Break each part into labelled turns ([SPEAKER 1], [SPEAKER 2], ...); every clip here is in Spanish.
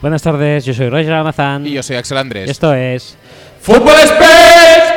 [SPEAKER 1] Buenas tardes, yo soy Roger Almazán.
[SPEAKER 2] Y yo soy Axel Andrés.
[SPEAKER 1] Esto es.
[SPEAKER 2] ¡Fútbol Space!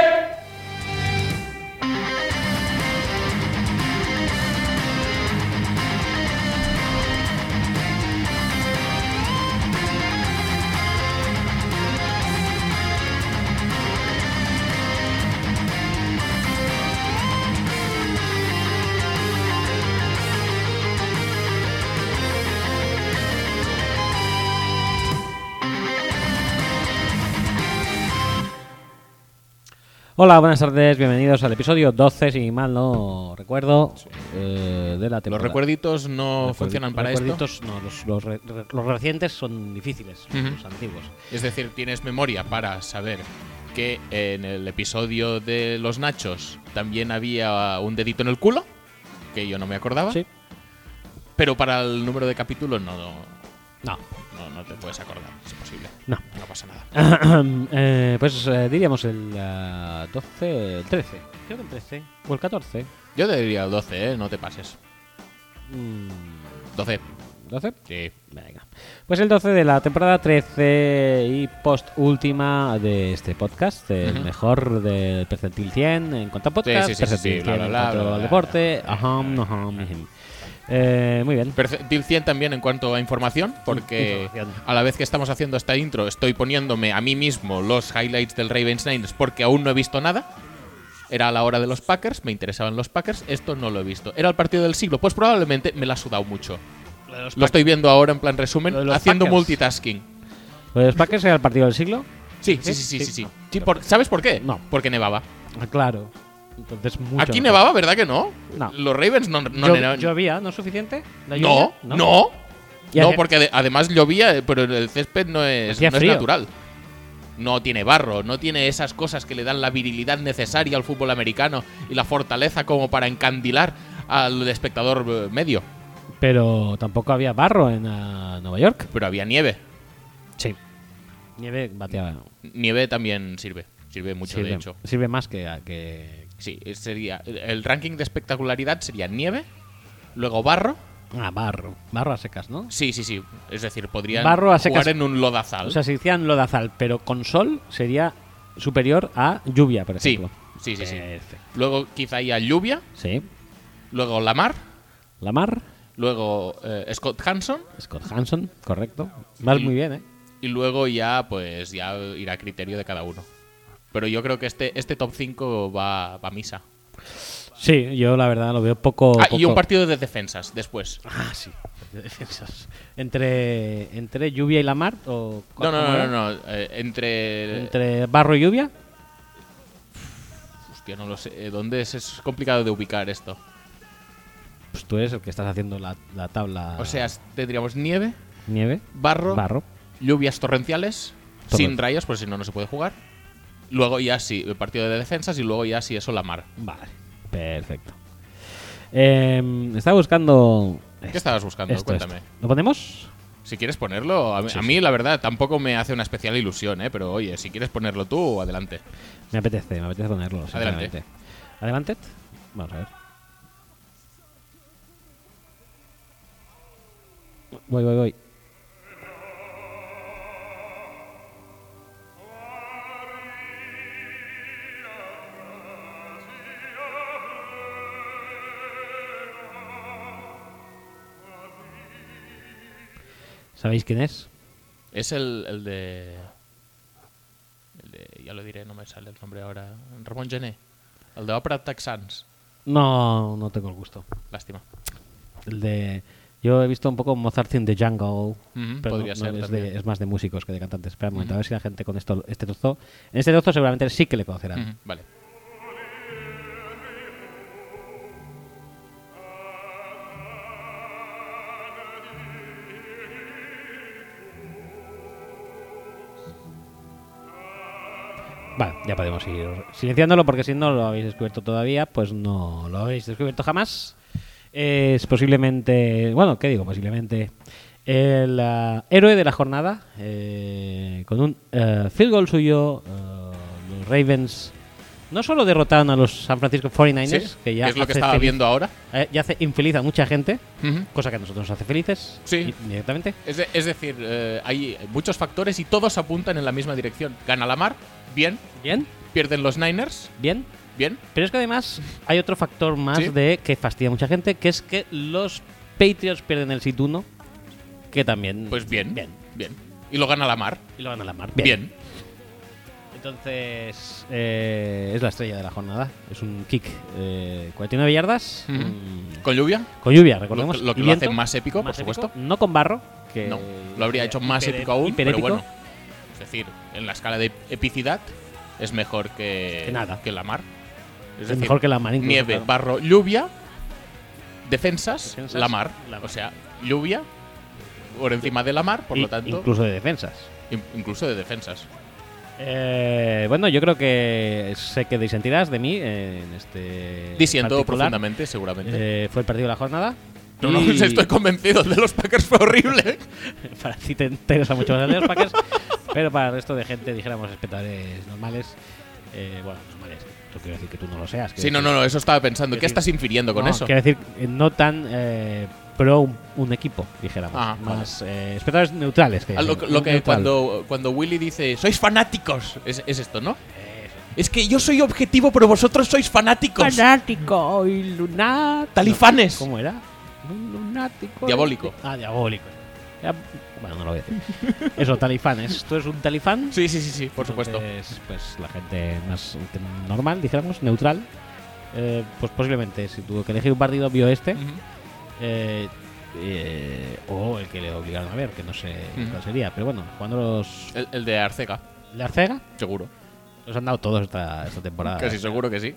[SPEAKER 1] Hola, buenas tardes, bienvenidos al episodio 12, si mal no recuerdo, eh, de la
[SPEAKER 2] Los
[SPEAKER 1] temporada.
[SPEAKER 2] recuerditos no
[SPEAKER 1] Recuerdi-
[SPEAKER 2] funcionan para esto.
[SPEAKER 1] recuerditos, No, los, los re- re- los recientes son difíciles,
[SPEAKER 2] Ujú.
[SPEAKER 1] los antiguos.
[SPEAKER 2] Es decir, tienes memoria para saber que en el episodio de los nachos también había un dedito en el culo, que yo no me acordaba.
[SPEAKER 1] Sí.
[SPEAKER 2] Pero para el número de capítulos no, no,
[SPEAKER 1] No.
[SPEAKER 2] no, no te puedes acordar, es posible.
[SPEAKER 1] No.
[SPEAKER 2] No pasa nada.
[SPEAKER 1] Eh, pues eh, diríamos el ah, 12, el 13. Creo que el 13. O el 14.
[SPEAKER 2] Yo te diría el 12, ¿eh? No te pases.
[SPEAKER 1] Mm,
[SPEAKER 2] 12.
[SPEAKER 1] ¿12?
[SPEAKER 2] Sí.
[SPEAKER 1] Venga. Pues el 12 de la temporada 13 y post última de este podcast, el
[SPEAKER 2] Ujú.
[SPEAKER 1] mejor del percentil 100 en cuanto a podcast,
[SPEAKER 2] sí, sí, sí,
[SPEAKER 1] percentil
[SPEAKER 2] sí,
[SPEAKER 1] 100
[SPEAKER 2] bla,
[SPEAKER 1] en
[SPEAKER 2] bla, bla,
[SPEAKER 1] cuanto
[SPEAKER 2] bla,
[SPEAKER 1] al
[SPEAKER 2] bla,
[SPEAKER 1] deporte,
[SPEAKER 2] bla,
[SPEAKER 1] ajá, ajá, ajá. Eh, muy bien.
[SPEAKER 2] Percentil 100 también en cuanto a información, porque
[SPEAKER 1] Información.
[SPEAKER 2] a la vez que estamos haciendo esta intro, estoy poniéndome a mí mismo los highlights del Ravens Niners porque aún no he visto nada. Era a la hora de los Packers, me interesaban los Packers, esto no lo he visto. Era el partido del siglo, pues probablemente me la ha sudado mucho. Lo estoy viendo ahora en plan resumen,
[SPEAKER 1] Lo de los
[SPEAKER 2] haciendo
[SPEAKER 1] Packers.
[SPEAKER 2] multitasking.
[SPEAKER 1] Pues los Packers era el partido del siglo.
[SPEAKER 2] Sí, sí, sí, sí, sí. sí.
[SPEAKER 1] no.
[SPEAKER 2] Sí, por- ¿Sabes por qué?
[SPEAKER 1] No.
[SPEAKER 2] Porque nevaba.
[SPEAKER 1] Ah, Claro. Entonces mucho
[SPEAKER 2] Aquí
[SPEAKER 1] mejor.
[SPEAKER 2] nevaba, ¿verdad que no?
[SPEAKER 1] No.
[SPEAKER 2] Los Ravens no, no
[SPEAKER 1] Llo-
[SPEAKER 2] nevaban.
[SPEAKER 1] ¿Llovía? ¿No es suficiente? ¿La
[SPEAKER 2] No,
[SPEAKER 1] lluvia?
[SPEAKER 2] no.
[SPEAKER 1] Y
[SPEAKER 2] No,
[SPEAKER 1] hace-
[SPEAKER 2] porque ade- además llovía, eh, pero el césped no es,
[SPEAKER 1] Hacía
[SPEAKER 2] no es
[SPEAKER 1] frío.
[SPEAKER 2] natural. No tiene barro, no tiene esas cosas que le dan la virilidad necesaria al fútbol americano y la fortaleza como para encandilar al espectador eh, medio.
[SPEAKER 1] Pero tampoco había barro en ah, Nueva York.
[SPEAKER 2] Pero había nieve.
[SPEAKER 1] Sí. Nieve bateaba.
[SPEAKER 2] Nieve también sirve, sirve mucho
[SPEAKER 1] sirve,
[SPEAKER 2] de hecho.
[SPEAKER 1] sirve más que, que-
[SPEAKER 2] Sí, sería el ranking de espectacularidad sería nieve, luego barro.
[SPEAKER 1] Ah, barro. Barro a secas, ¿no?
[SPEAKER 2] Sí, sí, sí. Es decir, podrían
[SPEAKER 1] Barro a secas.
[SPEAKER 2] jugar en un lodazal.
[SPEAKER 1] O sea, si hicieran lodazal, pero con sol sería superior a lluvia, por
[SPEAKER 2] sí,
[SPEAKER 1] ejemplo. Eh.
[SPEAKER 2] sí, sí, sí.
[SPEAKER 1] Perfecto.
[SPEAKER 2] Luego quizá haya lluvia,
[SPEAKER 1] Sí.
[SPEAKER 2] luego la mar.
[SPEAKER 1] La mar,
[SPEAKER 2] luego eh, Scott Hanson
[SPEAKER 1] Scott Hanson, correcto. Vas
[SPEAKER 2] Y-
[SPEAKER 1] muy bien, ¿eh?
[SPEAKER 2] y luego ya pues ya irá a criterio de cada uno. Pero yo creo que este, este top 5 va, va a misa.
[SPEAKER 1] Sí, yo la verdad lo veo poco.
[SPEAKER 2] Ah, y
[SPEAKER 1] poco-
[SPEAKER 2] un partido de defensas después.
[SPEAKER 1] Ah, sí. De defensas. Entre, entre lluvia y la mar, o.
[SPEAKER 2] No,
[SPEAKER 1] ¿cómo
[SPEAKER 2] no, no,
[SPEAKER 1] era?
[SPEAKER 2] no. no, eh, entre...
[SPEAKER 1] Entre barro y lluvia.
[SPEAKER 2] Hostia, no lo sé. eh, ¿Dónde es? Es complicado de ubicar esto.
[SPEAKER 1] Pues tú eres el que estás haciendo la, la tabla.
[SPEAKER 2] O sea, tendríamos nieve,
[SPEAKER 1] nieve,
[SPEAKER 2] barro,
[SPEAKER 1] Ah. barro.
[SPEAKER 2] lluvias torrenciales,
[SPEAKER 1] Torre-
[SPEAKER 2] sin rayas, por si no, no se puede jugar. Luego ya sí, el partido de defensas y luego ya sí, eso la mar.
[SPEAKER 1] Vale, perfecto. Eh, estaba buscando.
[SPEAKER 2] ¿Qué estabas buscando?
[SPEAKER 1] Esto,
[SPEAKER 2] Cuéntame.
[SPEAKER 1] esto. ¿Lo ponemos?
[SPEAKER 2] Si quieres ponerlo, a, mí- a mí la verdad tampoco me hace una especial ilusión, ¿eh? pero oye, si quieres ponerlo tú, adelante.
[SPEAKER 1] Me apetece, me apetece ponerlo.
[SPEAKER 2] Adelante.
[SPEAKER 1] sinceramente. Adelante. Vamos a ver. Voy, voy, voy. ¿Sabéis quién es?
[SPEAKER 2] Es el, el de... el de- Ya lo diré, no me sale el nombre ahora. Ramón Gené. El de Opera Texans.
[SPEAKER 1] No, no tengo el gusto.
[SPEAKER 2] Lástima.
[SPEAKER 1] El de. Yo he visto un poco Mozart in the Jungle.
[SPEAKER 2] Ujú,
[SPEAKER 1] pero
[SPEAKER 2] podría
[SPEAKER 1] no- no,
[SPEAKER 2] ser
[SPEAKER 1] es, de-
[SPEAKER 2] también.
[SPEAKER 1] es más de músicos que de cantantes. Espera un momento, a ver si la gente con esto, este trozo. En este trozo seguramente sí que le conocerán.
[SPEAKER 2] Ujú, Vale.
[SPEAKER 1] Vale, ya podemos ir silenciándolo porque si no lo habéis descubierto todavía, pues no lo habéis descubierto jamás. Es posiblemente, bueno, ¿qué digo? Posiblemente el ah, héroe de la jornada eh, con un eh, field goal suyo. eh, los Ravens No solo derrotaron a los San Francisco 49ers,
[SPEAKER 2] Sí,
[SPEAKER 1] que ya
[SPEAKER 2] es lo que
[SPEAKER 1] hace
[SPEAKER 2] estaba
[SPEAKER 1] feliz-
[SPEAKER 2] viendo ahora.
[SPEAKER 1] eh, ya hace infeliz a mucha gente,
[SPEAKER 2] Ujú.
[SPEAKER 1] cosa que a nosotros nos hace felices
[SPEAKER 2] Sí.
[SPEAKER 1] y- directamente.
[SPEAKER 2] Es, de- es decir, eh, hay muchos factores y todos apuntan en la misma dirección. Gana la mar, bien.
[SPEAKER 1] Bien,
[SPEAKER 2] Pierden los Niners,
[SPEAKER 1] bien.
[SPEAKER 2] bien.
[SPEAKER 1] Pero es que además hay otro factor más
[SPEAKER 2] Sí.
[SPEAKER 1] de que fastidia a mucha gente, que es que los Patriots pierden el sit 1, que también.
[SPEAKER 2] Pues bien,
[SPEAKER 1] Bien.
[SPEAKER 2] bien. Y lo gana la mar,
[SPEAKER 1] Y lo gana la mar.
[SPEAKER 2] bien.
[SPEAKER 1] Entonces, eh, es la estrella de la jornada. Es un kick. eh, 49 yardas.
[SPEAKER 2] Ujú.
[SPEAKER 1] mm,
[SPEAKER 2] Con lluvia,
[SPEAKER 1] Con lluvia, recordemos.
[SPEAKER 2] Lo que- lo que
[SPEAKER 1] y
[SPEAKER 2] lo hace
[SPEAKER 1] viento.
[SPEAKER 2] más épico, por supuesto.
[SPEAKER 1] No con barro. Que
[SPEAKER 2] no. Lo habría hecho más
[SPEAKER 1] hiper-
[SPEAKER 2] épico aún, pero
[SPEAKER 1] hiperépico.
[SPEAKER 2] bueno. Es decir, en la escala de epicidad es mejor que,
[SPEAKER 1] Que nada.
[SPEAKER 2] la mar. Es,
[SPEAKER 1] Es
[SPEAKER 2] decir,
[SPEAKER 1] mejor que la mar. incluso,
[SPEAKER 2] nieve,
[SPEAKER 1] claro.
[SPEAKER 2] barro, lluvia, defensas,
[SPEAKER 1] Defensas,
[SPEAKER 2] la, mar.
[SPEAKER 1] la mar.
[SPEAKER 2] O sea, lluvia por encima de la mar, por
[SPEAKER 1] Y-
[SPEAKER 2] lo tanto,
[SPEAKER 1] Incluso de defensas.
[SPEAKER 2] in- incluso de defensas.
[SPEAKER 1] Eh, bueno, yo creo que sé que disentirás de mí eh, en este.
[SPEAKER 2] Diciendo
[SPEAKER 1] particular.
[SPEAKER 2] profundamente, seguramente.
[SPEAKER 1] Eh, fue el partido de la jornada.
[SPEAKER 2] no, no,
[SPEAKER 1] Y
[SPEAKER 2] estoy convencido. El de los Packers fue horrible.
[SPEAKER 1] Para ti te interesa mucho más el de los Packers, pero para el resto de gente, dijéramos, espectadores normales. eh, bueno, normales. Yo quiero decir que tú no lo seas.
[SPEAKER 2] Sí, no, no, no, eso estaba pensando.
[SPEAKER 1] Quiero
[SPEAKER 2] ¿Qué
[SPEAKER 1] decir-
[SPEAKER 2] estás infiriendo con
[SPEAKER 1] No,
[SPEAKER 2] eso?
[SPEAKER 1] Quiero decir, eh, no tan eh, pro un, un equipo, dijéramos.
[SPEAKER 2] Ah,
[SPEAKER 1] más eh, espectadores neutrales. Que
[SPEAKER 2] Ah, lo,
[SPEAKER 1] dicen,
[SPEAKER 2] lo
[SPEAKER 1] un
[SPEAKER 2] que
[SPEAKER 1] neutral.
[SPEAKER 2] cuando, cuando Willy dice, sois fanáticos, es, es esto, ¿no?
[SPEAKER 1] Eso.
[SPEAKER 2] Es que yo soy objetivo, pero vosotros sois fanáticos.
[SPEAKER 1] Fanático y lunático.
[SPEAKER 2] Talifanes.
[SPEAKER 1] ¿Cómo era? Un Lunático.
[SPEAKER 2] Diabólico.
[SPEAKER 1] Ah, diabólico. Ya- bueno, no lo voy a decir. Eso, talifanes. ¿Tú eres un talifán?
[SPEAKER 2] Sí, sí, sí, sí, por supuesto.
[SPEAKER 1] Entonces, pues la gente más normal, dijéramos, neutral. eh, pues posiblemente, si tuvo que elegir un partido, vio este.
[SPEAKER 2] Ujú.
[SPEAKER 1] Eh, eh, o el que le obligaron a ver, que no sé
[SPEAKER 2] Ujú.
[SPEAKER 1] cuál sería. Pero bueno, cuando los
[SPEAKER 2] El, el de Arcega,
[SPEAKER 1] de Arcega
[SPEAKER 2] seguro.
[SPEAKER 1] los han dado todos esta, esta temporada.
[SPEAKER 2] Casi seguro que sí.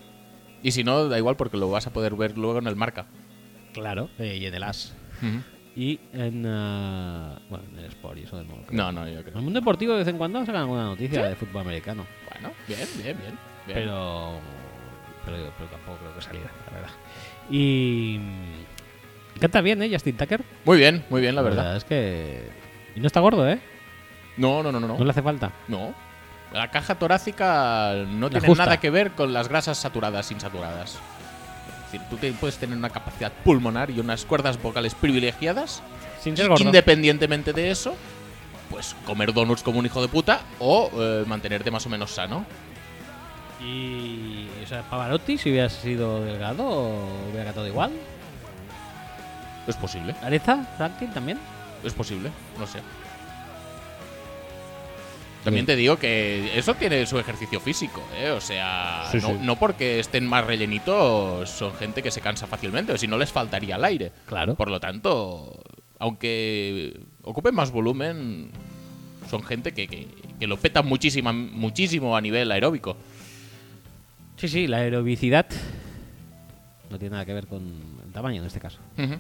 [SPEAKER 2] Y si no, da igual porque lo vas a poder ver luego en el marca.
[SPEAKER 1] Claro, eh, y en el As.
[SPEAKER 2] Ujú.
[SPEAKER 1] Y en, ah, bueno, en el Sport y eso de nuevo. creo.
[SPEAKER 2] No, no, yo
[SPEAKER 1] En el
[SPEAKER 2] creo.
[SPEAKER 1] mundo deportivo de vez en cuando sacan alguna noticia de fútbol americano.
[SPEAKER 2] Bueno, bien, bien, bien. bien.
[SPEAKER 1] Pero, pero, pero tampoco creo que saliera, la verdad. Y. mm, Canta bien, ¿eh? Justin Tucker.
[SPEAKER 2] Muy bien, muy bien, la verdad.
[SPEAKER 1] es que. Y no está gordo, ¿eh?
[SPEAKER 2] No, no, no, no.
[SPEAKER 1] No,
[SPEAKER 2] No.
[SPEAKER 1] le hace falta.
[SPEAKER 2] No. La caja torácica no tiene
[SPEAKER 1] justa.
[SPEAKER 2] nada que ver con las grasas saturadas, insaturadas. Es decir, tú te- puedes tener una capacidad pulmonar y unas cuerdas vocales privilegiadas.
[SPEAKER 1] Sin
[SPEAKER 2] y
[SPEAKER 1] ser gordo.
[SPEAKER 2] Independientemente de eso, pues comer donuts como un hijo de puta o eh, mantenerte más o menos sano.
[SPEAKER 1] Y. O sea, Pavarotti, si hubiera sido delgado, hubiera cantado igual.
[SPEAKER 2] Es posible,
[SPEAKER 1] Areza, Franklin también.
[SPEAKER 2] es posible, no sé. También te digo que eso tiene su ejercicio físico, ¿eh? O sea,
[SPEAKER 1] Sí,
[SPEAKER 2] no,
[SPEAKER 1] sí.
[SPEAKER 2] no porque estén más rellenitos son gente que se cansa fácilmente, o si no les faltaría el aire.
[SPEAKER 1] Claro.
[SPEAKER 2] Por lo tanto, aunque ocupen más volumen, son gente que, que- que lo peta muchísimo, muchísimo a nivel aeróbico.
[SPEAKER 1] Sí, sí, la aerobicidad no tiene nada que ver con el tamaño en este caso.
[SPEAKER 2] Ujú.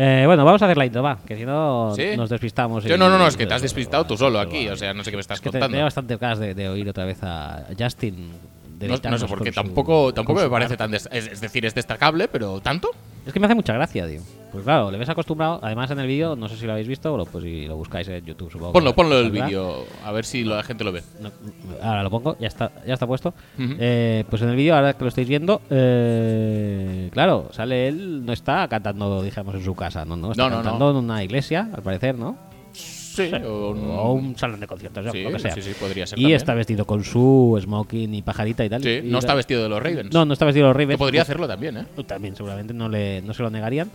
[SPEAKER 1] Eh, bueno, vamos a hacer la intro, va, que si no
[SPEAKER 2] ¿Sí?
[SPEAKER 1] nos despistamos.
[SPEAKER 2] Yo
[SPEAKER 1] y-
[SPEAKER 2] no, no, no, es que te
[SPEAKER 1] pero-
[SPEAKER 2] has despistado tú
[SPEAKER 1] pero-
[SPEAKER 2] solo
[SPEAKER 1] pero-
[SPEAKER 2] aquí, o sea, no sé qué me estás contando.
[SPEAKER 1] Tenía bastante ganas de, de oír otra vez a Justin.
[SPEAKER 2] No, no
[SPEAKER 1] deleitarnos
[SPEAKER 2] sé por
[SPEAKER 1] con
[SPEAKER 2] qué,
[SPEAKER 1] su-
[SPEAKER 2] tampoco,
[SPEAKER 1] con
[SPEAKER 2] tampoco
[SPEAKER 1] su
[SPEAKER 2] me parece
[SPEAKER 1] arte.
[SPEAKER 2] tan... des- es, es decir, es destacable, pero ¿tanto?
[SPEAKER 1] Es que me hace mucha gracia, tío. Pues claro, le ves acostumbrado. Además, en el vídeo, no sé si lo habéis visto, o lo- pues si lo buscáis en YouTube, supongo. que
[SPEAKER 2] Ponlo,
[SPEAKER 1] os
[SPEAKER 2] ponlo el
[SPEAKER 1] saldrá.
[SPEAKER 2] vídeo, a ver si la gente lo ve.
[SPEAKER 1] No, ahora lo pongo, ya está, ya está puesto.
[SPEAKER 2] Ujú.
[SPEAKER 1] Eh, pues en el vídeo, ahora que lo estáis viendo, eh, claro, sale él, no está cantando, dijéramos, en su casa, ¿no? no está
[SPEAKER 2] No, no, no.
[SPEAKER 1] cantando en una iglesia, al parecer, ¿no?
[SPEAKER 2] Sí, o un-
[SPEAKER 1] O un salón de conciertos,
[SPEAKER 2] sí,
[SPEAKER 1] lo que sea.
[SPEAKER 2] sí, sí, podría ser
[SPEAKER 1] y
[SPEAKER 2] también.
[SPEAKER 1] está vestido con su smoking y pajarita y tal.
[SPEAKER 2] Sí,
[SPEAKER 1] y-
[SPEAKER 2] no está vestido de los Ravens.
[SPEAKER 1] No, no está vestido de los Ravens.
[SPEAKER 2] que podría
[SPEAKER 1] No-
[SPEAKER 2] hacerlo también, ¿eh?
[SPEAKER 1] También, seguramente no, le, no se lo negarían.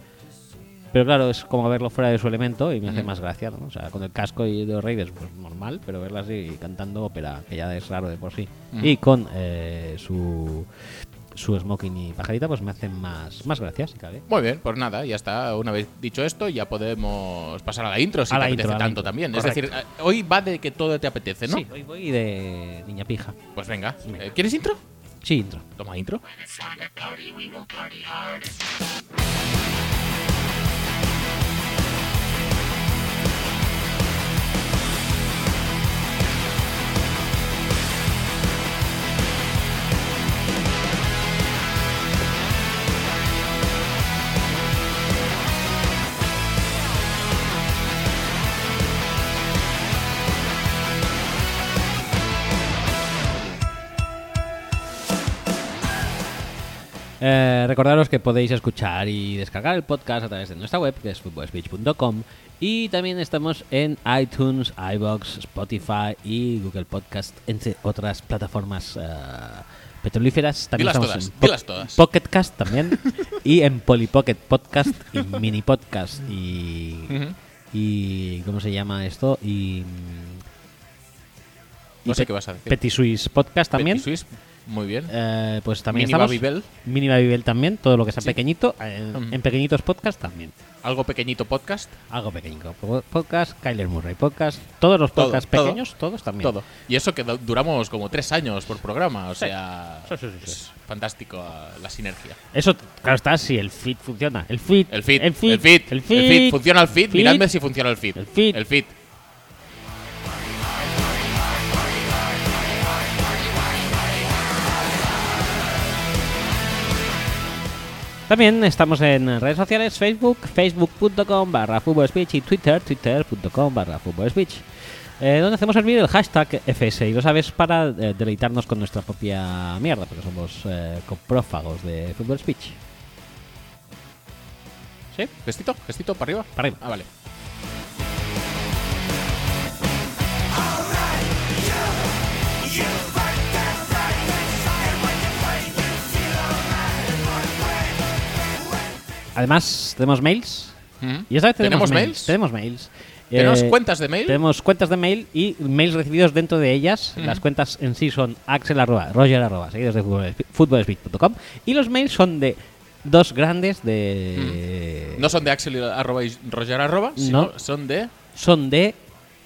[SPEAKER 1] Pero claro, es como verlo fuera de su elemento y me hace
[SPEAKER 2] Ujú.
[SPEAKER 1] más gracia, ¿no? O sea, con el casco y de los Ravens, pues normal, pero verla así cantando ópera, que ya es raro de por sí.
[SPEAKER 2] Ujú.
[SPEAKER 1] Y con eh, su, su smoking y pajarita, pues me hacen más, más gracia, si cabe.
[SPEAKER 2] Muy bien, pues nada, ya está. Una vez dicho esto, ya podemos pasar a la intro
[SPEAKER 1] A
[SPEAKER 2] si te
[SPEAKER 1] la
[SPEAKER 2] apetece
[SPEAKER 1] intro, a la
[SPEAKER 2] tanto
[SPEAKER 1] intro.
[SPEAKER 2] también. Es
[SPEAKER 1] Correcto.
[SPEAKER 2] decir, eh, hoy va de que todo te apetece, ¿Este ¿no?
[SPEAKER 1] Sí, hoy voy de niña pija.
[SPEAKER 2] Pues venga.
[SPEAKER 1] Venga.
[SPEAKER 2] Eh, ¿Quieres intro?
[SPEAKER 1] Sí, intro.
[SPEAKER 2] Toma intro.
[SPEAKER 1] Eh, recordaros que podéis escuchar y descargar el podcast a través de nuestra web, que es footballspeech.com. Y también estamos en iTunes, iBox, Spotify y Google Podcast, entre otras plataformas eh, petrolíferas. También
[SPEAKER 2] Dilas
[SPEAKER 1] estamos
[SPEAKER 2] todas,
[SPEAKER 1] en Po-
[SPEAKER 2] dilas todas.
[SPEAKER 1] Pocketcast también. y en Polypocket Podcast y Mini Podcast. Y,
[SPEAKER 2] Ujú.
[SPEAKER 1] y. ¿Cómo se llama esto? Y. mm,
[SPEAKER 2] No
[SPEAKER 1] y
[SPEAKER 2] sé
[SPEAKER 1] Pe-
[SPEAKER 2] qué vas a decir.
[SPEAKER 1] Petit Suisse Podcast también.
[SPEAKER 2] Petit Suisse, muy bien.
[SPEAKER 1] Eh, pues también
[SPEAKER 2] Mini
[SPEAKER 1] estamos.
[SPEAKER 2] Babybel.
[SPEAKER 1] Mini Babybel también, todo lo que sea
[SPEAKER 2] Sí. Mm.
[SPEAKER 1] pequeñito. En,
[SPEAKER 2] Ujú.
[SPEAKER 1] en pequeñitos podcast también.
[SPEAKER 2] Algo pequeñito podcast.
[SPEAKER 1] Algo pequeñito. Po- Podcast, Kyler Murray podcast, todos los
[SPEAKER 2] Todo,
[SPEAKER 1] podcasts
[SPEAKER 2] todo.
[SPEAKER 1] pequeños, todos también.
[SPEAKER 2] Todo. Y eso que du- duramos como tres años por programa, o sea,
[SPEAKER 1] Sí, sí, sí, sí.
[SPEAKER 2] es fantástico ah, la sinergia.
[SPEAKER 1] Eso, claro está, si el feed funciona. El feed.
[SPEAKER 2] El feed,
[SPEAKER 1] El feed.
[SPEAKER 2] el feed, el feed. funciona el feed, miradme si funciona el feed.
[SPEAKER 1] El feed.
[SPEAKER 2] El feed.
[SPEAKER 1] También estamos en redes sociales, Facebook, facebook.com barra Fútbol speech y Twitter, twitter.com barra Fútbol speech, eh, donde hacemos servir el hashtag FS y lo sabes para eh, deleitarnos con nuestra propia mierda, porque somos eh, coprófagos de Fútbol Speech. ¿Sí?
[SPEAKER 2] Gestito, gestito, para arriba.
[SPEAKER 1] Para arriba.
[SPEAKER 2] Ah, vale.
[SPEAKER 1] Además, tenemos mails.
[SPEAKER 2] Ujú.
[SPEAKER 1] Y esta vez tenemos,
[SPEAKER 2] ¿Tenemos mails?
[SPEAKER 1] Tenemos mails.
[SPEAKER 2] ¿Tenemos
[SPEAKER 1] Eh,
[SPEAKER 2] cuentas de mail?
[SPEAKER 1] Tenemos cuentas de mail y mails recibidos dentro de ellas. Las cuentas en sí son axel arroba, roger arroba, seguidos de futbolespe- futbolespeak.com. Y los mails son de dos grandes de...
[SPEAKER 2] Mm. No son de Axel arroba y Roger arroba, sino
[SPEAKER 1] No.
[SPEAKER 2] son de...
[SPEAKER 1] Son de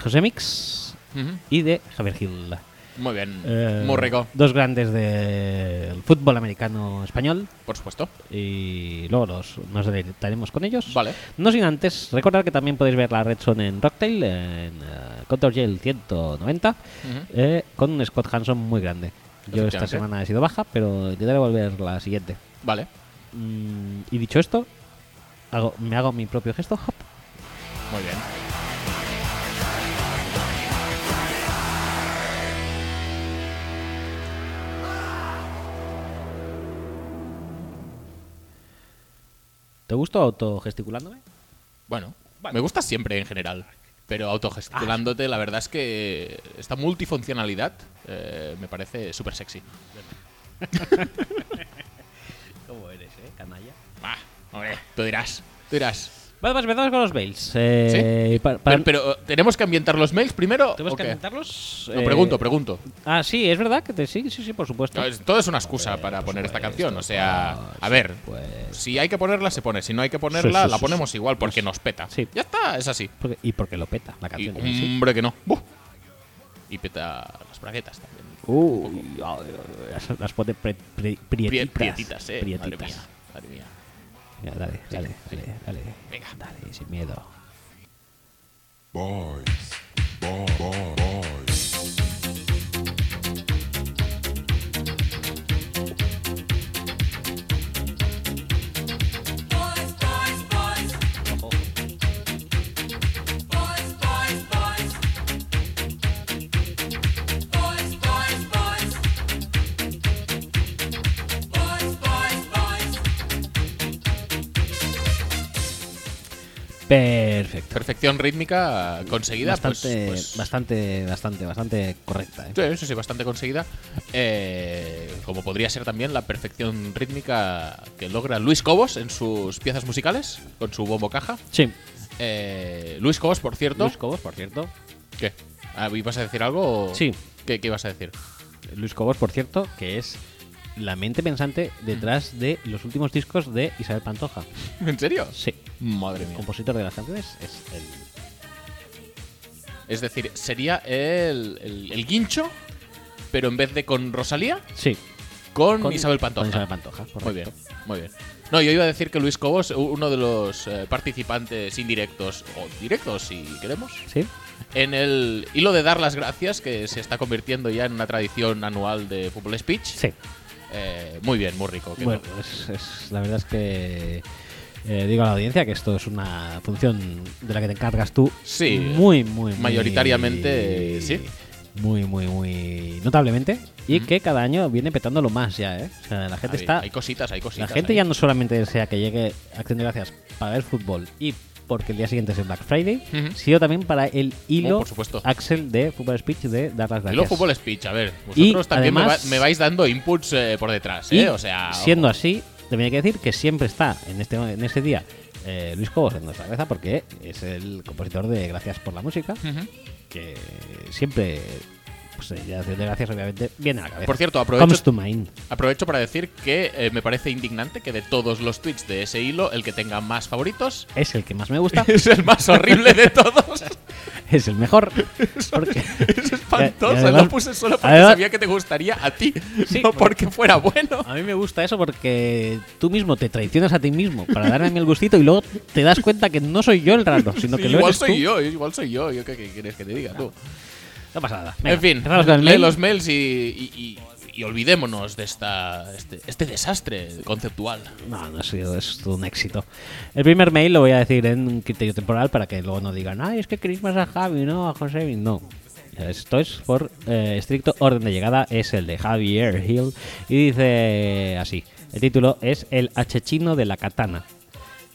[SPEAKER 1] José Mix
[SPEAKER 2] Ujú.
[SPEAKER 1] y de Javier Gil.
[SPEAKER 2] Muy bien,
[SPEAKER 1] Eh,
[SPEAKER 2] muy rico,
[SPEAKER 1] Dos grandes del fútbol americano español.
[SPEAKER 2] por supuesto.
[SPEAKER 1] y luego los- nos deleitaremos con ellos.
[SPEAKER 2] Vale.
[SPEAKER 1] No sin antes recordar que también podéis ver la Red Zone en Rocktail, en uh, Contour Jail 190,
[SPEAKER 2] Ujú.
[SPEAKER 1] eh, con un Scott Hanson muy grande. Yo esta
[SPEAKER 2] Efectivamente.
[SPEAKER 1] semana he sido baja, pero intentaré volver la siguiente.
[SPEAKER 2] Vale,
[SPEAKER 1] Mm, y dicho esto, hago- me hago mi propio gesto. hop.
[SPEAKER 2] muy bien.
[SPEAKER 1] ¿Te gusta autogesticulándome?
[SPEAKER 2] Bueno, me gusta siempre en general, pero autogestionándote, la verdad es que esta multifuncionalidad eh, me parece súper sexy.
[SPEAKER 1] ¿Cómo eres, eh, canalla?
[SPEAKER 2] Bah, hombre, tú dirás, tú dirás.
[SPEAKER 1] Vale, pues empezamos con los bails.
[SPEAKER 2] ¿Sí?
[SPEAKER 1] Eh, para- para-
[SPEAKER 2] Pero, pero, eh, ¿tenemos que ambientar los mails primero?
[SPEAKER 1] ¿Tenemos
[SPEAKER 2] o
[SPEAKER 1] que
[SPEAKER 2] qué?
[SPEAKER 1] ambientarlos?
[SPEAKER 2] No,
[SPEAKER 1] Eh,
[SPEAKER 2] pregunto, pregunto.
[SPEAKER 1] Ah, sí, es verdad que te, sí, sí, sí, por supuesto.
[SPEAKER 2] No, es- todo es una excusa para poner esta canción, o sea, a ver,
[SPEAKER 1] Pues,
[SPEAKER 2] si hay que ponerla, se pone, si no hay que ponerla,
[SPEAKER 1] Sí, sí,
[SPEAKER 2] la
[SPEAKER 1] sí,
[SPEAKER 2] ponemos
[SPEAKER 1] sí. Pues
[SPEAKER 2] igual porque nos peta.
[SPEAKER 1] Sí.
[SPEAKER 2] Ya está, es así.
[SPEAKER 1] Porque- y porque lo peta la
[SPEAKER 2] Y,
[SPEAKER 1] canción. en sí.
[SPEAKER 2] hombre, que no. Buh. Y peta las braguetas también.
[SPEAKER 1] Uy, ay, ay, las, las pone pre- pre-
[SPEAKER 2] Prie-
[SPEAKER 1] prietitas.
[SPEAKER 2] Prietitas, eh. Madre
[SPEAKER 1] prietitas.
[SPEAKER 2] mía, madre mía.
[SPEAKER 1] Venga, dale, dale, dale, dale.
[SPEAKER 2] Venga.
[SPEAKER 1] Dale, sin miedo.
[SPEAKER 3] Boys. Boy, boy, boys.
[SPEAKER 4] Boys, boys, boys. Boys, boys, boys. Boys, boys, boys. Boys, boys, boys.
[SPEAKER 1] Perfecto.
[SPEAKER 2] Perfección rítmica conseguida. pues-
[SPEAKER 1] Bastante,
[SPEAKER 2] pues-
[SPEAKER 1] bastante, bastante, bastante correcta. ¿eh?
[SPEAKER 2] Sí, sí, sí, bastante conseguida. Eh, como podría ser también la perfección rítmica que logra Luis Cobos en sus piezas musicales, con su bombo caja.
[SPEAKER 1] Sí.
[SPEAKER 2] Eh, Luis Cobos, por cierto.
[SPEAKER 1] Luis Cobos, por cierto.
[SPEAKER 2] ¿Qué? Ah, ¿Ibas a decir algo? o-
[SPEAKER 1] Sí.
[SPEAKER 2] ¿Qué, qué ibas a decir?
[SPEAKER 1] Luis Cobos, por cierto, que es la mente pensante
[SPEAKER 2] Mm.
[SPEAKER 1] detrás de los últimos discos de Isabel Pantoja.
[SPEAKER 2] ¿En serio?
[SPEAKER 1] Sí.
[SPEAKER 2] Madre
[SPEAKER 1] El
[SPEAKER 2] mía.
[SPEAKER 1] compositor de las canciones es el
[SPEAKER 2] Es decir, sería el, el- el guincho, pero en vez de con Rosalía,
[SPEAKER 1] Sí.
[SPEAKER 2] con, Isabel Pantoja.
[SPEAKER 1] Con Isabel Pantoja, correcto.
[SPEAKER 2] Muy bien, muy bien. No, yo iba a decir que Luis Cobos, u- uno de los eh, participantes indirectos, o directos si queremos,
[SPEAKER 1] Sí.
[SPEAKER 2] en el hilo de dar las gracias que se está convirtiendo ya en una tradición anual de Football Speech.
[SPEAKER 1] Sí.
[SPEAKER 2] Eh, muy bien, muy rico. quedó.
[SPEAKER 1] Bueno, es- es- la verdad es que eh, digo a la audiencia que esto es una función de la que te encargas tú.
[SPEAKER 2] Sí.
[SPEAKER 1] Muy, muy, muy-
[SPEAKER 2] Mayoritariamente, sí.
[SPEAKER 1] Muy, muy, muy notablemente. y que cada año viene petándolo más ya, ¿eh? O sea, la gente
[SPEAKER 2] Hay-
[SPEAKER 1] está
[SPEAKER 2] Hay cositas, hay cositas.
[SPEAKER 1] La gente
[SPEAKER 2] ahí.
[SPEAKER 1] ya no solamente desea que llegue Acción de Gracias para ver fútbol y porque el día siguiente es el Black Friday,
[SPEAKER 2] Ujú.
[SPEAKER 1] sino también para el hilo
[SPEAKER 2] Oh, por supuesto.
[SPEAKER 1] Axel de Fútbol Speech de dar las Ah, gracias.
[SPEAKER 2] Y luego fútbol speech, a ver. Vosotros también me
[SPEAKER 1] además-
[SPEAKER 2] va- me, vais dando inputs eh, por detrás, ¿eh?
[SPEAKER 1] Y,
[SPEAKER 2] o sea. ojo.
[SPEAKER 1] siendo así, también hay que decir que siempre está en este en ese día eh, Luis Cobos en nuestra cabeza porque es el compositor de Gracias por la música,
[SPEAKER 2] Ujú.
[SPEAKER 1] que siempre pues eh, ya Acción de Gracias obviamente viene a la cabeza.
[SPEAKER 2] Por cierto, aprovecho-
[SPEAKER 1] Comes to mind.
[SPEAKER 2] Aprovecho para decir que eh, me parece indignante que de todos los tweets de ese hilo, el que tenga más favoritos
[SPEAKER 1] Es el que más me gusta,
[SPEAKER 2] es el más horrible de todos.
[SPEAKER 1] es el mejor. Porque...
[SPEAKER 2] Es espantoso.
[SPEAKER 1] Y además-
[SPEAKER 2] lo puse solo porque
[SPEAKER 1] además-
[SPEAKER 2] sabía que te gustaría a ti,
[SPEAKER 1] Sí, Ah,
[SPEAKER 2] no
[SPEAKER 1] por-
[SPEAKER 2] porque fuera bueno.
[SPEAKER 1] A mí me gusta eso porque tú mismo te traicionas a ti mismo para darme a mí el gustito y luego te das cuenta que no soy yo el raro, sino
[SPEAKER 2] Sí,
[SPEAKER 1] que lo
[SPEAKER 2] igual
[SPEAKER 1] eres
[SPEAKER 2] soy
[SPEAKER 1] tú.
[SPEAKER 2] yo, igual soy yo. yo ¿Qué, qué quieres que te diga tú?
[SPEAKER 1] No pasa nada. Venga,
[SPEAKER 2] en fin,
[SPEAKER 1] empezamos con el
[SPEAKER 2] lee
[SPEAKER 1] mail.
[SPEAKER 2] los mails y, y- y- y olvidémonos de esta, este, este desastre conceptual.
[SPEAKER 1] No, no ha sido es todo un éxito. El primer mail lo voy a decir en un criterio temporal para que luego no digan, ay, es que queréis más a Javi, no, a José. No. Esto es por eh, estricto orden de llegada, es el de Javier Hill y dice así. El título es El Achechino de la Katana.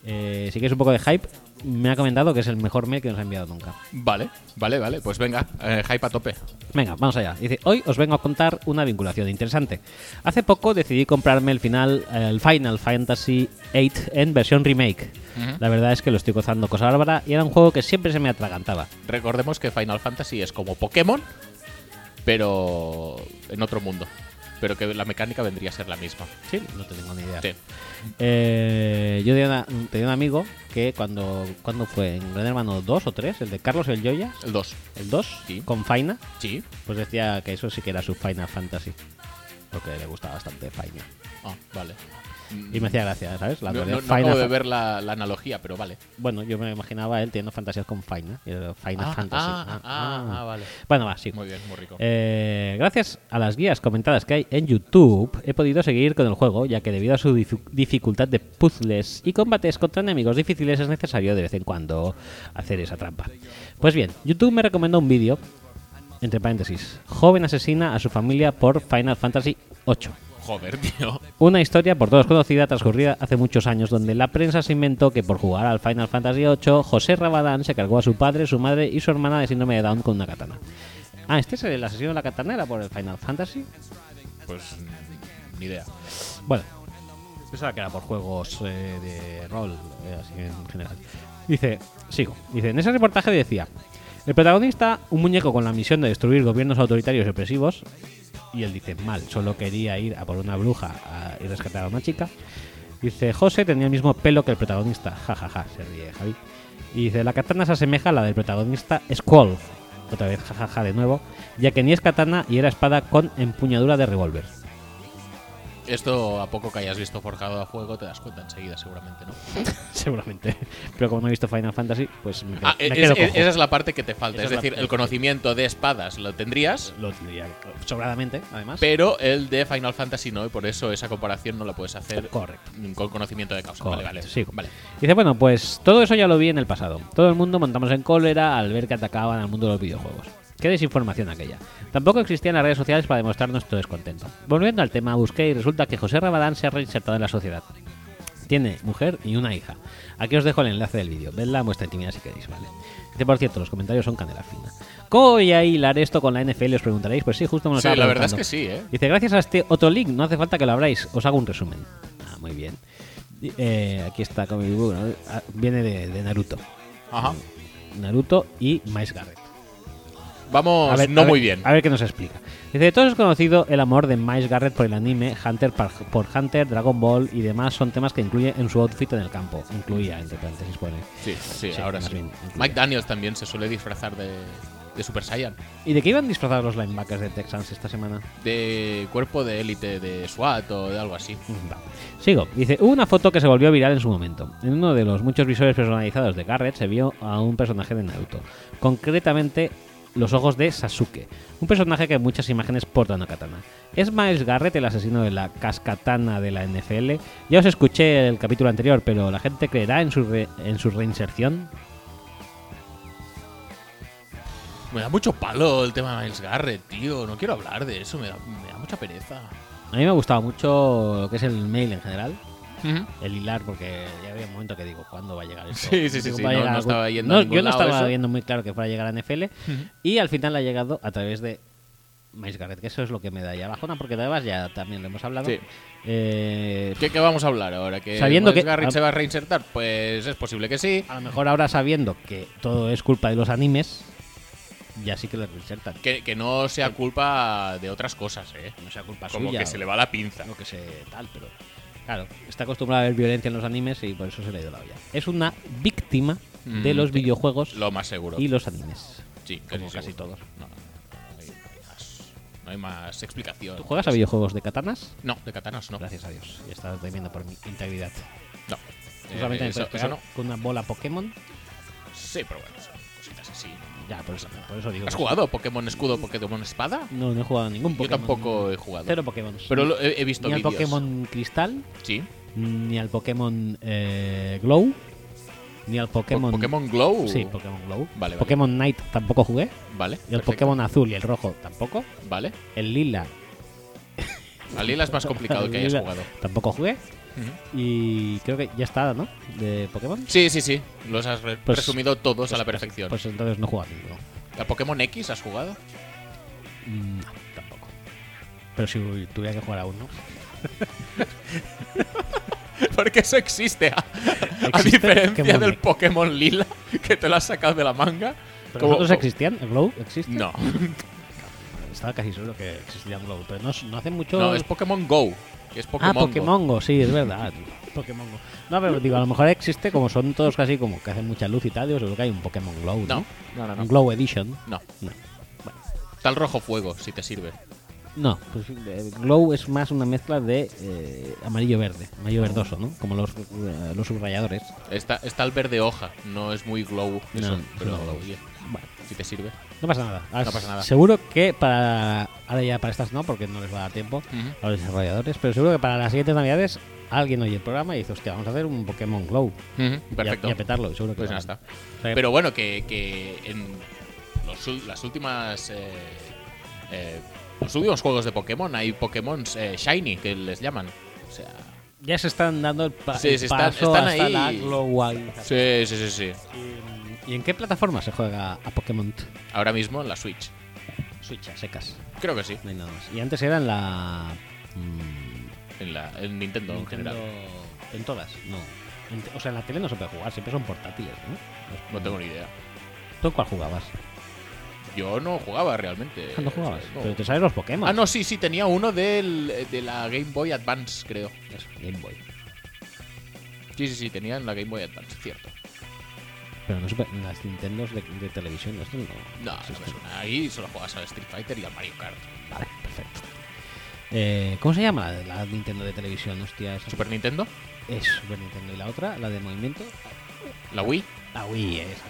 [SPEAKER 1] Eh, si quieres un poco de hype, me ha comentado que es el mejor mail que nos ha enviado nunca.
[SPEAKER 2] Vale, vale, vale. Pues venga, eh, hype a tope.
[SPEAKER 1] Venga, vamos allá. Dice, hoy os vengo a contar una vinculación interesante. Hace poco decidí comprarme el final, el Final Fantasy VIII en versión remake. La verdad es que lo estoy gozando cosa bárbara y era un juego que siempre se me atragantaba.
[SPEAKER 2] Recordemos que Final Fantasy es como Pokémon, pero en otro mundo. Pero que la mecánica vendría a ser la misma.
[SPEAKER 1] Sí, no tengo ni idea.
[SPEAKER 2] Sí.
[SPEAKER 1] Eh, yo tenía, una- tenía un amigo que cuando, cuando fue en Gran Hermano 2 o 3, el de Carlos el Joya,
[SPEAKER 2] El 2.
[SPEAKER 1] el 2,
[SPEAKER 2] Sí.
[SPEAKER 1] con Faina,
[SPEAKER 2] Sí.
[SPEAKER 1] pues decía que eso sí que era su Final Fantasy. Porque le gustaba bastante Faina.
[SPEAKER 2] Ah, vale.
[SPEAKER 1] Y me hacía gracia, ¿sabes? La
[SPEAKER 2] no,
[SPEAKER 1] de
[SPEAKER 2] no- no
[SPEAKER 1] Final
[SPEAKER 2] acabo de
[SPEAKER 1] Fa-
[SPEAKER 2] ver la, la analogía, pero vale.
[SPEAKER 1] Bueno, yo me imaginaba él teniendo fantasías con Final, Final
[SPEAKER 2] Ah,
[SPEAKER 1] Fantasy.
[SPEAKER 2] ah,
[SPEAKER 1] Ah,
[SPEAKER 2] ah,
[SPEAKER 1] ah.
[SPEAKER 2] ah, vale.
[SPEAKER 1] Bueno, va, sí.
[SPEAKER 2] Muy bien, muy rico.
[SPEAKER 1] Eh, gracias a las guías comentadas que hay en YouTube, he podido seguir con el juego, ya que debido a su dificu- dificultad de puzzles y combates contra enemigos difíciles es necesario de vez en cuando hacer esa trampa. Pues bien, YouTube me recomendó un vídeo, entre paréntesis, joven asesina a su familia por Final Fantasy VIII.
[SPEAKER 2] Joder, tío.
[SPEAKER 1] Una historia por todos conocida, transcurrida hace muchos años, donde la prensa se inventó que por jugar al Final Fantasy VIII, José Rabadán se cargó a su padre, su madre y su hermana de síndrome de Down con una katana. Ah, este es el asesino de la katana, era por el Final Fantasy.
[SPEAKER 2] Pues mm, ni idea.
[SPEAKER 1] Bueno, pensaba que era por juegos eh, de rol, eh, así en general. Dice, sigo. Dice, en ese reportaje decía, el protagonista, un muñeco con la misión de destruir gobiernos autoritarios y opresivos, y él dice, mal, solo quería ir a por una bruja a- y rescatar a una chica. Dice, José tenía el mismo pelo que el protagonista. Ja, ja, ja, se ríe Javi. Y dice, la katana se asemeja a la del protagonista Squall. Otra vez, jajaja, ja, ja, de nuevo. Ya que ni es katana y era espada con empuñadura de revólver.
[SPEAKER 2] Esto a poco que hayas visto forjado a fuego te das cuenta enseguida, seguramente, ¿no?
[SPEAKER 1] Seguramente. Pero como no he visto Final Fantasy, pues me quedo,
[SPEAKER 2] Ah,
[SPEAKER 1] me
[SPEAKER 2] es-
[SPEAKER 1] quedo
[SPEAKER 2] es-
[SPEAKER 1] cojo.
[SPEAKER 2] esa es la parte que te falta.
[SPEAKER 1] Esa
[SPEAKER 2] Es
[SPEAKER 1] es la
[SPEAKER 2] decir,
[SPEAKER 1] parte
[SPEAKER 2] el
[SPEAKER 1] que-
[SPEAKER 2] conocimiento de espadas lo tendrías,
[SPEAKER 1] Lo tendría sobradamente, además.
[SPEAKER 2] pero el de Final Fantasy no, y por eso esa comparación no la puedes hacer
[SPEAKER 1] Correcto.
[SPEAKER 2] con conocimiento de causa. Vale,
[SPEAKER 1] Correcto,
[SPEAKER 2] vale.
[SPEAKER 1] sigo.
[SPEAKER 2] vale.
[SPEAKER 1] Dice, bueno, pues todo eso ya lo vi en el pasado. Todo el mundo montamos en cólera al ver que atacaban al mundo de los videojuegos. Qué desinformación aquella. Tampoco existían las redes sociales para demostrar nuestro descontento. Volviendo al tema, busqué y resulta que José Rabadán se ha reinsertado en la sociedad. Tiene mujer y una hija. Aquí os dejo el enlace del vídeo. Vedla a vuestra intimidad si queréis, ¿vale? Dice, por cierto, los comentarios son canela fina. ¿Cómo voy a hilar esto con la NFL? Os preguntaréis. Pues sí, justo me lo
[SPEAKER 2] Sí,
[SPEAKER 1] estaba
[SPEAKER 2] la verdad es
[SPEAKER 1] preguntando.
[SPEAKER 2] que sí, ¿eh?
[SPEAKER 1] Dice, gracias a este otro link, no hace falta que lo abráis, os hago un resumen. Ah, muy bien. Y, eh, aquí está con mi book, ¿no? Ah, Viene de, de Naruto. Mm.
[SPEAKER 2] Ajá.
[SPEAKER 1] Naruto y Miles Garrett.
[SPEAKER 2] Vamos,
[SPEAKER 1] A ver,
[SPEAKER 2] no
[SPEAKER 1] a ver-
[SPEAKER 2] muy bien.
[SPEAKER 1] A ver qué nos explica. Dice, de todos es conocido el amor de Miles Garrett por el anime, Hunter par- por Hunter, Dragon Ball y demás son temas que incluye en su outfit en el campo. Incluía, entre paréntesis, pone.
[SPEAKER 2] Sí, sí,
[SPEAKER 1] Sí,
[SPEAKER 2] ahora
[SPEAKER 1] más
[SPEAKER 2] sí.
[SPEAKER 1] bien, incluye.
[SPEAKER 2] Mike Daniels también se suele disfrazar de, de Super Saiyan.
[SPEAKER 1] ¿Y de qué iban disfrazados los linebackers de Texans esta semana?
[SPEAKER 2] De cuerpo de élite de SWAT o de algo así.
[SPEAKER 1] Va. Sigo. Dice, hubo una foto que se volvió viral en su momento. En uno de los muchos visores personalizados de Garrett se vio a un personaje de Naruto. Concretamente, los ojos de Sasuke. Un personaje que en muchas imágenes porta una katana. ¿Es Miles Garrett el asesino de la cascatana de la NFL? Ya os escuché el capítulo anterior, pero ¿la gente creerá en su, re- en su reinserción?
[SPEAKER 2] Me da mucho palo el tema de Miles Garrett, tío. No quiero hablar de eso, me da, me da mucha pereza.
[SPEAKER 1] A mí me ha gustado mucho lo que es el mail en general. El hilar, porque ya había un momento que digo, ¿cuándo va a llegar esto?
[SPEAKER 2] Sí, sí, sí,
[SPEAKER 1] Digo,
[SPEAKER 2] sí,
[SPEAKER 1] ¿va a
[SPEAKER 2] no-
[SPEAKER 1] llegar
[SPEAKER 2] no
[SPEAKER 1] algún-
[SPEAKER 2] estaba yendo
[SPEAKER 1] No,
[SPEAKER 2] a ningún
[SPEAKER 1] Yo no
[SPEAKER 2] lado
[SPEAKER 1] estaba
[SPEAKER 2] eso.
[SPEAKER 1] viendo muy claro que fuera a llegar a NFL. Y al final ha llegado a través de Miles Garrett, que eso es lo que me da ya bajona, porque además ya también lo hemos hablado.
[SPEAKER 2] Sí.
[SPEAKER 1] Eh,
[SPEAKER 2] ¿Qué, qué vamos a hablar ahora? ¿Que
[SPEAKER 1] Sabiendo
[SPEAKER 2] Miles
[SPEAKER 1] que-
[SPEAKER 2] Garrett
[SPEAKER 1] ah.
[SPEAKER 2] se va a reinsertar? Pues es posible que sí.
[SPEAKER 1] a lo mejor ahora sabiendo que todo es culpa de los animes, ya sí que lo reinsertan.
[SPEAKER 2] Que, que no sea culpa de otras cosas, ¿eh?
[SPEAKER 1] No sea culpa
[SPEAKER 2] Como
[SPEAKER 1] suya.
[SPEAKER 2] que se le va la pinza.
[SPEAKER 1] lo que se tal, pero claro, está acostumbrado a ver violencia en los animes y por eso se le ha ido la olla. Es una víctima de
[SPEAKER 2] Mm,
[SPEAKER 1] los
[SPEAKER 2] sí.
[SPEAKER 1] videojuegos
[SPEAKER 2] Lo más seguro.
[SPEAKER 1] y los animes.
[SPEAKER 2] Sí, casi
[SPEAKER 1] como casi
[SPEAKER 2] seguro.
[SPEAKER 1] todos.
[SPEAKER 2] No, no hay, no hay más, no hay más explicación.
[SPEAKER 1] ¿Tú juegas a videojuegos de katanas?
[SPEAKER 2] No, de katanas no.
[SPEAKER 1] Gracias a Dios, ya estás temiendo por mi integridad.
[SPEAKER 2] No.
[SPEAKER 1] Tú
[SPEAKER 2] Eh,
[SPEAKER 1] solamente me
[SPEAKER 2] eso,
[SPEAKER 1] puedes
[SPEAKER 2] eso
[SPEAKER 1] pegar
[SPEAKER 2] no.
[SPEAKER 1] con una bola Pokémon.
[SPEAKER 2] Sí, pero bueno, son cositas así.
[SPEAKER 1] Ya, por eso, por eso digo.
[SPEAKER 2] ¿Has
[SPEAKER 1] que-
[SPEAKER 2] jugado Pokémon Escudo, Pokémon Espada?
[SPEAKER 1] No, no he jugado a ningún
[SPEAKER 2] Yo
[SPEAKER 1] Pokémon.
[SPEAKER 2] tampoco he jugado.
[SPEAKER 1] Cero Pokémon.
[SPEAKER 2] Pero lo- he, he visto
[SPEAKER 1] ni al
[SPEAKER 2] vídeos.
[SPEAKER 1] Pokémon Cristal,
[SPEAKER 2] Sí.
[SPEAKER 1] ni al Pokémon eh, Glow, ni al Pokémon.
[SPEAKER 2] Pokémon, Glow.
[SPEAKER 1] Sí, Pokémon Glow.
[SPEAKER 2] Vale, vale.
[SPEAKER 1] Pokémon Night tampoco jugué.
[SPEAKER 2] Vale.
[SPEAKER 1] Y el
[SPEAKER 2] perfecto.
[SPEAKER 1] Pokémon azul y el rojo tampoco.
[SPEAKER 2] Vale.
[SPEAKER 1] El lila.
[SPEAKER 2] Al Lila es más complicado
[SPEAKER 1] el
[SPEAKER 2] que hayas
[SPEAKER 1] lila
[SPEAKER 2] jugado.
[SPEAKER 1] Tampoco jugué.
[SPEAKER 2] Ujú.
[SPEAKER 1] Y creo que ya está, ¿no? De Pokémon.
[SPEAKER 2] Sí, sí, sí. Los has re-
[SPEAKER 1] Pues-
[SPEAKER 2] resumido todos a la perfección.
[SPEAKER 1] Pues entonces no jugaba ninguno.
[SPEAKER 2] ¿A Pokémon X has jugado?
[SPEAKER 1] Mm, No, tampoco. Pero si tuviera que jugar a uno.
[SPEAKER 2] Porque eso existe. A, a
[SPEAKER 1] Existe
[SPEAKER 2] diferencia
[SPEAKER 1] Pokémon
[SPEAKER 2] del
[SPEAKER 1] X.
[SPEAKER 2] Pokémon Lila, que te lo has sacado de la manga.
[SPEAKER 1] ¿Pero
[SPEAKER 2] Como-
[SPEAKER 1] los otros existían? ¿El Glow existe?
[SPEAKER 2] No,
[SPEAKER 1] Estaba casi seguro que existía un Glow. Pero no, no hace mucho.
[SPEAKER 2] no, es Pokémon Go. que Es Pokémon
[SPEAKER 1] ah, Pokémon Go, sí, es verdad. Pokémon Go. No, pero digo, a lo mejor existe, como son todos casi como que hacen mucha luz y tal. Digo, seguro que hay un Pokémon Glow. No,
[SPEAKER 2] No, no, no, no.
[SPEAKER 1] Un Glow Edition.
[SPEAKER 2] No,
[SPEAKER 1] No.
[SPEAKER 2] está el rojo fuego, si te sirve.
[SPEAKER 1] No, pues eh, Glow es más una mezcla de eh, amarillo-verde, amarillo-verdoso, ¿no? Como los, eh, los subrayadores.
[SPEAKER 2] Está, está el verde hoja, no es muy glow eso,
[SPEAKER 1] No,
[SPEAKER 2] pero
[SPEAKER 1] no.
[SPEAKER 2] oye,
[SPEAKER 1] Bueno,
[SPEAKER 2] si te sirve.
[SPEAKER 1] no pasa nada. Ahora,
[SPEAKER 2] No pasa nada.
[SPEAKER 1] Seguro que para. Ahora ya para estas no, porque no les va a dar tiempo
[SPEAKER 2] Ujú.
[SPEAKER 1] a los desarrolladores, pero seguro que para las siguientes navidades alguien oye el programa y dice, hostia, vamos a hacer un Pokémon Glow.
[SPEAKER 2] Ujú,
[SPEAKER 1] Y a-
[SPEAKER 2] Perfecto.
[SPEAKER 1] Y a, petarlo, y seguro que
[SPEAKER 2] Pues
[SPEAKER 1] lo
[SPEAKER 2] ya
[SPEAKER 1] harán.
[SPEAKER 2] está.
[SPEAKER 1] O sea,
[SPEAKER 2] Pero bueno, que, que en los ul- las últimas. eh, eh, los últimos juegos de Pokémon hay Pokémon Shiny, que les llaman. O sea.
[SPEAKER 1] Ya se están dando el, pa-
[SPEAKER 2] Sí,
[SPEAKER 1] el
[SPEAKER 2] se están-
[SPEAKER 1] paso
[SPEAKER 2] están
[SPEAKER 1] hasta
[SPEAKER 2] ahí.
[SPEAKER 1] la globalización.
[SPEAKER 2] Sí, sí, sí, sí.
[SPEAKER 1] ¿Y en qué plataforma se juega a Pokémon
[SPEAKER 2] Ahora mismo en la Switch.
[SPEAKER 1] Switch a secas?
[SPEAKER 2] Creo que sí.
[SPEAKER 1] No hay nada más. Y antes era en la. mm,
[SPEAKER 2] En, la, en Nintendo, en
[SPEAKER 1] Nintendo-
[SPEAKER 2] general.
[SPEAKER 1] En todas, no. En te- o sea, en la tele no se puede jugar, siempre son portátiles, ¿no?
[SPEAKER 2] No tengo ni idea.
[SPEAKER 1] ¿Tú en cuál jugabas?
[SPEAKER 2] Yo no jugaba realmente.
[SPEAKER 1] Ah, no jugabas.
[SPEAKER 2] No.
[SPEAKER 1] Pero te sabes los Pokémon.
[SPEAKER 2] Ah, no, sí, sí, tenía uno del- de la Game Boy Advance, creo.
[SPEAKER 1] Eso, Game Boy.
[SPEAKER 2] Sí, sí, sí, tenía en la Game Boy Advance, cierto.
[SPEAKER 1] Pero no se puede- en las Nintendos de, de televisión, esto no.
[SPEAKER 2] No, no
[SPEAKER 1] existe.
[SPEAKER 2] me suena. Ahí solo jugabas al Street Fighter y al Mario Kart.
[SPEAKER 1] Vale, perfecto. Eh, ¿Cómo se llama la, de- la Nintendo de televisión? Hostia, esa-
[SPEAKER 2] Super Nintendo,
[SPEAKER 1] es Super Nintendo. ¿Y la otra? ¿La de movimiento?
[SPEAKER 2] la Wii.
[SPEAKER 1] La Wii, esa.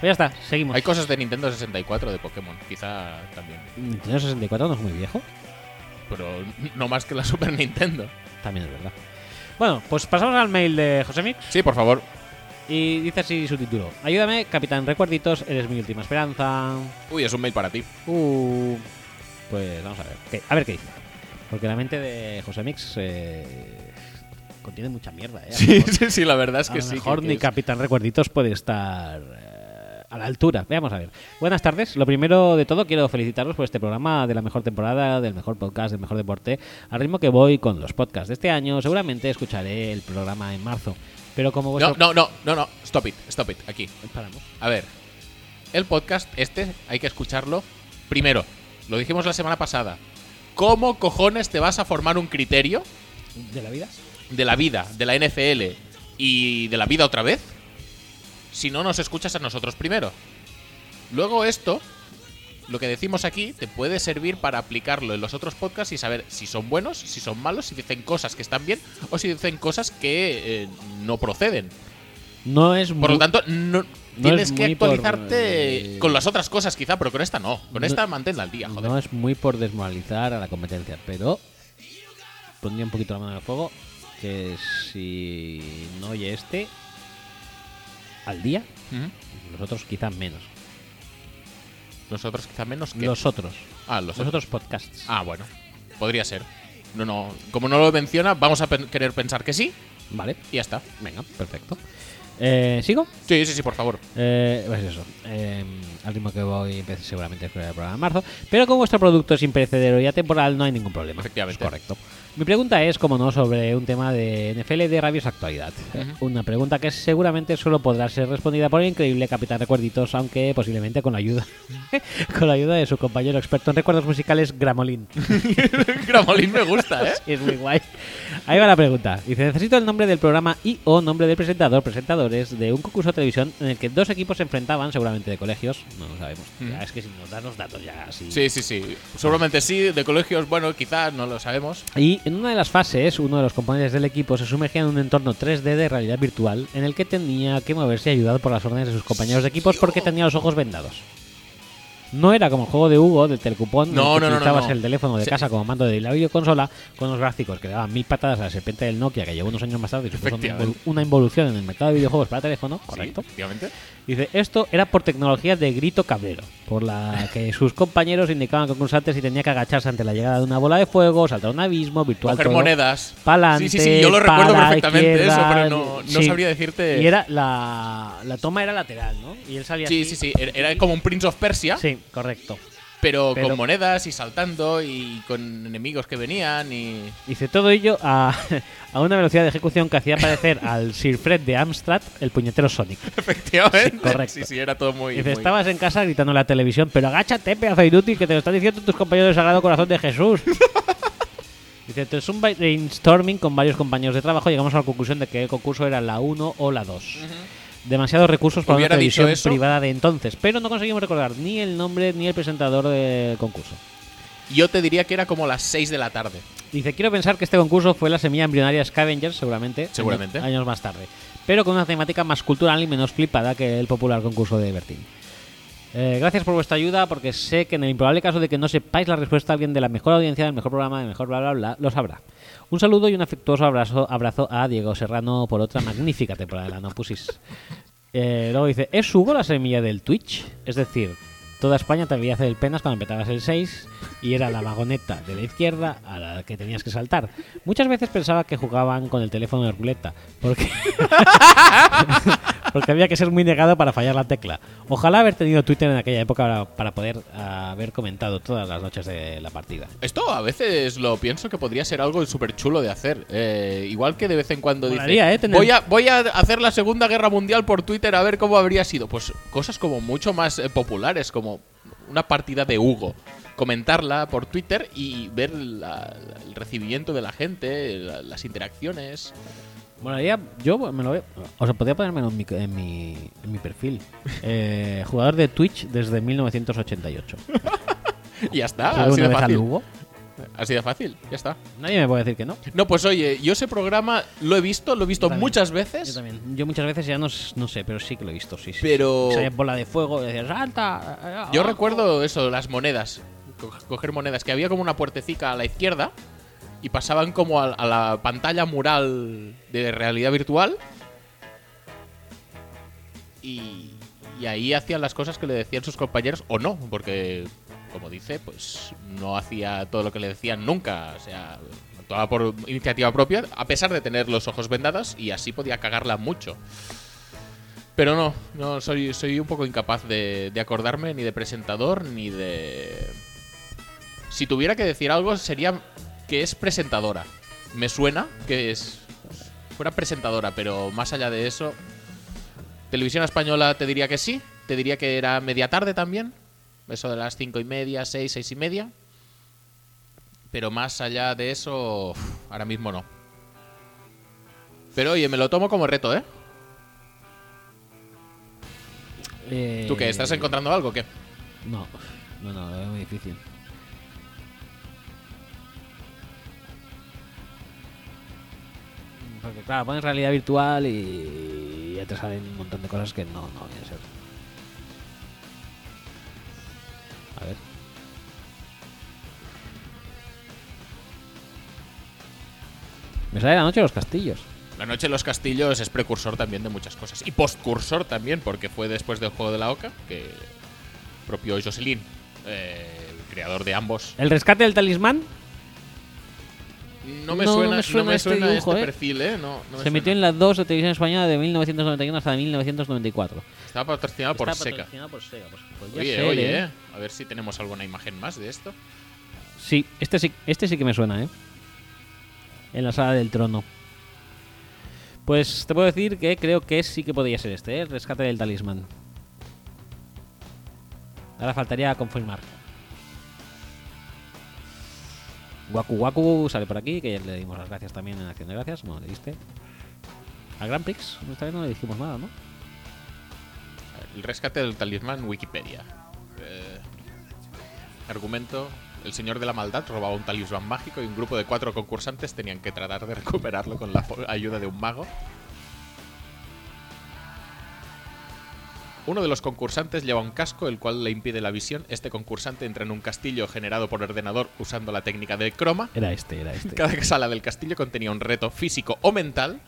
[SPEAKER 1] Pues ya está, seguimos.
[SPEAKER 2] Hay cosas de Nintendo 64 de Pokémon, quizá también.
[SPEAKER 1] Nintendo 64 no es muy viejo.
[SPEAKER 2] Pero no más que la Super Nintendo.
[SPEAKER 1] También es verdad. Bueno, pues pasamos al mail de José Mix.
[SPEAKER 2] Sí, por favor.
[SPEAKER 1] Y dice así su título. Ayúdame, capitán recuerditos, eres mi última esperanza.
[SPEAKER 2] Uy, es un mail para ti.
[SPEAKER 1] Uh, pues vamos a ver. ¿Qué? A ver qué dice. Porque la mente de José Mix eh, contiene mucha mierda, ¿eh? A lo
[SPEAKER 2] Sí,
[SPEAKER 1] mejor-
[SPEAKER 2] sí, sí, la verdad es
[SPEAKER 1] a
[SPEAKER 2] que
[SPEAKER 1] lo
[SPEAKER 2] sí.
[SPEAKER 1] mejor
[SPEAKER 2] que-
[SPEAKER 1] ni
[SPEAKER 2] que es-
[SPEAKER 1] Capitán Recuerditos puede estar eh, a la altura. Veamos a ver. Buenas tardes. Lo primero de todo, quiero felicitaros por este programa de la mejor temporada, del mejor podcast, del mejor deporte. Al ritmo que voy con los podcasts de este año, seguramente escucharé el programa en marzo. Pero como
[SPEAKER 2] No,
[SPEAKER 1] vuestro...
[SPEAKER 2] no, no, no, no. Stop it, stop it, aquí.
[SPEAKER 1] Paramos.
[SPEAKER 2] A ver, el podcast este hay que escucharlo primero. Lo dijimos la semana pasada. ¿Cómo cojones te vas a formar un criterio
[SPEAKER 1] ¿De la vida?
[SPEAKER 2] de la vida, de la NFL y de la vida otra vez si no nos escuchas a nosotros primero? Luego esto, lo que decimos aquí, te puede servir para aplicarlo en los otros podcasts y saber si son buenos, si son malos, si dicen cosas que están bien o si dicen cosas que eh, no proceden.
[SPEAKER 1] No es
[SPEAKER 2] Por
[SPEAKER 1] muy-
[SPEAKER 2] lo tanto, no, tienes
[SPEAKER 1] es
[SPEAKER 2] que
[SPEAKER 1] muy por-
[SPEAKER 2] actualizarte con las otras cosas, quizá, pero con esta no. Con
[SPEAKER 1] No-
[SPEAKER 2] esta manténla al día, joder.
[SPEAKER 1] No es muy por desmoralizar a la competencia, pero pondría un poquito la mano en el fuego que si no oye este al día,
[SPEAKER 2] Ujú.
[SPEAKER 1] nosotros quizás menos.
[SPEAKER 2] Nosotros quizá menos que.
[SPEAKER 1] Los otros.
[SPEAKER 2] ah, los
[SPEAKER 1] Los otros podcasts.
[SPEAKER 2] Ah, bueno. Podría ser. No, no. Como no lo menciona, vamos a pen- querer pensar que sí
[SPEAKER 1] Vale.
[SPEAKER 2] y ya está.
[SPEAKER 1] Venga, perfecto. Eh, ¿Sigo?
[SPEAKER 2] Sí, sí, sí, por favor.
[SPEAKER 1] Eh, pues eso. eh, al ritmo que voy, empecé seguramente fuera del programa en marzo. Pero con vuestro producto es imperecedero y atemporal, no hay ningún problema.
[SPEAKER 2] Efectivamente.
[SPEAKER 1] Es correcto. Mi pregunta es, como no, sobre un tema de NFL de rabiosa actualidad.
[SPEAKER 2] Ujú.
[SPEAKER 1] Una pregunta que seguramente solo podrá ser respondida por el increíble Capitán Recuerditos, aunque posiblemente con la ayuda, con la ayuda de su compañero experto en recuerdos musicales, Gramolín.
[SPEAKER 2] Gramolín me gusta, ¿eh?
[SPEAKER 1] Es muy guay. Ahí va la pregunta. Dice, necesito el nombre del programa y o nombre del presentador, presentadores, de un concurso de televisión en el que dos equipos se enfrentaban, seguramente de colegios. No lo sabemos.
[SPEAKER 2] Mm.
[SPEAKER 1] Ya, es que si nos dan los datos ya así.
[SPEAKER 2] Sí, sí, sí. Seguramente sí. De colegios, bueno, quizás no lo sabemos.
[SPEAKER 1] Y en una de las fases, uno de los componentes del equipo se sumergía en un entorno 3D de realidad virtual en el que tenía que moverse ayudado por las órdenes de sus compañeros de equipos porque tenía los ojos vendados. No era como el juego de Hugo del telecupón, en
[SPEAKER 2] No,
[SPEAKER 1] el que
[SPEAKER 2] no, no, no,
[SPEAKER 1] utilizabas
[SPEAKER 2] no.
[SPEAKER 1] el teléfono de
[SPEAKER 2] Sí.
[SPEAKER 1] casa como mando de la videoconsola con unos gráficos que daban mil patadas a la serpiente del Nokia que llegó unos años más tarde y supuso una
[SPEAKER 2] Efectivamente.
[SPEAKER 1] involu- una involución en el mercado de videojuegos para teléfono, correcto.
[SPEAKER 2] Sí, efectivamente.
[SPEAKER 1] Dice, esto era por tecnología de grito cabrero, por la que sus compañeros indicaban concursantes y tenía que agacharse ante la llegada de una bola de fuego, saltar un abismo, virtual
[SPEAKER 2] Coger
[SPEAKER 1] todo.
[SPEAKER 2] monedas.
[SPEAKER 1] Pa'lante,
[SPEAKER 2] Sí, sí, sí, yo lo recuerdo
[SPEAKER 1] para la
[SPEAKER 2] perfectamente eso,
[SPEAKER 1] izquierda,
[SPEAKER 2] pero no, no
[SPEAKER 1] sí.
[SPEAKER 2] sabría decirte.
[SPEAKER 1] Y era la, la toma era lateral, ¿no? Y él salía
[SPEAKER 2] Sí,
[SPEAKER 1] así.
[SPEAKER 2] sí, sí. Era- Era como un Prince of Persia,
[SPEAKER 1] Sí, correcto.
[SPEAKER 2] pero,
[SPEAKER 1] pero-
[SPEAKER 2] con monedas y saltando y con enemigos que venían y.
[SPEAKER 1] Dice todo ello a, a una velocidad de ejecución que hacía parecer al Sir Fred de Amstrad el puñetero Sonic.
[SPEAKER 2] Efectivamente.
[SPEAKER 1] Sí, correcto.
[SPEAKER 2] Sí, sí, era todo muy.
[SPEAKER 1] Dice,
[SPEAKER 2] muy-
[SPEAKER 1] estabas en casa gritando en la televisión, pero agáchate, pedazo de inútil, que te lo están diciendo tus compañeros del Sagrado Corazón de Jesús. Dice, tras un brainstorming con varios compañeros de trabajo, llegamos a la conclusión de que el concurso era la 1 o la 2. Demasiados recursos para una
[SPEAKER 2] Hubiera dicho
[SPEAKER 1] televisión
[SPEAKER 2] eso.
[SPEAKER 1] privada de entonces, pero no conseguimos recordar ni el nombre ni el presentador del concurso.
[SPEAKER 2] Yo te diría que era como las 6 de la tarde.
[SPEAKER 1] Dice, quiero pensar que este concurso fue la semilla embrionaria Scavengers, seguramente.
[SPEAKER 2] Seguramente.
[SPEAKER 1] años- Años más tarde. Pero con una temática más cultural y menos flipada que el popular concurso de Bertín. Eh, gracias por vuestra ayuda, porque sé que en el improbable caso de que no sepáis la respuesta, alguien de la mejor audiencia, del mejor programa, del mejor bla bla bla, lo sabrá. Un saludo y un afectuoso abrazo, abrazo a Diego Serrano por otra magnífica temporada de la No Pusis. Eh, luego dice, ¿es Hugo la semilla del Twitch? Es decir, toda España te veía hacer el penas cuando empezabas el 6 y era la vagoneta de la izquierda a la que tenías que saltar. Muchas veces pensaba que jugaban con el teléfono de ruleta, porque, porque había que ser muy negado para fallar la tecla. Ojalá haber tenido Twitter en aquella época para, para poder ah, haber comentado todas las noches de la partida.
[SPEAKER 2] Esto a veces lo pienso que podría ser algo súper chulo de hacer. Eh, igual que de vez en cuando dice,
[SPEAKER 1] Molaría, ¿eh? Tener-
[SPEAKER 2] voy, a, voy a hacer la Segunda Guerra Mundial por Twitter a ver cómo habría sido. Pues cosas como mucho más eh, populares, como una partida de Hugo. Comentarla por Twitter y ver la- la- el recibimiento de la gente, la- las interacciones.
[SPEAKER 1] Bueno, ya- yo me lo veo. O sea, podría ponerme en mi, en mi, en mi perfil. Eh, jugador de Twitch desde 1988.
[SPEAKER 2] Y ya está,
[SPEAKER 1] Jugué
[SPEAKER 2] Ah, así
[SPEAKER 1] una
[SPEAKER 2] de
[SPEAKER 1] vez al
[SPEAKER 2] fácil.
[SPEAKER 1] Hugo.
[SPEAKER 2] Así de fácil, ya está.
[SPEAKER 1] Nadie me puede decir que no.
[SPEAKER 2] No, pues oye, yo ese programa lo he visto, lo he visto
[SPEAKER 1] Yo también.
[SPEAKER 2] muchas
[SPEAKER 1] Yo
[SPEAKER 2] veces.
[SPEAKER 1] también. Yo muchas veces ya no, s- no sé, pero sí que lo he visto, sí, sí.
[SPEAKER 2] Pero-
[SPEAKER 1] Salía bola de fuego y decías, ¡salta! ah,
[SPEAKER 2] Yo recuerdo eso, las monedas. Co- Coger monedas, que había como una puertecica a la izquierda y pasaban como a, a la pantalla mural de realidad virtual. Y, y ahí hacían las cosas que le decían sus compañeros o no, porque, como dice, pues no hacía todo lo que le decían nunca. O sea, actuaba por iniciativa propia, a pesar de tener los ojos vendados y así podía cagarla mucho. Pero no, no soy, soy un poco incapaz de, de acordarme ni de presentador ni de... Si tuviera que decir algo sería que es presentadora. Me suena que es... Fuera presentadora, pero más allá de eso... Televisión española te diría que sí. Te diría que era media tarde también. Eso de las cinco y media, seis, seis y media. Pero más allá de eso, uf, ahora mismo no. Pero oye, me lo tomo como reto, ¿eh?
[SPEAKER 1] Eh,
[SPEAKER 2] ¿Tú qué? ¿Estás encontrando algo o qué?
[SPEAKER 1] No, no, no, lo veo muy difícil. Porque claro, pones realidad virtual y ya te salen un montón de cosas que no, no vienen a ser. A ver. Me sale la noche de los castillos.
[SPEAKER 2] La noche en los castillos es precursor también de muchas cosas. Y postcursor también, porque fue después del juego de la Oca que propio Jocelyn, eh, el creador de ambos.
[SPEAKER 1] ¿El rescate del talismán?
[SPEAKER 2] No me
[SPEAKER 1] No, no
[SPEAKER 2] suena,
[SPEAKER 1] me suena
[SPEAKER 2] no me
[SPEAKER 1] este
[SPEAKER 2] suena este,
[SPEAKER 1] dibujo, eh.
[SPEAKER 2] perfil, ¿eh? No, no me
[SPEAKER 1] Se emitió
[SPEAKER 2] suena.
[SPEAKER 1] en las dos de televisión española de 1991 hasta 1994.
[SPEAKER 2] Estaba patrocinado Ah, por
[SPEAKER 1] Está
[SPEAKER 2] Seca.
[SPEAKER 1] patrocinado por Sega, pues podría
[SPEAKER 2] Oye,
[SPEAKER 1] ser,
[SPEAKER 2] oye,
[SPEAKER 1] ¿eh?
[SPEAKER 2] eh. a ver si tenemos alguna imagen más de esto.
[SPEAKER 1] Sí, este sí, este sí que me suena, ¿eh? En la sala del trono. Pues te puedo decir que creo que sí que podría ser este, ¿eh? El rescate del talismán. Ahora faltaría confirmar. Waku Waku sale por aquí, que ya le dimos las gracias también en Acción de Gracias. Bueno, le diste. Al Grand Prix, esta vez no le dijimos nada, ¿no?
[SPEAKER 2] El rescate del talismán Wikipedia. Eh, argumento. El señor de la maldad robaba un talismán mágico y un grupo de cuatro concursantes tenían que tratar de recuperarlo con la fo- ayuda de un mago. Uno de los concursantes lleva un casco el cual le impide la visión. Este concursante entra en un castillo generado por ordenador usando la técnica del croma.
[SPEAKER 1] Era este, era este.
[SPEAKER 2] Cada sala del castillo contenía un reto físico o mental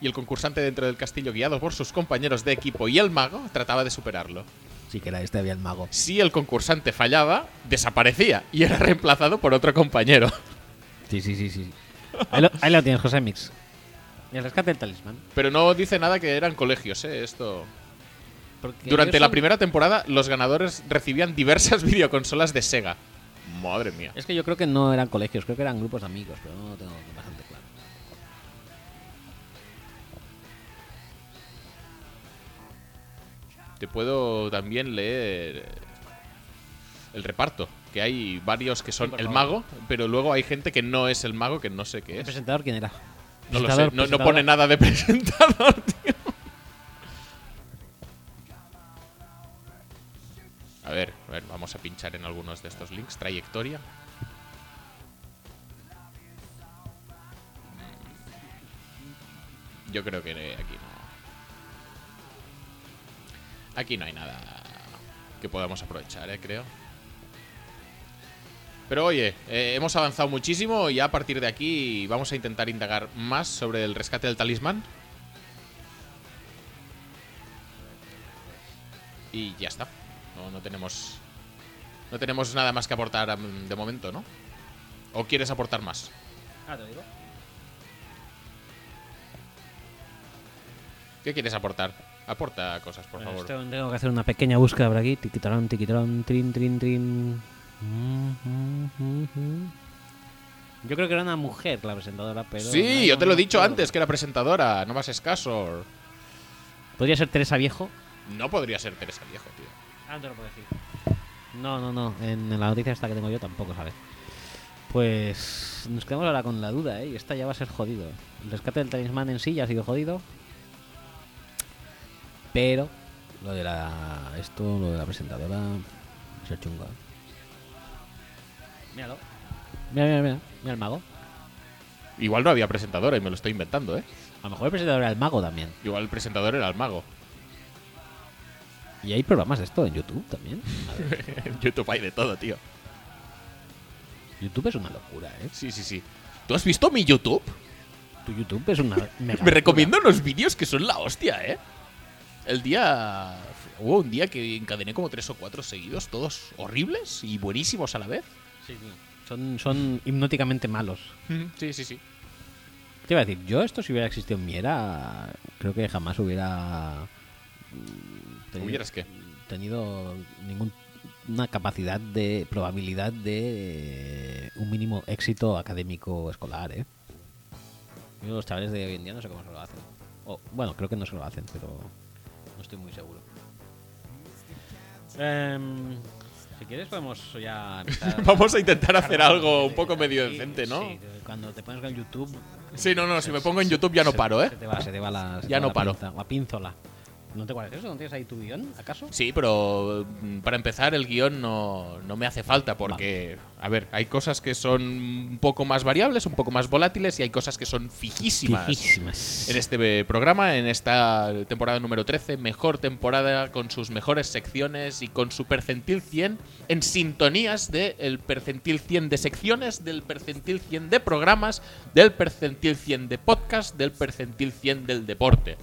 [SPEAKER 2] y el concursante dentro del castillo, guiado por sus compañeros de equipo y el mago, trataba de superarlo.
[SPEAKER 1] Sí que era este, había el mago.
[SPEAKER 2] Si el concursante fallaba, desaparecía y era reemplazado por otro compañero.
[SPEAKER 1] Sí, sí, sí, sí. Ahí lo, ahí lo tienes, José Mix. El rescate del talismán.
[SPEAKER 2] Pero no dice nada que eran colegios, ¿eh? Esto.
[SPEAKER 1] Porque
[SPEAKER 2] Durante
[SPEAKER 1] ellos
[SPEAKER 2] la
[SPEAKER 1] son-
[SPEAKER 2] primera temporada, los ganadores recibían diversas videoconsolas de Sega. Madre mía.
[SPEAKER 1] Es que yo creo que no eran colegios, creo que eran grupos de amigos, pero no lo tengo bastante claro.
[SPEAKER 2] Te puedo también leer eh, el reparto, que hay varios que son
[SPEAKER 1] por
[SPEAKER 2] el
[SPEAKER 1] favor.
[SPEAKER 2] mago, pero luego hay gente que no es el mago, que no sé qué
[SPEAKER 1] ¿El
[SPEAKER 2] es.
[SPEAKER 1] presentador quién era?
[SPEAKER 2] No lo sé,
[SPEAKER 1] Presentador,
[SPEAKER 2] no, no
[SPEAKER 1] presentadora.
[SPEAKER 2] pone nada de presentador, tío. A ver, a ver, vamos a pinchar en algunos de estos links. Trayectoria. Yo creo que eh, aquí no. Aquí no hay nada que podamos aprovechar, eh, creo. Pero oye, eh, hemos avanzado muchísimo y ya a partir de aquí vamos a intentar indagar más sobre el rescate del talismán. Y ya está. No, no tenemos. No tenemos nada más que aportar mm, de momento, ¿no? ¿O quieres aportar más?
[SPEAKER 1] Ah, te lo digo.
[SPEAKER 2] ¿Qué quieres aportar? Aporta cosas, por favor.
[SPEAKER 1] Tengo, tengo que hacer una pequeña búsqueda por aquí. Tiquitarón, tiquitarón, trin, trin, trin. Mm, mm, mm, mm. Yo creo que era una mujer la presentadora, pero.
[SPEAKER 2] Sí,
[SPEAKER 1] no,
[SPEAKER 2] yo te
[SPEAKER 1] no
[SPEAKER 2] lo he
[SPEAKER 1] me
[SPEAKER 2] dicho
[SPEAKER 1] acuerdo.
[SPEAKER 2] antes, que era presentadora. No más escaso.
[SPEAKER 1] ¿Podría ser Teresa Viejo?
[SPEAKER 2] No podría ser Teresa Viejo, tío.
[SPEAKER 1] Ah, no te lo puedo decir. No, no, no. En la noticia esta que tengo yo tampoco, ¿sabes? Pues nos quedamos ahora con la duda, ¿eh? Y esta ya va a ser jodido. El rescate del talismán en sí ya ha sido jodido. Pero lo de la... Esto, lo de la presentadora... Es chunga. Míralo. Mira, mira, mira. Mira el mago.
[SPEAKER 2] Igual no había presentadora y me lo estoy inventando, ¿eh?
[SPEAKER 1] A lo mejor el presentador era el mago también.
[SPEAKER 2] Igual el presentador era el mago.
[SPEAKER 1] Y hay programas de esto en YouTube también. A ver,
[SPEAKER 2] En YouTube hay de todo, tío.
[SPEAKER 1] YouTube es una locura, ¿eh?
[SPEAKER 2] Sí, sí, sí. ¿Tú has visto mi YouTube?
[SPEAKER 1] Tu YouTube es una... mega
[SPEAKER 2] Me
[SPEAKER 1] locura.
[SPEAKER 2] recomiendo unos vídeos que son la hostia, ¿eh? El día... Hubo un día que encadené como tres o cuatro seguidos, todos horribles y buenísimos a la vez.
[SPEAKER 1] Son, son hipnóticamente malos.
[SPEAKER 2] Sí, sí, sí.
[SPEAKER 1] Te iba a decir, yo esto si hubiera existido en mi era, creo que jamás hubiera... mm,
[SPEAKER 2] ¿Hubieras qué?
[SPEAKER 1] Tenido ningún- una capacidad de probabilidad de eh, un mínimo éxito académico escolar, ¿eh? Yo los chavales de hoy en día no sé cómo se lo hacen. O, bueno, creo que no se lo hacen, pero no estoy muy seguro. Em, si quieres podemos ya
[SPEAKER 2] Vamos a intentar hacer algo un poco medio decente, ¿no?
[SPEAKER 1] eh, Sí, cuando te pones con YouTube. pues
[SPEAKER 2] Sí, no, no, si me pongo en YouTube ya no
[SPEAKER 1] se-
[SPEAKER 2] paro, ¿eh?
[SPEAKER 1] Se te va, se te va la. se te
[SPEAKER 2] Ya
[SPEAKER 1] va
[SPEAKER 2] no
[SPEAKER 1] la
[SPEAKER 2] paro.
[SPEAKER 1] pinza, la pínzola. ¿No te guardas eso? ¿No tienes ahí tu guión, acaso?
[SPEAKER 2] Sí, pero mm, para empezar el guión no, no me hace falta porque, a ver, hay cosas que son un poco más variables, un poco más volátiles y hay cosas que son fijísimas.
[SPEAKER 1] Fijísimas.
[SPEAKER 2] En este programa, en esta temporada número 13, mejor temporada con sus mejores secciones y con su percentil 100 en sintonías del percentil 100 de secciones, del percentil 100 de programas, del percentil 100 de podcast, del percentil 100 del deporte.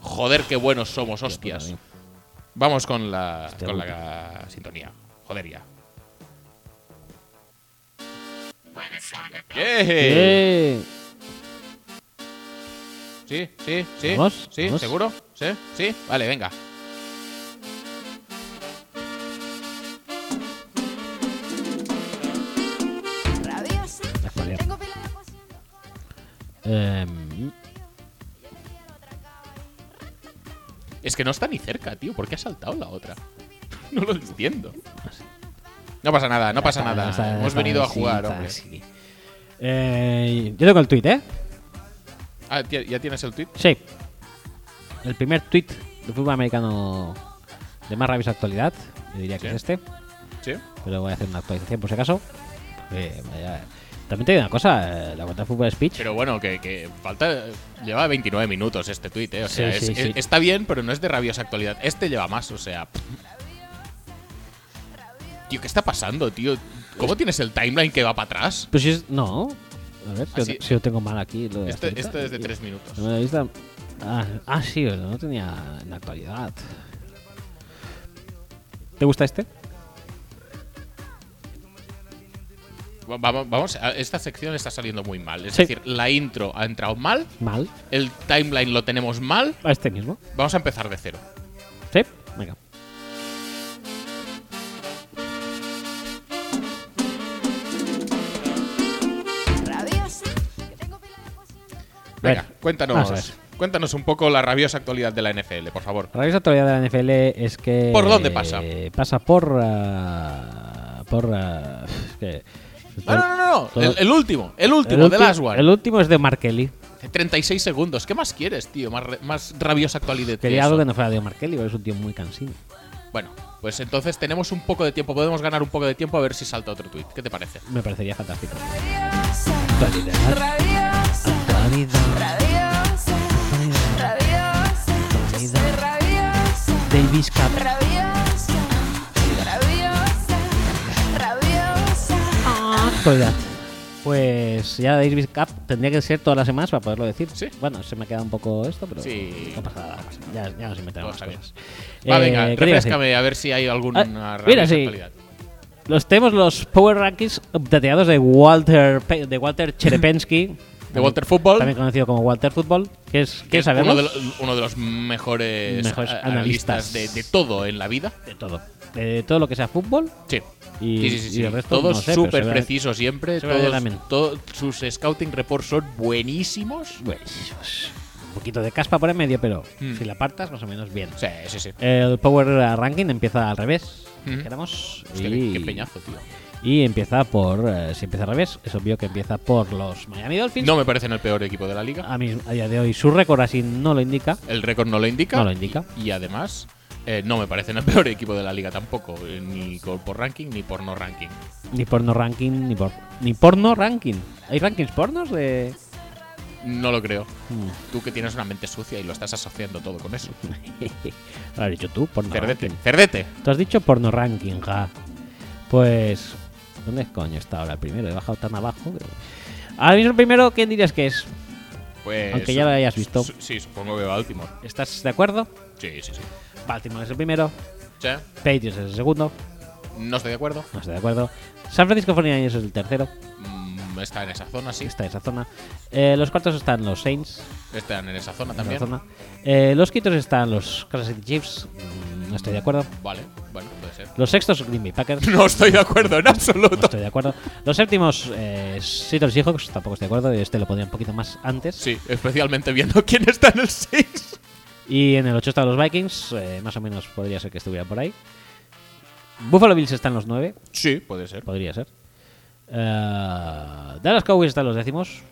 [SPEAKER 2] Joder, qué buenos somos, hostias.
[SPEAKER 1] Puta,
[SPEAKER 2] Vamos con la,
[SPEAKER 1] Este
[SPEAKER 2] con la sintonía. Joder ya. Yeah.
[SPEAKER 1] Eh,
[SPEAKER 2] Sí, sí, sí.
[SPEAKER 1] ¿Vamos?
[SPEAKER 2] Sí,
[SPEAKER 1] ¿Vamos?
[SPEAKER 2] seguro. Sí, sí. Vale, venga.
[SPEAKER 5] Rabiosa.
[SPEAKER 1] Joder.
[SPEAKER 5] Tengo pila de poción de Juan,
[SPEAKER 1] em,
[SPEAKER 5] yo te quiero otra cabaret.
[SPEAKER 2] Es que no está ni cerca, tío. ¿Por qué ha saltado la otra? No lo entiendo. No pasa nada, no pasa
[SPEAKER 1] está-
[SPEAKER 2] nada.
[SPEAKER 1] está-
[SPEAKER 2] Hemos
[SPEAKER 1] está
[SPEAKER 2] venido a
[SPEAKER 1] así,
[SPEAKER 2] jugar,
[SPEAKER 1] está
[SPEAKER 2] hombre.
[SPEAKER 1] así. Eh, yo tengo el tweet, ¿eh?
[SPEAKER 2] Ah, ¿ya- ¿ya tienes el tweet?
[SPEAKER 1] Sí. El primer tweet de fútbol americano de más rabiosa actualidad, yo diría que
[SPEAKER 2] Sí.
[SPEAKER 1] es este,
[SPEAKER 2] Sí.
[SPEAKER 1] pero voy a hacer una actualización por si acaso. Eh, vaya- También te digo una cosa, eh, la cuenta de Fútbol Speech
[SPEAKER 2] Pero bueno, que, que falta. eh, Lleva 29 minutos este tuit, ¿eh? O sea,
[SPEAKER 1] Sí,
[SPEAKER 2] es-
[SPEAKER 1] sí,
[SPEAKER 2] es-
[SPEAKER 1] sí.
[SPEAKER 2] está bien, pero no es de rabiosa actualidad. Este lleva más, o sea. pff. Tío, ¿qué está pasando, tío? ¿Cómo tienes el timeline que va para atrás?
[SPEAKER 1] Pues si es. No. A ver, si,
[SPEAKER 2] sí.
[SPEAKER 1] lo, si lo tengo mal aquí. Lo de
[SPEAKER 2] Este,
[SPEAKER 1] Azteca.
[SPEAKER 2] este es de 3 minutos.
[SPEAKER 1] Lo de la lista- Ah, ah, sí, no tenía en la actualidad. ¿Te gusta este?
[SPEAKER 2] Va- Vamos, vamos a- esta sección está saliendo muy mal. Es
[SPEAKER 1] Sí.
[SPEAKER 2] decir, la intro ha entrado mal,
[SPEAKER 1] Mal.
[SPEAKER 2] el timeline lo tenemos mal.
[SPEAKER 1] A este mismo.
[SPEAKER 2] Vamos a empezar de cero.
[SPEAKER 1] Sí, venga.
[SPEAKER 5] Rabiosa. que tengo pila de poción de Juan,
[SPEAKER 1] Bueno,
[SPEAKER 2] Venga,
[SPEAKER 1] vamos a
[SPEAKER 2] cuéntanos,
[SPEAKER 1] ver.
[SPEAKER 2] cuéntanos un poco la rabiosa actualidad de la NFL, por favor.
[SPEAKER 1] La rabiosa actualidad de la NFL es que.
[SPEAKER 2] ¿Por dónde pasa?
[SPEAKER 1] eh, pasa por. ah, por. ah, es que-
[SPEAKER 2] No, no, no, no.
[SPEAKER 1] todo-
[SPEAKER 2] El, el último, el último,
[SPEAKER 1] el
[SPEAKER 2] de
[SPEAKER 1] ulti-
[SPEAKER 2] Last One.
[SPEAKER 1] El último es de Markelly.
[SPEAKER 2] 36 segundos. ¿Qué más quieres, tío? Más, re- más rabiosa actualidad. que
[SPEAKER 1] Quería
[SPEAKER 2] eso.
[SPEAKER 1] algo que no fuera de Markelly, pero es un tío muy cansino.
[SPEAKER 2] Bueno, pues entonces tenemos un poco de tiempo. Podemos ganar un poco de tiempo a ver si salta otro tweet. ¿Qué te parece?
[SPEAKER 1] Me parecería fantástico.
[SPEAKER 5] Rabiosa. Rabiosa. Rabiosa. Rabiosa. Yo soy rabiosa.
[SPEAKER 1] Davis Cup.
[SPEAKER 5] Rabiosa. Rabiosa. Rabiosa.
[SPEAKER 1] Actualidad. Pues ya Davis Cup tendría que ser todas las semanas para poderlo decir.
[SPEAKER 2] Sí.
[SPEAKER 1] Bueno, se me queda un poco esto, pero
[SPEAKER 2] Sí.
[SPEAKER 1] no pasa nada. no pasa nada. Ya, ya nos
[SPEAKER 2] Todo
[SPEAKER 1] inventamos
[SPEAKER 2] está
[SPEAKER 1] más
[SPEAKER 2] bien.
[SPEAKER 1] cosas.
[SPEAKER 2] Va,
[SPEAKER 1] Eh,
[SPEAKER 2] venga,
[SPEAKER 1] ¿qué te iba a decir?
[SPEAKER 2] refrescame a ver si hay alguna
[SPEAKER 1] Ah,
[SPEAKER 2] rabiosa
[SPEAKER 1] mira, sí.
[SPEAKER 2] actualidad.
[SPEAKER 1] Los tenemos los Power Rankings updateados de Walter Pe- de Walter Cherepensky.
[SPEAKER 2] De Walter Football.
[SPEAKER 1] También conocido como Walter Football, que es que
[SPEAKER 2] que es uno
[SPEAKER 1] sabemos
[SPEAKER 2] de, lo- uno de los mejores,
[SPEAKER 1] Mejores
[SPEAKER 2] a- analistas,
[SPEAKER 1] analistas.
[SPEAKER 2] de, de todo en la vida.
[SPEAKER 1] de todo. De todo lo que sea fútbol.
[SPEAKER 2] Sí.
[SPEAKER 1] Y-
[SPEAKER 2] sí, sí, sí,
[SPEAKER 1] y
[SPEAKER 2] sí.
[SPEAKER 1] el resto
[SPEAKER 2] Todos
[SPEAKER 1] no sé, pero
[SPEAKER 2] súper
[SPEAKER 1] seguramente-
[SPEAKER 2] precisos siempre.
[SPEAKER 1] seguramente
[SPEAKER 2] Todos,
[SPEAKER 1] también.
[SPEAKER 2] todos sus scouting reports son buenísimos.
[SPEAKER 1] Bueno, Dios, pues, un poquito de caspa por en medio, pero
[SPEAKER 2] Mm.
[SPEAKER 1] si la apartas más o menos bien.
[SPEAKER 2] Sí, sí, sí.
[SPEAKER 1] El Power Ranking empieza al revés.
[SPEAKER 2] Ujú.
[SPEAKER 1] dijéramos,
[SPEAKER 2] Mm. Hostia,
[SPEAKER 1] y,
[SPEAKER 2] qué, qué peñazo, tío.
[SPEAKER 1] y empieza por. eh, si empieza al revés, es obvio que empieza por los Miami Dolphins.
[SPEAKER 2] No me parecen el peor equipo de la liga.
[SPEAKER 1] A, mis- a día de hoy su récord así no lo indica.
[SPEAKER 2] El récord no lo indica.
[SPEAKER 1] No lo indica.
[SPEAKER 2] Y, y además, eh, no me parecen el peor equipo de la liga tampoco. eh, Ni con- por ranking, ni por no ranking.
[SPEAKER 1] Ni porno ranking, ni por ni porno ranking. ¿Hay rankings pornos de.?
[SPEAKER 2] No lo creo.
[SPEAKER 1] Hmm.
[SPEAKER 2] Tú que tienes una mente sucia y lo estás asociando todo con eso.
[SPEAKER 1] Lo has dicho tú, porno
[SPEAKER 2] Cerdete,
[SPEAKER 1] ranking.
[SPEAKER 2] cerdete.
[SPEAKER 1] Tú has dicho porno ranking, ja. Pues. ¿Dónde coño está ahora el primero? He bajado tan abajo. que- Ahora mismo el primero, ¿quién dirías que es?
[SPEAKER 2] Pues,
[SPEAKER 1] Aunque ya lo hayas visto.
[SPEAKER 2] su- Sí, supongo que Baltimore.
[SPEAKER 1] ¿Estás de acuerdo?
[SPEAKER 2] Sí, sí, sí.
[SPEAKER 1] Baltimore es el primero.
[SPEAKER 2] Sí,
[SPEAKER 1] Patriots es el segundo.
[SPEAKER 2] No estoy de acuerdo.
[SPEAKER 1] No estoy de acuerdo. San Francisco 49ers es el tercero.
[SPEAKER 2] Mm, está en esa zona, sí.
[SPEAKER 1] Está en esa zona. Eh, los cuartos están los Saints.
[SPEAKER 2] Están en esa zona
[SPEAKER 1] en esa
[SPEAKER 2] también.
[SPEAKER 1] zona. Eh, los quintos están los Kansas City Chiefs. Mm, No estoy de acuerdo.
[SPEAKER 2] Vale, bueno, puede ser.
[SPEAKER 1] Los sextos Green Bay Packers.
[SPEAKER 2] No estoy de acuerdo en
[SPEAKER 1] No
[SPEAKER 2] absoluto.
[SPEAKER 1] estoy de acuerdo. Los séptimos eh, Seattle Seahawks. Tampoco estoy de acuerdo. Este lo pondría un poquito más antes.
[SPEAKER 2] Sí, especialmente viendo quién está en el 6.
[SPEAKER 1] Y en el 8 están los Vikings. eh, más o menos podría ser que estuvieran por ahí. Buffalo Bills están los 9.
[SPEAKER 2] Sí, puede ser.
[SPEAKER 1] Podría ser. Eh, Dallas Cowboys están los décimos.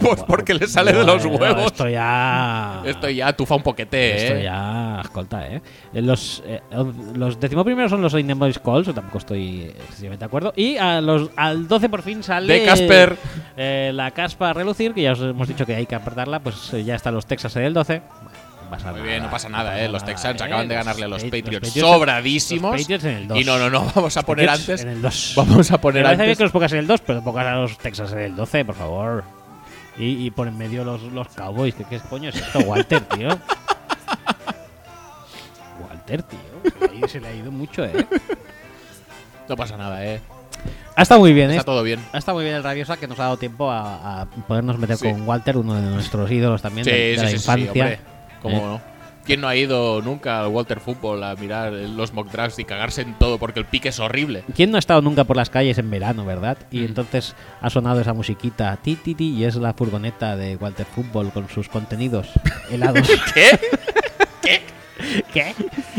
[SPEAKER 2] Pues porque le sale de los
[SPEAKER 1] Bueno, eh,
[SPEAKER 2] huevos.
[SPEAKER 1] Esto ya.
[SPEAKER 2] Esto ya tufa un poquete,
[SPEAKER 1] Esto
[SPEAKER 2] ¿eh?
[SPEAKER 1] ya, escolta, ¿eh? Eh, Los, eh, on- los decimoprimeros son los Indianapolis Colts, tampoco estoy excesivamente de acuerdo. Y a los, al 12 por fin sale.
[SPEAKER 2] De Casper.
[SPEAKER 1] eh, la caspa a relucir, que ya os hemos dicho que hay que apartarla, pues eh, ya están los Texas en el 12. Bueno, no pasa
[SPEAKER 2] Muy
[SPEAKER 1] nada,
[SPEAKER 2] bien, no pasa nada, ¿eh? Los Texans
[SPEAKER 1] ¿eh?
[SPEAKER 2] acaban de
[SPEAKER 1] Los
[SPEAKER 2] ganarle a los
[SPEAKER 1] Pa-
[SPEAKER 2] Patriots
[SPEAKER 1] Patriots en-
[SPEAKER 2] sobradísimos.
[SPEAKER 1] los Patriots en el 2.
[SPEAKER 2] Y no, no, no, vamos a poner
[SPEAKER 1] Patriots
[SPEAKER 2] antes.
[SPEAKER 1] En el 2.
[SPEAKER 2] Vamos a poner
[SPEAKER 1] Me parece bien
[SPEAKER 2] antes.
[SPEAKER 1] que los pongas en el 2, pero pongas a los Texas en el 12, por favor. Y, y por en medio los, los Cowboys. ¿Qué, qué coño es esto, Walter, tío? Walter, Carter, tío. Ahí se le ha ido mucho, ¿eh?
[SPEAKER 2] No pasa nada, eh.
[SPEAKER 1] Ha estado muy bien, ¿eh?
[SPEAKER 2] Está todo bien.
[SPEAKER 1] Ha estado muy bien el Rabiosa que nos ha dado tiempo a, a podernos meter
[SPEAKER 2] Sí.
[SPEAKER 1] con Walter, uno de nuestros ídolos también
[SPEAKER 2] Sí,
[SPEAKER 1] de, de
[SPEAKER 2] sí,
[SPEAKER 1] la
[SPEAKER 2] sí, sí, sí,
[SPEAKER 1] infancia. ¿eh?
[SPEAKER 2] hombre. ¿Cómo no? ¿Quién no ha ido nunca al Walter Football a mirar los mock drafts y cagarse en todo porque el pique es horrible?
[SPEAKER 1] ¿Quién no ha estado nunca por las calles en verano, verdad? Y entonces ha sonado esa musiquita ti ti ti y es la furgoneta de Walter Fútbol con sus contenidos helados.
[SPEAKER 2] ¿Qué?
[SPEAKER 1] ¿Qué?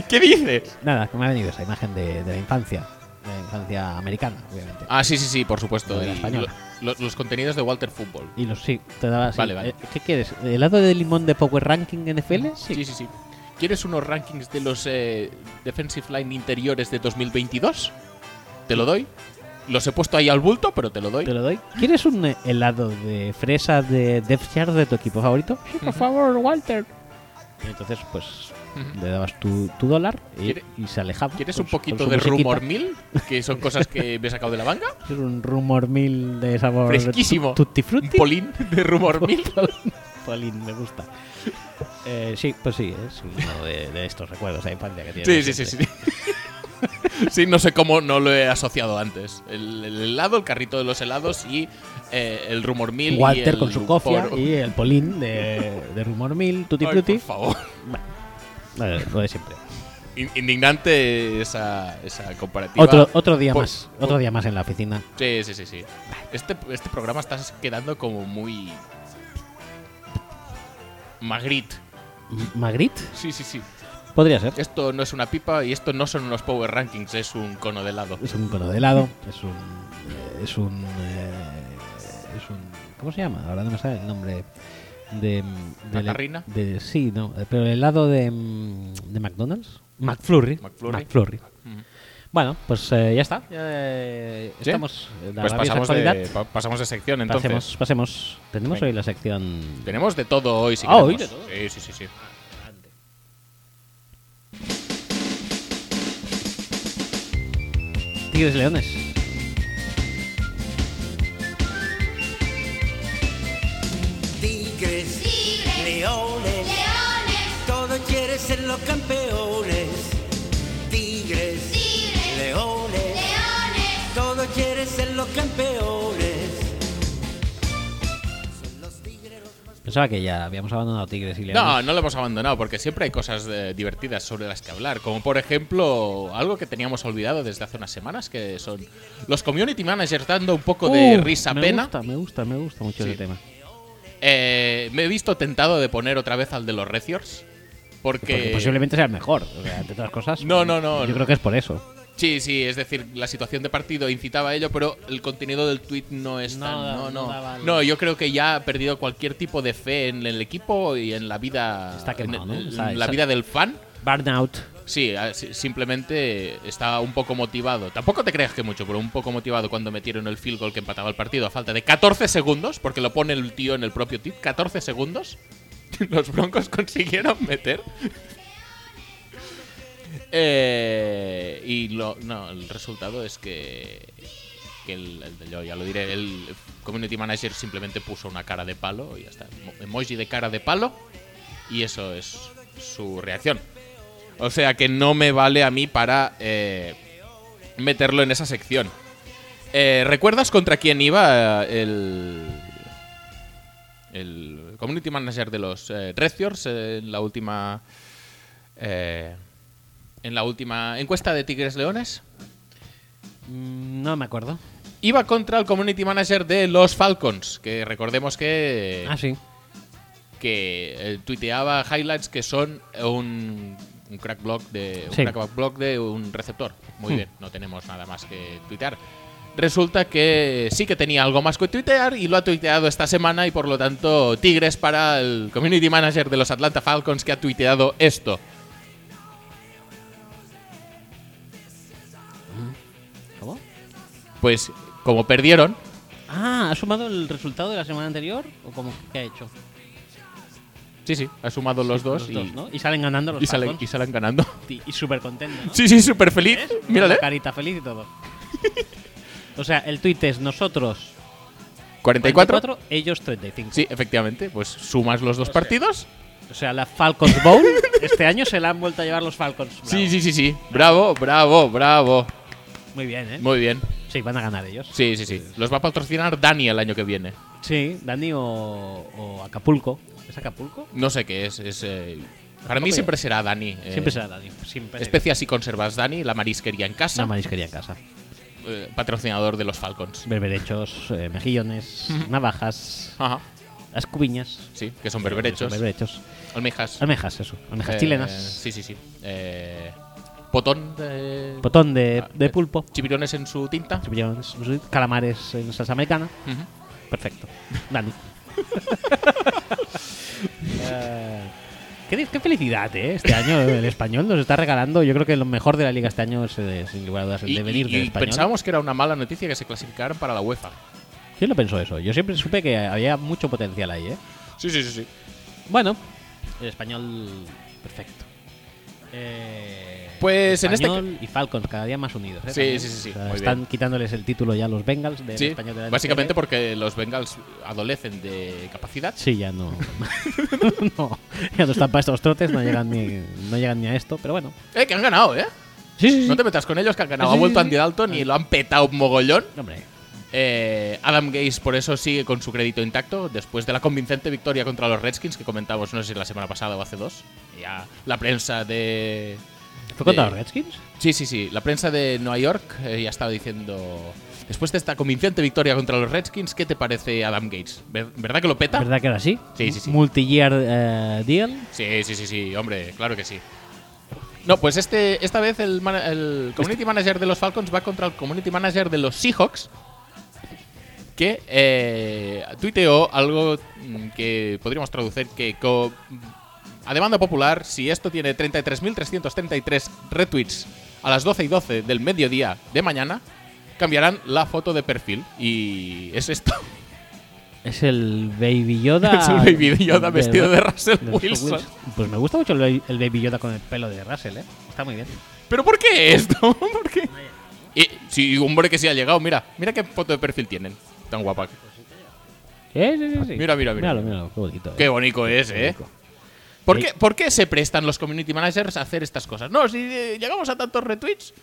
[SPEAKER 2] ¿Qué dices?
[SPEAKER 1] Nada, que me ha venido esa imagen de, de la infancia, de la infancia americana, obviamente.
[SPEAKER 2] Ah, sí, sí, sí, por supuesto.
[SPEAKER 1] Lo de la
[SPEAKER 2] Y
[SPEAKER 1] española.
[SPEAKER 2] lo- lo- los contenidos de Walter Football.
[SPEAKER 1] Y los sí, te daba así.
[SPEAKER 2] Vale, vale.
[SPEAKER 1] Eh, ¿Qué quieres? ¿Helado de limón de Power Ranking NFL?
[SPEAKER 2] Sí. sí, sí, ¿Quieres unos rankings de los eh, Defensive Line interiores de 2022? Te lo doy. Los he puesto ahí al bulto, pero te lo doy.
[SPEAKER 1] Te lo doy. ¿Quieres un eh, helado de fresa de Death Chart de tu equipo favorito? Sí, por favor, Walter. Y entonces, pues,
[SPEAKER 2] Ujú.
[SPEAKER 1] le dabas tu, tu dólar y,
[SPEAKER 2] ¿Quiere-
[SPEAKER 1] y se alejaba. Pues,
[SPEAKER 2] ¿Quieres
[SPEAKER 1] con
[SPEAKER 2] un
[SPEAKER 1] su- con
[SPEAKER 2] poquito
[SPEAKER 1] su
[SPEAKER 2] de
[SPEAKER 1] musiquita.
[SPEAKER 2] rumor mil? Que son cosas que me he sacado de la manga.
[SPEAKER 1] Es un rumor mil de sabor.
[SPEAKER 2] Fresquísimo.
[SPEAKER 1] tu- Tutti
[SPEAKER 2] Un
[SPEAKER 1] frutti.
[SPEAKER 2] polín de rumor mil.
[SPEAKER 1] Polín, me gusta. Eh, sí, pues sí, es uno de, de estos recuerdos de infancia que
[SPEAKER 2] Sí,
[SPEAKER 1] tienes.
[SPEAKER 2] sí, sí, sí. Sí, no sé cómo no lo he asociado antes. El, el helado, el carrito de los helados y eh, el rumor mil. y
[SPEAKER 1] Walter
[SPEAKER 2] el
[SPEAKER 1] con su cofia
[SPEAKER 2] poro.
[SPEAKER 1] y el polín de, de rumor mil, tutti
[SPEAKER 2] Ay,
[SPEAKER 1] frutti.
[SPEAKER 2] por favor.
[SPEAKER 1] Eh, lo de siempre.
[SPEAKER 2] In- Indignante esa, esa comparativa.
[SPEAKER 1] Otro, otro día
[SPEAKER 2] Por-
[SPEAKER 1] más, otro día más en la oficina.
[SPEAKER 2] Sí, sí, sí, sí. Este, este programa está quedando como muy. Magritte.
[SPEAKER 1] M- Magritte,
[SPEAKER 2] Sí, sí, sí.
[SPEAKER 1] podría ser.
[SPEAKER 2] Esto no es una pipa y esto no son unos power rankings, es un cono de helado.
[SPEAKER 1] Es un cono de helado, es un. eh, es un. eh, es un. ¿Cómo se llama? Ahora no me sale el nombre. De. mm, del-
[SPEAKER 2] ¿Macarrina?
[SPEAKER 1] de- sí, no, eh, pero el helado de. mm, de McDonald's. McFlurry.
[SPEAKER 2] McFlurry. Ujú.
[SPEAKER 1] Bueno, pues eh, ya está. Ya, eh,
[SPEAKER 2] ¿Sí?
[SPEAKER 1] Estamos. en la
[SPEAKER 2] Pues
[SPEAKER 1] rabiosa
[SPEAKER 2] pasamos
[SPEAKER 1] actualidad.
[SPEAKER 2] de, pa- pasamos de sección entonces.
[SPEAKER 1] pasemos, pasemos. Tenemos
[SPEAKER 2] Venga.
[SPEAKER 1] hoy la sección.
[SPEAKER 2] Tenemos de todo hoy, si
[SPEAKER 1] Ah, hoy
[SPEAKER 2] queremos.
[SPEAKER 1] de todo.
[SPEAKER 2] Sí, sí, sí, sí.
[SPEAKER 1] Tigres y Leones.
[SPEAKER 6] Tigres, leones, todos quieren ser los campeones. Tigres, leones, todos quieren ser los campeones. Son los tigres los más
[SPEAKER 1] Pensaba que ya habíamos abandonado Tigres y Leones.
[SPEAKER 2] No, no lo hemos abandonado porque siempre hay cosas eh, divertidas sobre las que hablar. Como por ejemplo, algo que teníamos olvidado desde hace unas semanas, que son los community managers dando un poco de
[SPEAKER 1] Uh,
[SPEAKER 2] risa
[SPEAKER 1] me
[SPEAKER 2] pena.
[SPEAKER 1] gusta, me gusta, me gusta mucho
[SPEAKER 2] Sí.
[SPEAKER 1] ese tema.
[SPEAKER 2] Eh, me he visto tentado de poner otra vez al de los Reciors. Porque,
[SPEAKER 1] Porque posiblemente sea el mejor, o sea, entre otras cosas.
[SPEAKER 2] No, no, no,
[SPEAKER 1] Yo
[SPEAKER 2] no.
[SPEAKER 1] creo que es por eso.
[SPEAKER 2] Sí, sí, es decir, la situación de partido incitaba a ello, pero el contenido del tweet no es
[SPEAKER 1] No,
[SPEAKER 2] tan. No,
[SPEAKER 1] no
[SPEAKER 2] no.
[SPEAKER 1] daba el-
[SPEAKER 2] No, yo creo que ya ha perdido cualquier tipo de fe en el equipo y en la vida.
[SPEAKER 1] Está quemado,
[SPEAKER 2] en,
[SPEAKER 1] ¿no?
[SPEAKER 2] en
[SPEAKER 1] Está-
[SPEAKER 2] la
[SPEAKER 1] está-
[SPEAKER 2] vida del fan.
[SPEAKER 1] Burnout.
[SPEAKER 2] Sí, a- si- simplemente está un poco motivado. Tampoco te creas que mucho, pero un poco motivado cuando metieron el field goal que empataba el partido a falta de 14 segundos, porque lo pone el tío en el propio tip, 14 segundos. Los Broncos consiguieron meter. Eh, y lo, no, el resultado es que, que el, el- yo ya lo diré, el community manager simplemente puso una cara de palo y ya está. Mo- Emoji de cara de palo y eso es su reacción. O sea que no me vale a mí para eh, meterlo en esa sección. Eh, ¿Recuerdas contra quién iba eh, el, el community manager de los eh, Red Fiors, eh, en la última eh, en la última encuesta de Tigres Leones?
[SPEAKER 1] Mm, No me acuerdo.
[SPEAKER 2] Iba contra el community manager de los Falcons, que recordemos que eh,
[SPEAKER 1] Ah, sí.
[SPEAKER 2] que eh, tuiteaba highlights que son un, un crack block de un
[SPEAKER 1] Sí.
[SPEAKER 2] crack block de un receptor. Muy bien, no tenemos nada más que tuitear. Resulta que sí que tenía algo más que tuitear y lo ha tuiteado esta semana y por lo tanto Tigres para el community manager de los Atlanta Falcons que ha tuiteado esto.
[SPEAKER 1] ¿Cómo?
[SPEAKER 2] Pues como perdieron,
[SPEAKER 1] Ah, ¿ha sumado el resultado de la semana anterior? ¿O cómo que ha hecho?
[SPEAKER 2] sí, sí, ha sumado los dos,
[SPEAKER 1] Los
[SPEAKER 2] y,
[SPEAKER 1] dos, ¿no? Y salen ganando los
[SPEAKER 2] y salen, y
[SPEAKER 1] Falcons.
[SPEAKER 2] salen ganando.
[SPEAKER 1] Y, súper contentos, ¿no?
[SPEAKER 2] Sí, sí, súper feliz.
[SPEAKER 1] ¿Ves?
[SPEAKER 2] Mírale.
[SPEAKER 1] Una Carita feliz y todo. o sea, el tuit es nosotros
[SPEAKER 2] 44.
[SPEAKER 1] 44, ellos 35.
[SPEAKER 2] Sí, efectivamente. Pues sumas los dos partidos
[SPEAKER 1] O sea, la Falcons Bowl este año se la han vuelto a llevar los Falcons. Bravo.
[SPEAKER 2] Sí, sí, sí, sí. Bravo, bravo, bravo.
[SPEAKER 1] Muy bien, ¿eh?
[SPEAKER 2] Muy bien.
[SPEAKER 1] Sí, van a ganar ellos.
[SPEAKER 2] Sí, sí, sí. Los va a patrocinar Dani el año que viene.
[SPEAKER 1] Sí, Dani o, o Acapulco. ¿Es Acapulco?
[SPEAKER 2] No sé qué es. es eh, para mí siempre será Dani. eh,
[SPEAKER 1] Siempre será Dani. Siempre.
[SPEAKER 2] Especias y conservas Dani, la marisquería en casa,
[SPEAKER 1] Una marisquería en casa.
[SPEAKER 2] eh, patrocinador de los Falcons.
[SPEAKER 1] Berberechos, eh, mejillones, navajas,
[SPEAKER 2] Ajá,
[SPEAKER 1] las cubiñas.
[SPEAKER 2] sí, que son berberechos.
[SPEAKER 1] Berberechos.
[SPEAKER 2] Almejas.
[SPEAKER 1] Almejas, eso. Almejas
[SPEAKER 2] eh,
[SPEAKER 1] chilenas.
[SPEAKER 2] Sí, sí, sí. Eh, potón de.
[SPEAKER 1] Potón de,
[SPEAKER 2] Ah,
[SPEAKER 1] de pulpo.
[SPEAKER 2] Chipirones en su tinta.
[SPEAKER 1] champiñones, no sé, calamares en salsa americana.
[SPEAKER 2] Ujú.
[SPEAKER 1] Perfecto. Dani. Eh, qué, di- qué felicidad, ¿eh? Este año el español nos está regalando. Yo creo que lo mejor de la liga este año es, eh, sin lugar a dudas, el
[SPEAKER 2] Y,
[SPEAKER 1] devenir
[SPEAKER 2] y-
[SPEAKER 1] del
[SPEAKER 2] y
[SPEAKER 1] español.
[SPEAKER 2] pensábamos que era una mala noticia que se clasificaran para la UEFA.
[SPEAKER 1] ¿Quién lo pensó eso? Yo siempre supe que había mucho potencial ahí, ¿eh?
[SPEAKER 2] Sí, sí, sí, sí.
[SPEAKER 1] Bueno, el español perfecto. Eh,
[SPEAKER 2] Pues en este
[SPEAKER 1] español y Falcons cada día más unidos. ¿eh?
[SPEAKER 2] Sí,
[SPEAKER 1] También.
[SPEAKER 2] sí, sí, sí,
[SPEAKER 1] O sea,
[SPEAKER 2] muy
[SPEAKER 1] están
[SPEAKER 2] bien.
[SPEAKER 1] quitándoles el título ya a los Bengals del
[SPEAKER 2] Sí,
[SPEAKER 1] español de la
[SPEAKER 2] básicamente
[SPEAKER 1] NFL.
[SPEAKER 2] porque los Bengals adolecen de capacidad.
[SPEAKER 1] Sí, ya no. no, ya no están para estos trotes, no llegan ni, no llegan ni a esto, pero bueno.
[SPEAKER 2] Eh, que han ganado, eh.
[SPEAKER 1] Sí, sí,
[SPEAKER 2] No te metas con ellos que han ganado.
[SPEAKER 1] Sí,
[SPEAKER 2] Ha
[SPEAKER 1] sí,
[SPEAKER 2] vuelto
[SPEAKER 1] sí.
[SPEAKER 2] Andy Dalton y lo han petado un mogollón.
[SPEAKER 1] Hombre,
[SPEAKER 2] Eh, Adam Gaze por eso sigue con su crédito intacto después de la convincente victoria contra los Redskins que comentamos, no sé si la semana pasada o hace dos. Ya la prensa de.
[SPEAKER 1] ¿fue contra
[SPEAKER 2] de-
[SPEAKER 1] los Redskins?
[SPEAKER 2] Sí, sí, sí. La prensa de Nueva York eh, ya estaba diciendo. Después de esta convincente victoria contra los Redskins, ¿qué te parece Adam Gates? ¿Verdad que lo peta?
[SPEAKER 1] ¿Verdad que era así?
[SPEAKER 2] Sí, sí, sí.
[SPEAKER 1] Multi-year eh, deal.
[SPEAKER 2] Sí, sí, sí, sí, hombre, claro que sí. No, pues este, esta vez el, mana- el community manager de los Falcons va contra el community manager de los Seahawks, que eh, tuiteó algo mm, que podríamos traducir que co- a demanda popular, si esto tiene 33.333 retweets a las 12 y 12 del mediodía de mañana, cambiarán la foto de perfil. Y es esto.
[SPEAKER 1] Es el Baby Yoda.
[SPEAKER 2] Es el Baby Yoda vestido de Russell Wilson.
[SPEAKER 1] Pues me gusta mucho el, ba- el Baby Yoda con el pelo de Russell, ¿eh? Está muy bien.
[SPEAKER 2] ¿Pero por qué esto? ¿Por qué? Y, sí, hombre que sí ha llegado, mira, mira qué foto de perfil tienen. Tan guapa.
[SPEAKER 1] Sí, sí, sí, sí.
[SPEAKER 2] Mira, mira, mira.
[SPEAKER 1] Míralo, míralo, qué bonito. ¿eh?
[SPEAKER 2] Qué bonito es, ¿eh?
[SPEAKER 1] bonito.
[SPEAKER 2] ¿Por
[SPEAKER 1] Sí.
[SPEAKER 2] qué, por qué se prestan los community managers a hacer estas cosas? No, si eh, llegamos a tantos retweets,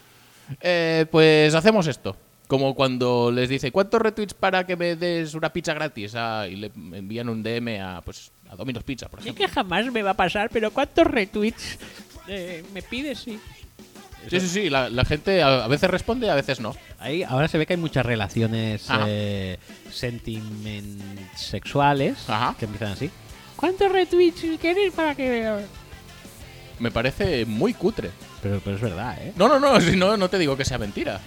[SPEAKER 2] eh, pues hacemos esto. Como cuando les dice, ¿cuántos retweets para que me des una pizza gratis? Ah, y le envían un DM a, pues, a Domino's Pizza, por ejemplo.
[SPEAKER 1] que jamás me va a pasar, pero ¿cuántos retweets eh, me pides? Sí.
[SPEAKER 2] Sí, sí, sí, la, la gente a a veces responde, a veces no.
[SPEAKER 1] Ahí ahora se ve que hay muchas relaciones
[SPEAKER 2] Ajá.
[SPEAKER 1] eh, sentimen- sexuales
[SPEAKER 2] Ajá.
[SPEAKER 1] que empiezan así. ¿Cuántos retweets queréis para que.?
[SPEAKER 2] Me parece muy cutre.
[SPEAKER 1] Pero, pero es verdad, ¿eh?
[SPEAKER 2] No, no, no, si no, no te digo que sea mentira.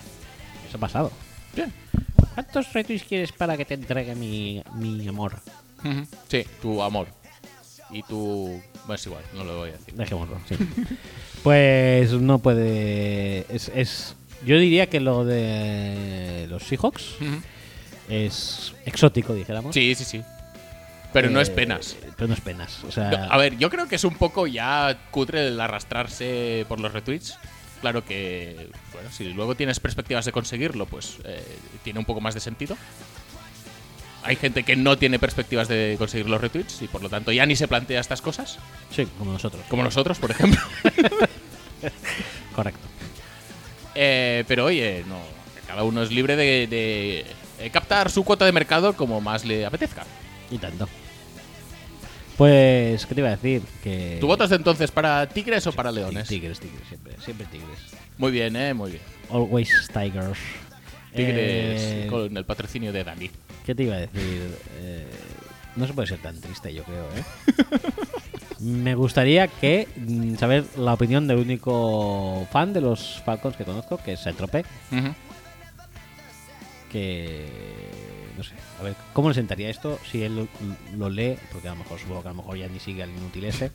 [SPEAKER 1] Eso ha pasado.
[SPEAKER 2] Bien.
[SPEAKER 1] ¿Cuántos retweets quieres para que te entregue mi, mi amor?
[SPEAKER 2] Ujú. Sí, tu amor. Y tu. Bueno, es igual, no lo voy a decir.
[SPEAKER 1] Dejémoslo, sí. pues no puede. Es, es- Yo diría que lo de los Seahawks es exótico, dijéramos.
[SPEAKER 2] Sí, sí, sí. Pero no es
[SPEAKER 1] Eh,
[SPEAKER 2] penas.
[SPEAKER 1] Pero no es penas. O sea,
[SPEAKER 2] No, a ver, yo creo que es un poco ya cutre el arrastrarse por los retweets. Claro que, bueno, si luego tienes perspectivas de conseguirlo, pues eh, tiene un poco más de sentido. Hay gente que no tiene perspectivas de conseguir los retweets y por lo tanto ya ni se plantea estas cosas,
[SPEAKER 1] sí, como nosotros.
[SPEAKER 2] como nosotros, por ejemplo.
[SPEAKER 1] Correcto.
[SPEAKER 2] Eh, pero oye, no, cada uno es libre de, de, eh, captar su cuota de mercado como más le apetezca.
[SPEAKER 1] Y tanto. Pues, ¿qué te iba a decir? Que
[SPEAKER 2] ¿Tú votas entonces para tigres o para leones?
[SPEAKER 1] Tigres, tigres, siempre, siempre tigres.
[SPEAKER 2] Muy bien, eh, muy bien.
[SPEAKER 1] Always Tigers.
[SPEAKER 2] Tigres
[SPEAKER 1] Eh,
[SPEAKER 2] con el patrocinio de Dani.
[SPEAKER 1] ¿Qué te iba a decir? Eh, no se puede ser tan triste, yo creo, ¿eh? Me gustaría que mm, saber la opinión del único fan de los Falcons que conozco, que es Satrope,
[SPEAKER 2] Ujú.
[SPEAKER 1] que no sé, a ver, ¿cómo le sentaría esto si él lo, lo lee? Porque a lo mejor supongo que a lo mejor ya ni sigue al inútil ese.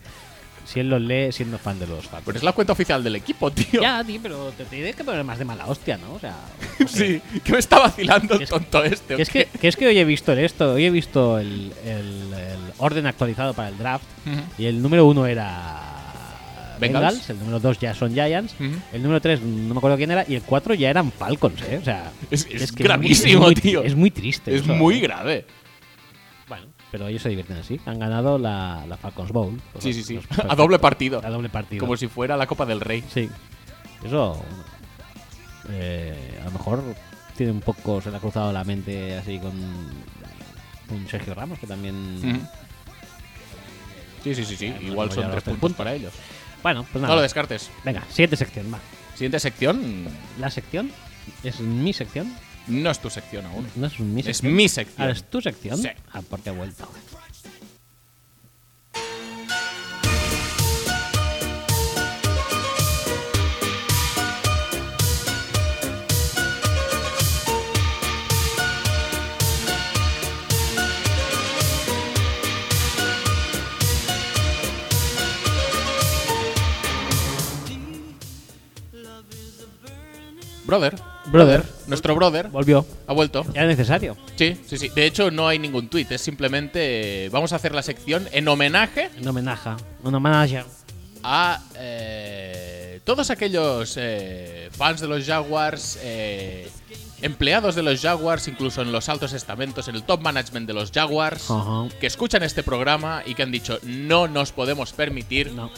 [SPEAKER 1] Si él lo lee siendo fan de los
[SPEAKER 2] Pero
[SPEAKER 1] Falcons.
[SPEAKER 2] Pues es la cuenta oficial del equipo, tío.
[SPEAKER 1] Ya, tío, pero te tienes que poner más de mala hostia, ¿no? O sea,
[SPEAKER 2] Sí, que me está vacilando
[SPEAKER 1] Que
[SPEAKER 2] el
[SPEAKER 1] es-
[SPEAKER 2] tonto este.
[SPEAKER 1] que es que, que es que hoy he visto el esto, hoy he visto el, el- el orden actualizado para el draft
[SPEAKER 2] Ujú.
[SPEAKER 1] y el número uno era
[SPEAKER 2] Bengals.
[SPEAKER 1] Bengals, el número dos ya son Giants,
[SPEAKER 2] Ujú.
[SPEAKER 1] el número tres no me acuerdo quién era y el cuatro ya eran Falcons, ¿eh? O sea,
[SPEAKER 2] Es- es
[SPEAKER 1] que
[SPEAKER 2] gravísimo,
[SPEAKER 1] muy-
[SPEAKER 2] tío.
[SPEAKER 1] Es muy triste.
[SPEAKER 2] Es
[SPEAKER 1] eso,
[SPEAKER 2] muy
[SPEAKER 1] ¿eh?
[SPEAKER 2] grave.
[SPEAKER 1] Bueno, pero ellos se divierten así. Han ganado la, la Falcons Bowl.
[SPEAKER 2] Sí, sí, sí.
[SPEAKER 1] Los- los-
[SPEAKER 2] A doble partido.
[SPEAKER 1] A doble partido.
[SPEAKER 2] Como si fuera la Copa del Rey.
[SPEAKER 1] Sí. Eso. eh, a lo mejor tiene un poco. Se le ha cruzado la mente así con. Con Sergio Ramos, que también.
[SPEAKER 2] Ujú. Sí, sí, sí, sí.
[SPEAKER 1] Hemos
[SPEAKER 2] Igual son
[SPEAKER 1] apoyado
[SPEAKER 2] tres
[SPEAKER 1] los tres
[SPEAKER 2] puntos para ellos.
[SPEAKER 1] Bueno, pues
[SPEAKER 2] No lo
[SPEAKER 1] nada.
[SPEAKER 2] descartes.
[SPEAKER 1] Venga, siguiente sección, va.
[SPEAKER 2] Siguiente sección.
[SPEAKER 1] La sección es mi sección.
[SPEAKER 2] No es tu sección aún.
[SPEAKER 1] No es mi
[SPEAKER 2] Es
[SPEAKER 1] sección.
[SPEAKER 2] mi sección.
[SPEAKER 1] Ah, es tu sección.
[SPEAKER 2] Sí.
[SPEAKER 1] Ah, porque he vuelto.
[SPEAKER 2] Brother.
[SPEAKER 1] Brother.
[SPEAKER 2] Nuestro brother
[SPEAKER 1] Volvió.
[SPEAKER 2] ha vuelto.
[SPEAKER 1] Era necesario.
[SPEAKER 2] Sí, sí, sí. De hecho, no hay ningún tuit. Es simplemente. eh, Vamos a hacer la sección en homenaje
[SPEAKER 1] Un homenaje. Un homenaje.
[SPEAKER 2] a eh, todos aquellos eh, fans de los Jaguars, eh, empleados de los Jaguars, incluso en los altos estamentos, en el top management de los Jaguars,
[SPEAKER 1] Ajá.
[SPEAKER 2] que escuchan este programa y que han dicho no nos podemos permitir
[SPEAKER 1] No.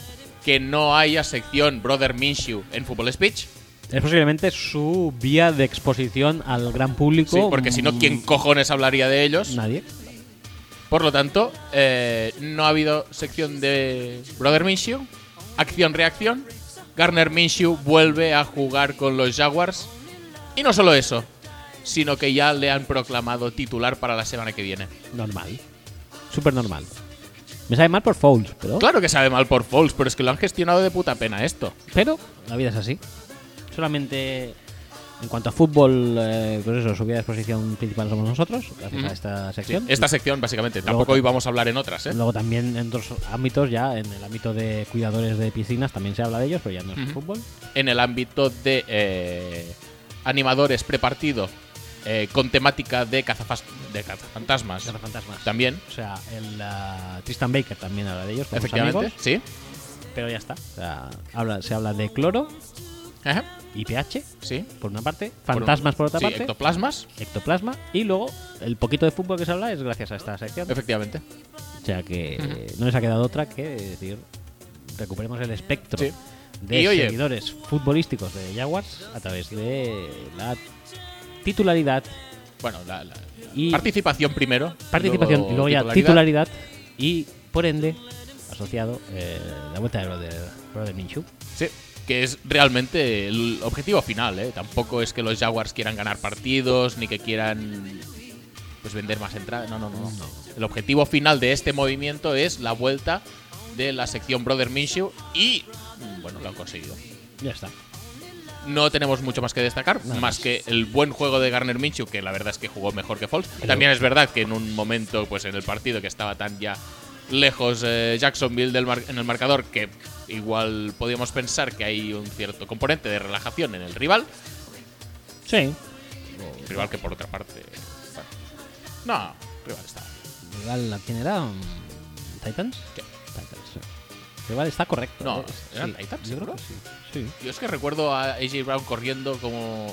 [SPEAKER 2] que no haya sección Brother Minshew en Football Speech,
[SPEAKER 1] Es posiblemente su vía de exposición al gran público.
[SPEAKER 2] sí, porque si no,
[SPEAKER 1] Mm,
[SPEAKER 2] ¿quién cojones hablaría de ellos?
[SPEAKER 1] Nadie.
[SPEAKER 2] Por lo tanto, eh, no ha habido sección de Brother Minshew, acción-reacción. Garner Minshew vuelve a jugar con los Jaguars. Y no solo eso, sino que ya le han proclamado titular para la semana que viene.
[SPEAKER 1] Normal. Súper normal. Me sabe mal por Fouls, pero.
[SPEAKER 2] Claro que sabe mal por Foles, pero es que lo han gestionado de puta pena esto.
[SPEAKER 1] Pero la vida es así. Solamente en cuanto a fútbol, eh, pues eso, su vía de exposición principal somos nosotros, gracias a esta
[SPEAKER 2] Sí,
[SPEAKER 1] sección.
[SPEAKER 2] esta sección, básicamente.
[SPEAKER 1] Luego-
[SPEAKER 2] Tampoco hoy vamos a hablar en otras, ¿eh?
[SPEAKER 1] Luego también en otros ámbitos, ya en el ámbito de cuidadores de piscinas también se habla de ellos, pero ya no es
[SPEAKER 2] Ujú.
[SPEAKER 1] fútbol.
[SPEAKER 2] en el ámbito de eh, animadores prepartido eh, con temática de, cazafas- de cazafantasmas.
[SPEAKER 1] Cazafantasmas.
[SPEAKER 2] También,
[SPEAKER 1] O sea, el ah, Tristan Baker también habla de ellos, con sus
[SPEAKER 2] efectivamente.
[SPEAKER 1] amigos,
[SPEAKER 2] Sí.
[SPEAKER 1] pero ya está. O sea, habla, se habla de cloro
[SPEAKER 2] Ajá,
[SPEAKER 1] y pH,
[SPEAKER 2] Sí.
[SPEAKER 1] por una parte,
[SPEAKER 2] Por un-
[SPEAKER 1] fantasmas por, otra
[SPEAKER 2] sí,
[SPEAKER 1] parte,
[SPEAKER 2] Ectoplasmas,
[SPEAKER 1] ectoplasma, y luego el poquito de fútbol que se habla es gracias a esta
[SPEAKER 2] Eh.
[SPEAKER 1] sección.
[SPEAKER 2] efectivamente.
[SPEAKER 1] O sea que eh, no les ha quedado otra que decir, recuperemos el espectro
[SPEAKER 2] Sí.
[SPEAKER 1] de
[SPEAKER 2] Y, oye-
[SPEAKER 1] seguidores futbolísticos de Jaguars a través de la titularidad,
[SPEAKER 2] Bueno, la, la-
[SPEAKER 1] Y-
[SPEAKER 2] participación primero.
[SPEAKER 1] participación y luego ya titularidad y por ende asociado eh, la vuelta de Brother, brother Minshew.
[SPEAKER 2] Sí, que es realmente el objetivo final, ¿eh? Tampoco es que los Jaguars quieran ganar partidos ni que quieran pues vender más entradas. No, no, no, no. El objetivo final de este movimiento es la vuelta de la sección Brother Minshew y mm, bueno, lo han conseguido.
[SPEAKER 1] Ya está.
[SPEAKER 2] No tenemos mucho más que destacar,
[SPEAKER 1] Nada
[SPEAKER 2] más
[SPEAKER 1] más.
[SPEAKER 2] que el buen juego de Garner Minshew, que la verdad es que jugó mejor que Foles. También es verdad que en un momento, pues en el partido que estaba tan ya lejos eh, Jacksonville del mar- en el marcador, que igual podíamos pensar que hay un cierto componente de relajación en el rival,
[SPEAKER 1] Sí,
[SPEAKER 2] rival que por otra parte. bueno, no, rival está.
[SPEAKER 1] rival ¿a quién era? Titans.
[SPEAKER 2] Sí.
[SPEAKER 1] Titans. sí. Rival está correcto.
[SPEAKER 2] No,
[SPEAKER 1] ¿eh?
[SPEAKER 2] ¿eran
[SPEAKER 1] Sí,
[SPEAKER 2] Titans,
[SPEAKER 1] Yo creo
[SPEAKER 2] seguro?
[SPEAKER 1] que sí. Sí.
[SPEAKER 2] Yo es que recuerdo a AJ Brown corriendo como.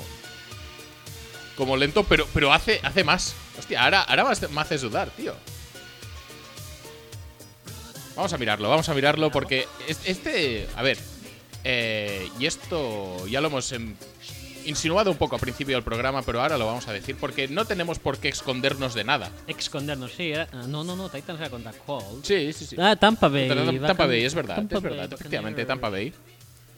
[SPEAKER 2] como lento, pero, pero hace, hace más. Hostia, ahora, ahora más- me hace dudar, tío. Vamos a mirarlo, vamos a mirarlo porque es- este. A ver. eh, y esto ya lo hemos em, insinuado un poco al principio del programa, pero ahora lo vamos a decir porque no tenemos por qué escondernos de nada.
[SPEAKER 1] Escondernos, sí. era- ah, no, no, no, Titans era contra Colts.
[SPEAKER 2] Sí, sí, sí.
[SPEAKER 1] Ah, Tampa Bay.
[SPEAKER 2] Tampa, Tampa Bay, es verdad,
[SPEAKER 1] Tampa
[SPEAKER 2] es
[SPEAKER 1] Bay,
[SPEAKER 2] verdad,
[SPEAKER 1] Buccaneers.
[SPEAKER 2] efectivamente, Tampa Bay.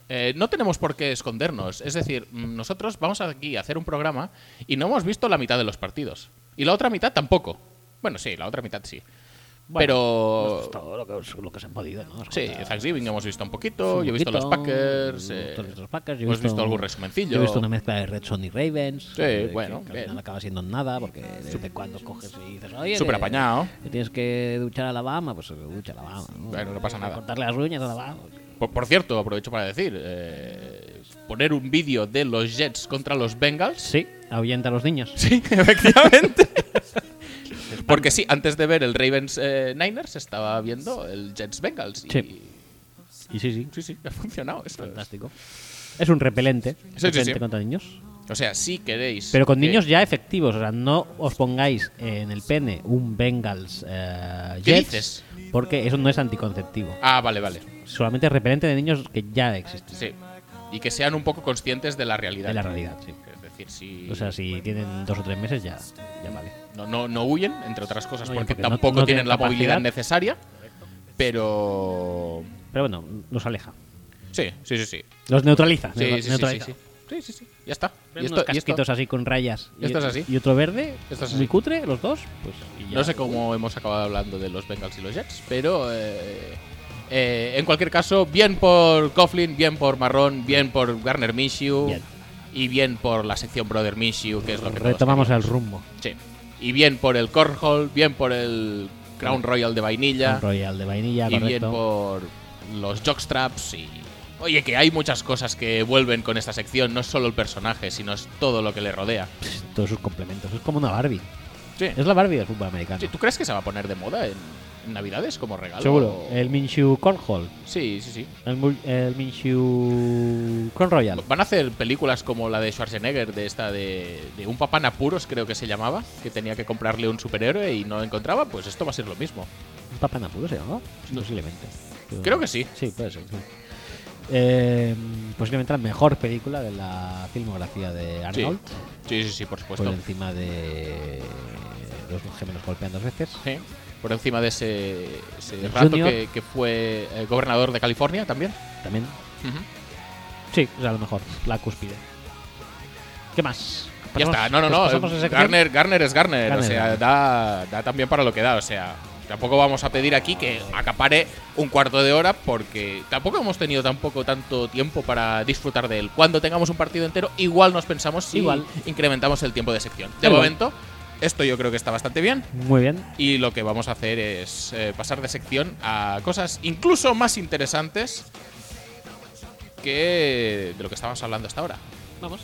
[SPEAKER 2] Eh, no tenemos por qué escondernos. Es decir, mm, nosotros vamos aquí a hacer un programa y no hemos visto la mitad de los partidos. Y la otra mitad tampoco. Bueno, sí, la otra mitad sí.
[SPEAKER 1] Bueno, pues
[SPEAKER 2] Pero.
[SPEAKER 1] todo lo que, lo que se han podido, ¿no? Es
[SPEAKER 2] Sí,
[SPEAKER 1] contra-
[SPEAKER 2] Thanksgiving hemos visto un
[SPEAKER 1] un
[SPEAKER 2] poquito. Yo he visto los
[SPEAKER 1] poquito,
[SPEAKER 2] Packers.
[SPEAKER 1] he
[SPEAKER 2] eh,
[SPEAKER 1] visto los Packers, yo he
[SPEAKER 2] hemos visto algún
[SPEAKER 1] Yo
[SPEAKER 2] resumencillo.
[SPEAKER 1] he visto una mezcla de Red Son y Ravens.
[SPEAKER 2] Sí, bueno,
[SPEAKER 1] Que, al
[SPEAKER 2] bien.
[SPEAKER 1] final acaba siendo nada, porque de vez en cuando coges y dices, oye. que-
[SPEAKER 2] Súper apañado.
[SPEAKER 1] que tienes que duchar a la Bahama, pues ducha a la Bahama.
[SPEAKER 2] Bueno, no pasa nada.
[SPEAKER 1] Cortarle las uñas a la Bahama.
[SPEAKER 2] Por, por cierto, aprovecho para decir: eh, poner un vídeo de los Jets contra los Bengals.
[SPEAKER 1] Sí, ahuyenta a los niños.
[SPEAKER 2] Sí, efectivamente. Porque sí, antes de ver el Ravens eh, Niners estaba viendo el Jets Bengals. Y,
[SPEAKER 1] Sí. Y sí, sí.
[SPEAKER 2] sí, sí, ha funcionado. Eso es.
[SPEAKER 1] Fantástico. Es un repelente.
[SPEAKER 2] sí,
[SPEAKER 1] repelente
[SPEAKER 2] sí.
[SPEAKER 1] contra niños.
[SPEAKER 2] O sea, si queréis.
[SPEAKER 1] Pero con
[SPEAKER 2] que-
[SPEAKER 1] niños ya efectivos, o sea, no os pongáis en el pene un Bengals eh,
[SPEAKER 2] ¿Qué
[SPEAKER 1] Jets,
[SPEAKER 2] dices?
[SPEAKER 1] porque eso no es anticonceptivo.
[SPEAKER 2] Ah, vale, vale.
[SPEAKER 1] Solamente es referente de niños que ya existen
[SPEAKER 2] Sí. Y que sean un poco conscientes de la realidad.
[SPEAKER 1] en la realidad. Sí.
[SPEAKER 2] Es decir, si.
[SPEAKER 1] O sea, si tienen dos o tres meses ya, ya vale.
[SPEAKER 2] no, no, no huyen, entre otras cosas,
[SPEAKER 1] No huyen
[SPEAKER 2] porque,
[SPEAKER 1] porque no-
[SPEAKER 2] tampoco
[SPEAKER 1] no
[SPEAKER 2] tienen
[SPEAKER 1] tienen
[SPEAKER 2] la movilidad
[SPEAKER 1] capacidad.
[SPEAKER 2] necesaria. Pero.
[SPEAKER 1] Pero bueno, nos aleja.
[SPEAKER 2] Sí, sí, sí, sí.
[SPEAKER 1] Los neutraliza.
[SPEAKER 2] Sí,
[SPEAKER 1] neu-
[SPEAKER 2] sí, sí, sí,
[SPEAKER 1] neutraliza.
[SPEAKER 2] sí. Sí, sí, sí. Ya está.
[SPEAKER 1] Pero unos
[SPEAKER 2] Y esto, y esto-
[SPEAKER 1] casquitos así con rayas. y-
[SPEAKER 2] Esto es así.
[SPEAKER 1] Y otro verde.
[SPEAKER 2] Esto es así.
[SPEAKER 1] Muy cutre, los dos. Pues y ya.
[SPEAKER 2] no sé cómo hemos acabado hablando de los Bengals y los Jets, pero eh, eh, en cualquier caso, bien por Coughlin, bien por Marrón, bien por Garner Minshew
[SPEAKER 1] Bien.
[SPEAKER 2] y bien por la sección Brother Minshew, que es lo que todos
[SPEAKER 1] Retomamos el rumbo.
[SPEAKER 2] queremos. Sí. Y bien por el Cornhole, bien por el Crown Royal de vainilla
[SPEAKER 1] Un Royal de vainilla,
[SPEAKER 2] y bien
[SPEAKER 1] correcto.
[SPEAKER 2] por los jockstraps y oye que hay muchas cosas que vuelven con esta sección, no es solo el personaje, sino es todo lo que le rodea.
[SPEAKER 1] Todos sus complementos. Es como una Barbie.
[SPEAKER 2] Sí.
[SPEAKER 1] Es la Barbie del fútbol americano.
[SPEAKER 2] Sí, ¿Tú crees que se va a poner de moda en, en Navidades como regalo?
[SPEAKER 1] Seguro. El Minshew Cornhole.
[SPEAKER 2] Sí, sí, sí.
[SPEAKER 1] El, mul- el Minshew Crown Royal.
[SPEAKER 2] Van a hacer películas como la de Schwarzenegger, de esta de, de un papá en apuros, creo que se llamaba, que tenía que comprarle un superhéroe y no encontraba, pues esto va a ser lo mismo.
[SPEAKER 1] ¿Un papá Napuro se llamaba? Posiblemente. Pero-
[SPEAKER 2] Creo que sí.
[SPEAKER 1] Sí, puede ser. sí. Eh, posiblemente la mejor película de la filmografía de
[SPEAKER 2] Sí,
[SPEAKER 1] Arnold.
[SPEAKER 2] sí, sí, sí, por
[SPEAKER 1] Por
[SPEAKER 2] supuesto.
[SPEAKER 1] encima de los gemelos golpean dos veces.
[SPEAKER 2] Sí, Por encima de ese, ese
[SPEAKER 1] El
[SPEAKER 2] rato
[SPEAKER 1] Junior.
[SPEAKER 2] que, que fue eh, gobernador de California también.
[SPEAKER 1] También.
[SPEAKER 2] Ujú.
[SPEAKER 1] Sí, o sea, a lo mejor. La cúspide. ¿Qué más?
[SPEAKER 2] Ya
[SPEAKER 1] ¿Pasamos-
[SPEAKER 2] está, no, no,
[SPEAKER 1] pasamos
[SPEAKER 2] no.
[SPEAKER 1] a sección?
[SPEAKER 2] Garner, Garner es Garner, o
[SPEAKER 1] Garner,
[SPEAKER 2] sea,
[SPEAKER 1] Garner.
[SPEAKER 2] da, da también para lo que da, o sea, tampoco vamos a pedir aquí que acapare un cuarto de hora porque tampoco hemos tenido tampoco tanto tiempo para disfrutar de él. Cuando tengamos un partido entero, igual nos pensamos si
[SPEAKER 1] Igual.
[SPEAKER 2] incrementamos el tiempo de sección. De
[SPEAKER 1] Igual.
[SPEAKER 2] momento, esto yo creo que está bastante bien.
[SPEAKER 1] Muy bien.
[SPEAKER 2] Y lo que vamos a hacer es eh, pasar de sección a cosas incluso más interesantes que de lo que estábamos hablando hasta ahora.
[SPEAKER 1] Vamos.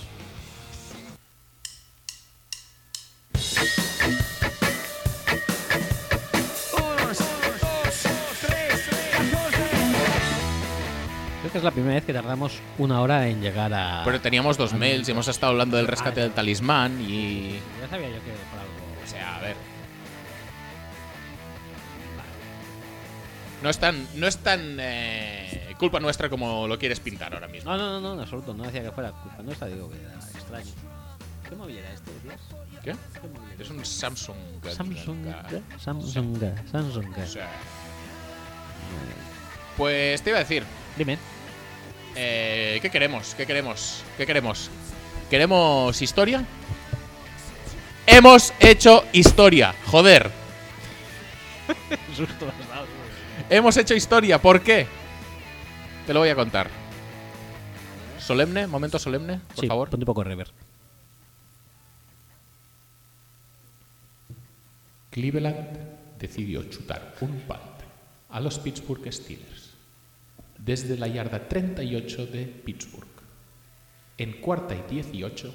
[SPEAKER 1] Creo que es la primera vez que tardamos una hora en llegar a.
[SPEAKER 2] Pero teníamos dos mails y hemos estado hablando del rescate del talismán y.
[SPEAKER 1] Ya sabía yo que por algo.
[SPEAKER 2] O sea, a ver. No es tan, no es tan eh, culpa nuestra como lo quieres pintar ahora mismo.
[SPEAKER 1] No, no, no, no, en absoluto. No decía que fuera culpa nuestra, digo que era extraño. ¿Qué móvil era este, Dios?
[SPEAKER 2] ¿Qué? Es un Samsung.
[SPEAKER 1] Samsung. Samsung. Samsung.
[SPEAKER 2] O sea. Pues te iba a decir,
[SPEAKER 1] Dime.
[SPEAKER 2] eh, ¿qué queremos? ¿Qué queremos? ¿Qué queremos? ¿Queremos historia? Hemos hecho historia, joder.
[SPEAKER 1] Susto me has dado.
[SPEAKER 2] Hemos hecho historia, ¿por qué? Te lo voy a contar. Solemne, momento solemne, por
[SPEAKER 1] Sí,
[SPEAKER 2] favor.
[SPEAKER 1] Ponte un poco rever.
[SPEAKER 2] Cleveland decidió chutar un punt a los Pittsburgh Steelers desde la yarda 38 de Pittsburgh. En cuarta y 18,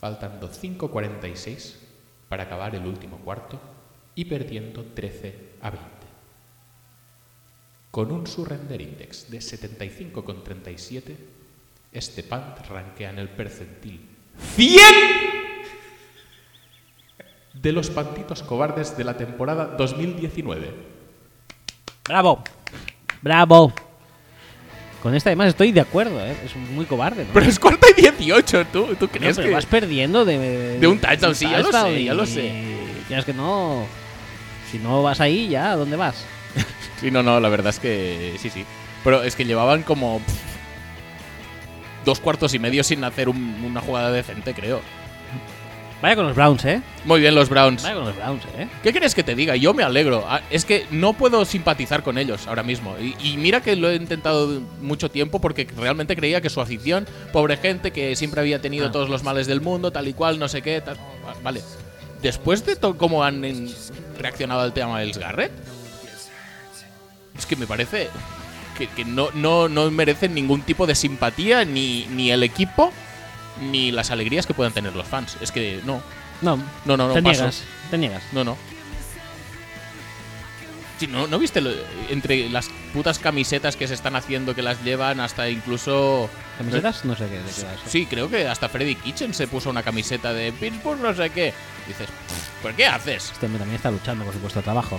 [SPEAKER 2] faltando 5.46 para acabar el último cuarto y perdiendo 13 a 20. Con un surrender index de 75,37, este punt rankea en el percentil 100 de los pantitos cobardes de la temporada 2019.
[SPEAKER 1] ¡Bravo! ¡Bravo! Con esta, además, estoy de acuerdo, ¿eh? Es muy cobarde, ¿no?
[SPEAKER 2] Pero es cuarta y 18, ¿tú, tú
[SPEAKER 1] No,
[SPEAKER 2] crees
[SPEAKER 1] pero
[SPEAKER 2] que...?
[SPEAKER 1] vas perdiendo de,
[SPEAKER 2] De un touchdown, sí, ya lo
[SPEAKER 1] touchdown
[SPEAKER 2] sé, ya lo
[SPEAKER 1] y-
[SPEAKER 2] sé.
[SPEAKER 1] Ya es que no. Si no vas ahí, ya, ¿a dónde vas?
[SPEAKER 2] Sí, no, no, la verdad es que sí, sí. Pero es que llevaban como pff, dos cuartos y medio sin hacer un- una jugada decente, creo.
[SPEAKER 1] Vaya con los Browns, ¿eh?
[SPEAKER 2] Muy bien los Browns.
[SPEAKER 1] Vaya con los Browns, ¿eh?
[SPEAKER 2] ¿Qué quieres que te diga? Yo me alegro. Ah, Es que no puedo simpatizar con ellos ahora mismo. Y, y mira que lo he intentado mucho tiempo porque realmente creía que su afición, pobre gente que siempre había tenido
[SPEAKER 1] Ah.
[SPEAKER 2] todos los males del mundo, tal y cual, no sé qué, tal. Ah, Vale. Después de to- cómo han en- reaccionado al tema del Garrett, es que me parece que, que no, no, no merecen ningún tipo de simpatía ni, ni el equipo ni las alegrías que puedan tener los fans. Es que no,
[SPEAKER 1] No,
[SPEAKER 2] no, no, no.
[SPEAKER 1] te
[SPEAKER 2] paso.
[SPEAKER 1] niegas, te niegas.
[SPEAKER 2] No, no. Sí, ¿no, ¿No viste lo- entre las putas camisetas que se están haciendo, que las llevan hasta incluso
[SPEAKER 1] ¿Camisetas? No sé qué, de qué va eso.
[SPEAKER 2] Sí, creo que hasta Freddy Kitchen se puso una camiseta de Pittsburgh, no sé qué. Dices, ¿por qué haces?
[SPEAKER 1] Este hombre también está luchando por supuesto trabajo.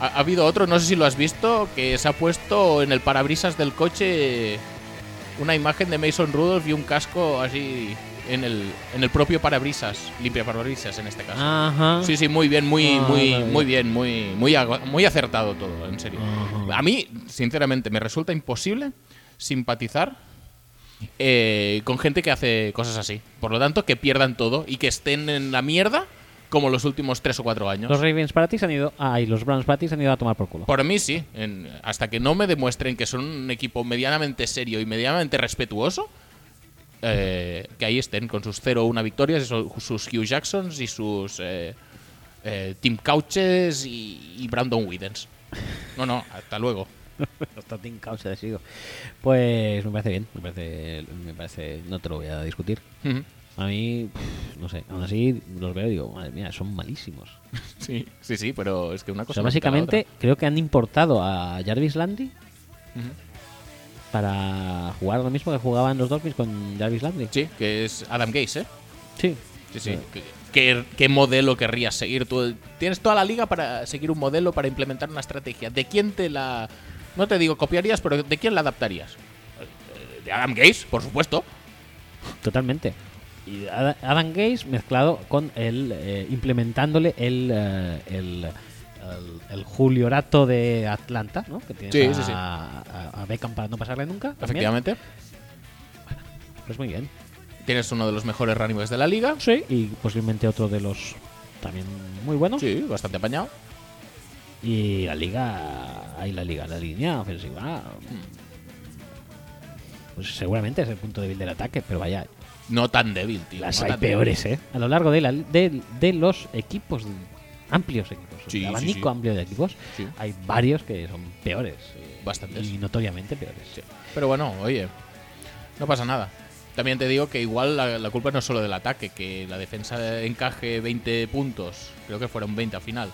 [SPEAKER 2] Ha, ha habido otro, no sé si lo has visto, que se ha puesto en el parabrisas del coche una imagen de Mason Rudolph y un casco así en el, en el propio parabrisas, limpia parabrisas en este
[SPEAKER 1] Ah,
[SPEAKER 2] caso.
[SPEAKER 1] Ajá.
[SPEAKER 2] Sí, sí, muy bien, muy,
[SPEAKER 1] Ah,
[SPEAKER 2] muy,
[SPEAKER 1] vale.
[SPEAKER 2] muy bien, muy, muy, ago- muy acertado todo, en serio. A mí, sinceramente, me resulta imposible simpatizar eh, con gente que hace cosas así. Por lo tanto, que pierdan todo y que estén en la mierda como los últimos tres o cuatro años.
[SPEAKER 1] Los Ravens para ti se han ido. Ah, y los Browns para ti se han ido a tomar por culo.
[SPEAKER 2] Por mí sí, En- hasta que no me demuestren que son un equipo medianamente serio y medianamente respetuoso, eh, que ahí estén con sus 0-1 victorias, y su- sus Hugh Jacksons y sus eh, eh, Tim Couches y, y Brandon Whedons. No, no, hasta luego.
[SPEAKER 1] Está Tim Couch ha decidido. Pues me parece bien, me parece, me parece. No te lo voy a discutir.
[SPEAKER 2] Ujú.
[SPEAKER 1] A mí, pff, no sé, aún así los veo y digo, madre mía, son malísimos.
[SPEAKER 2] Sí, sí, sí, pero es que una
[SPEAKER 1] O
[SPEAKER 2] cosa.
[SPEAKER 1] sea,
[SPEAKER 2] no quita la
[SPEAKER 1] básicamente creo que han importado a Jarvis Landy
[SPEAKER 2] Ujú.
[SPEAKER 1] para jugar lo mismo que jugaban los Dolphins con Jarvis Landy.
[SPEAKER 2] otra. Sí, que es Adam Gaze, ¿eh?
[SPEAKER 1] Sí.
[SPEAKER 2] Sí, sí. ¿Qué- ¿Qué, qué modelo querrías seguir? Tú tienes toda la liga para seguir un modelo, para implementar una estrategia. ¿De quién te la... No te digo copiarías, pero ¿de quién la adaptarías? Eh, De Adam Gaze, por supuesto.
[SPEAKER 1] Totalmente. Y Ad- Adam Gaze mezclado con el. eh, implementándole el. eh, el el, el Juliorato de Atlanta, ¿no? Que tienes
[SPEAKER 2] Sí,
[SPEAKER 1] a,
[SPEAKER 2] sí, sí.
[SPEAKER 1] a- a Beckham para no pasarle nunca. también.
[SPEAKER 2] Efectivamente.
[SPEAKER 1] Pues muy bien.
[SPEAKER 2] Tienes uno de los mejores running backs de la liga.
[SPEAKER 1] Sí. Y posiblemente otro de los también muy buenos.
[SPEAKER 2] Sí, bastante apañado.
[SPEAKER 1] Y la liga, ahí la liga, la línea ofensiva.
[SPEAKER 2] Hmm.
[SPEAKER 1] Pues seguramente es el punto débil del ataque, pero vaya,
[SPEAKER 2] No tan débil, tío.
[SPEAKER 1] las
[SPEAKER 2] no
[SPEAKER 1] hay
[SPEAKER 2] tan débil.
[SPEAKER 1] peores, ¿eh? A lo largo de, la, de, de los equipos, amplios equipos,
[SPEAKER 2] Sí,
[SPEAKER 1] el
[SPEAKER 2] sí,
[SPEAKER 1] abanico
[SPEAKER 2] sí.
[SPEAKER 1] amplio de equipos,
[SPEAKER 2] Sí.
[SPEAKER 1] hay varios que son peores. eh,
[SPEAKER 2] Bastantes.
[SPEAKER 1] Y notoriamente peores.
[SPEAKER 2] Sí. Pero bueno, oye, no pasa nada. También te digo que igual la, la culpa no es solo del ataque, que la defensa encaje 20 puntos, creo que fueron 20 al final,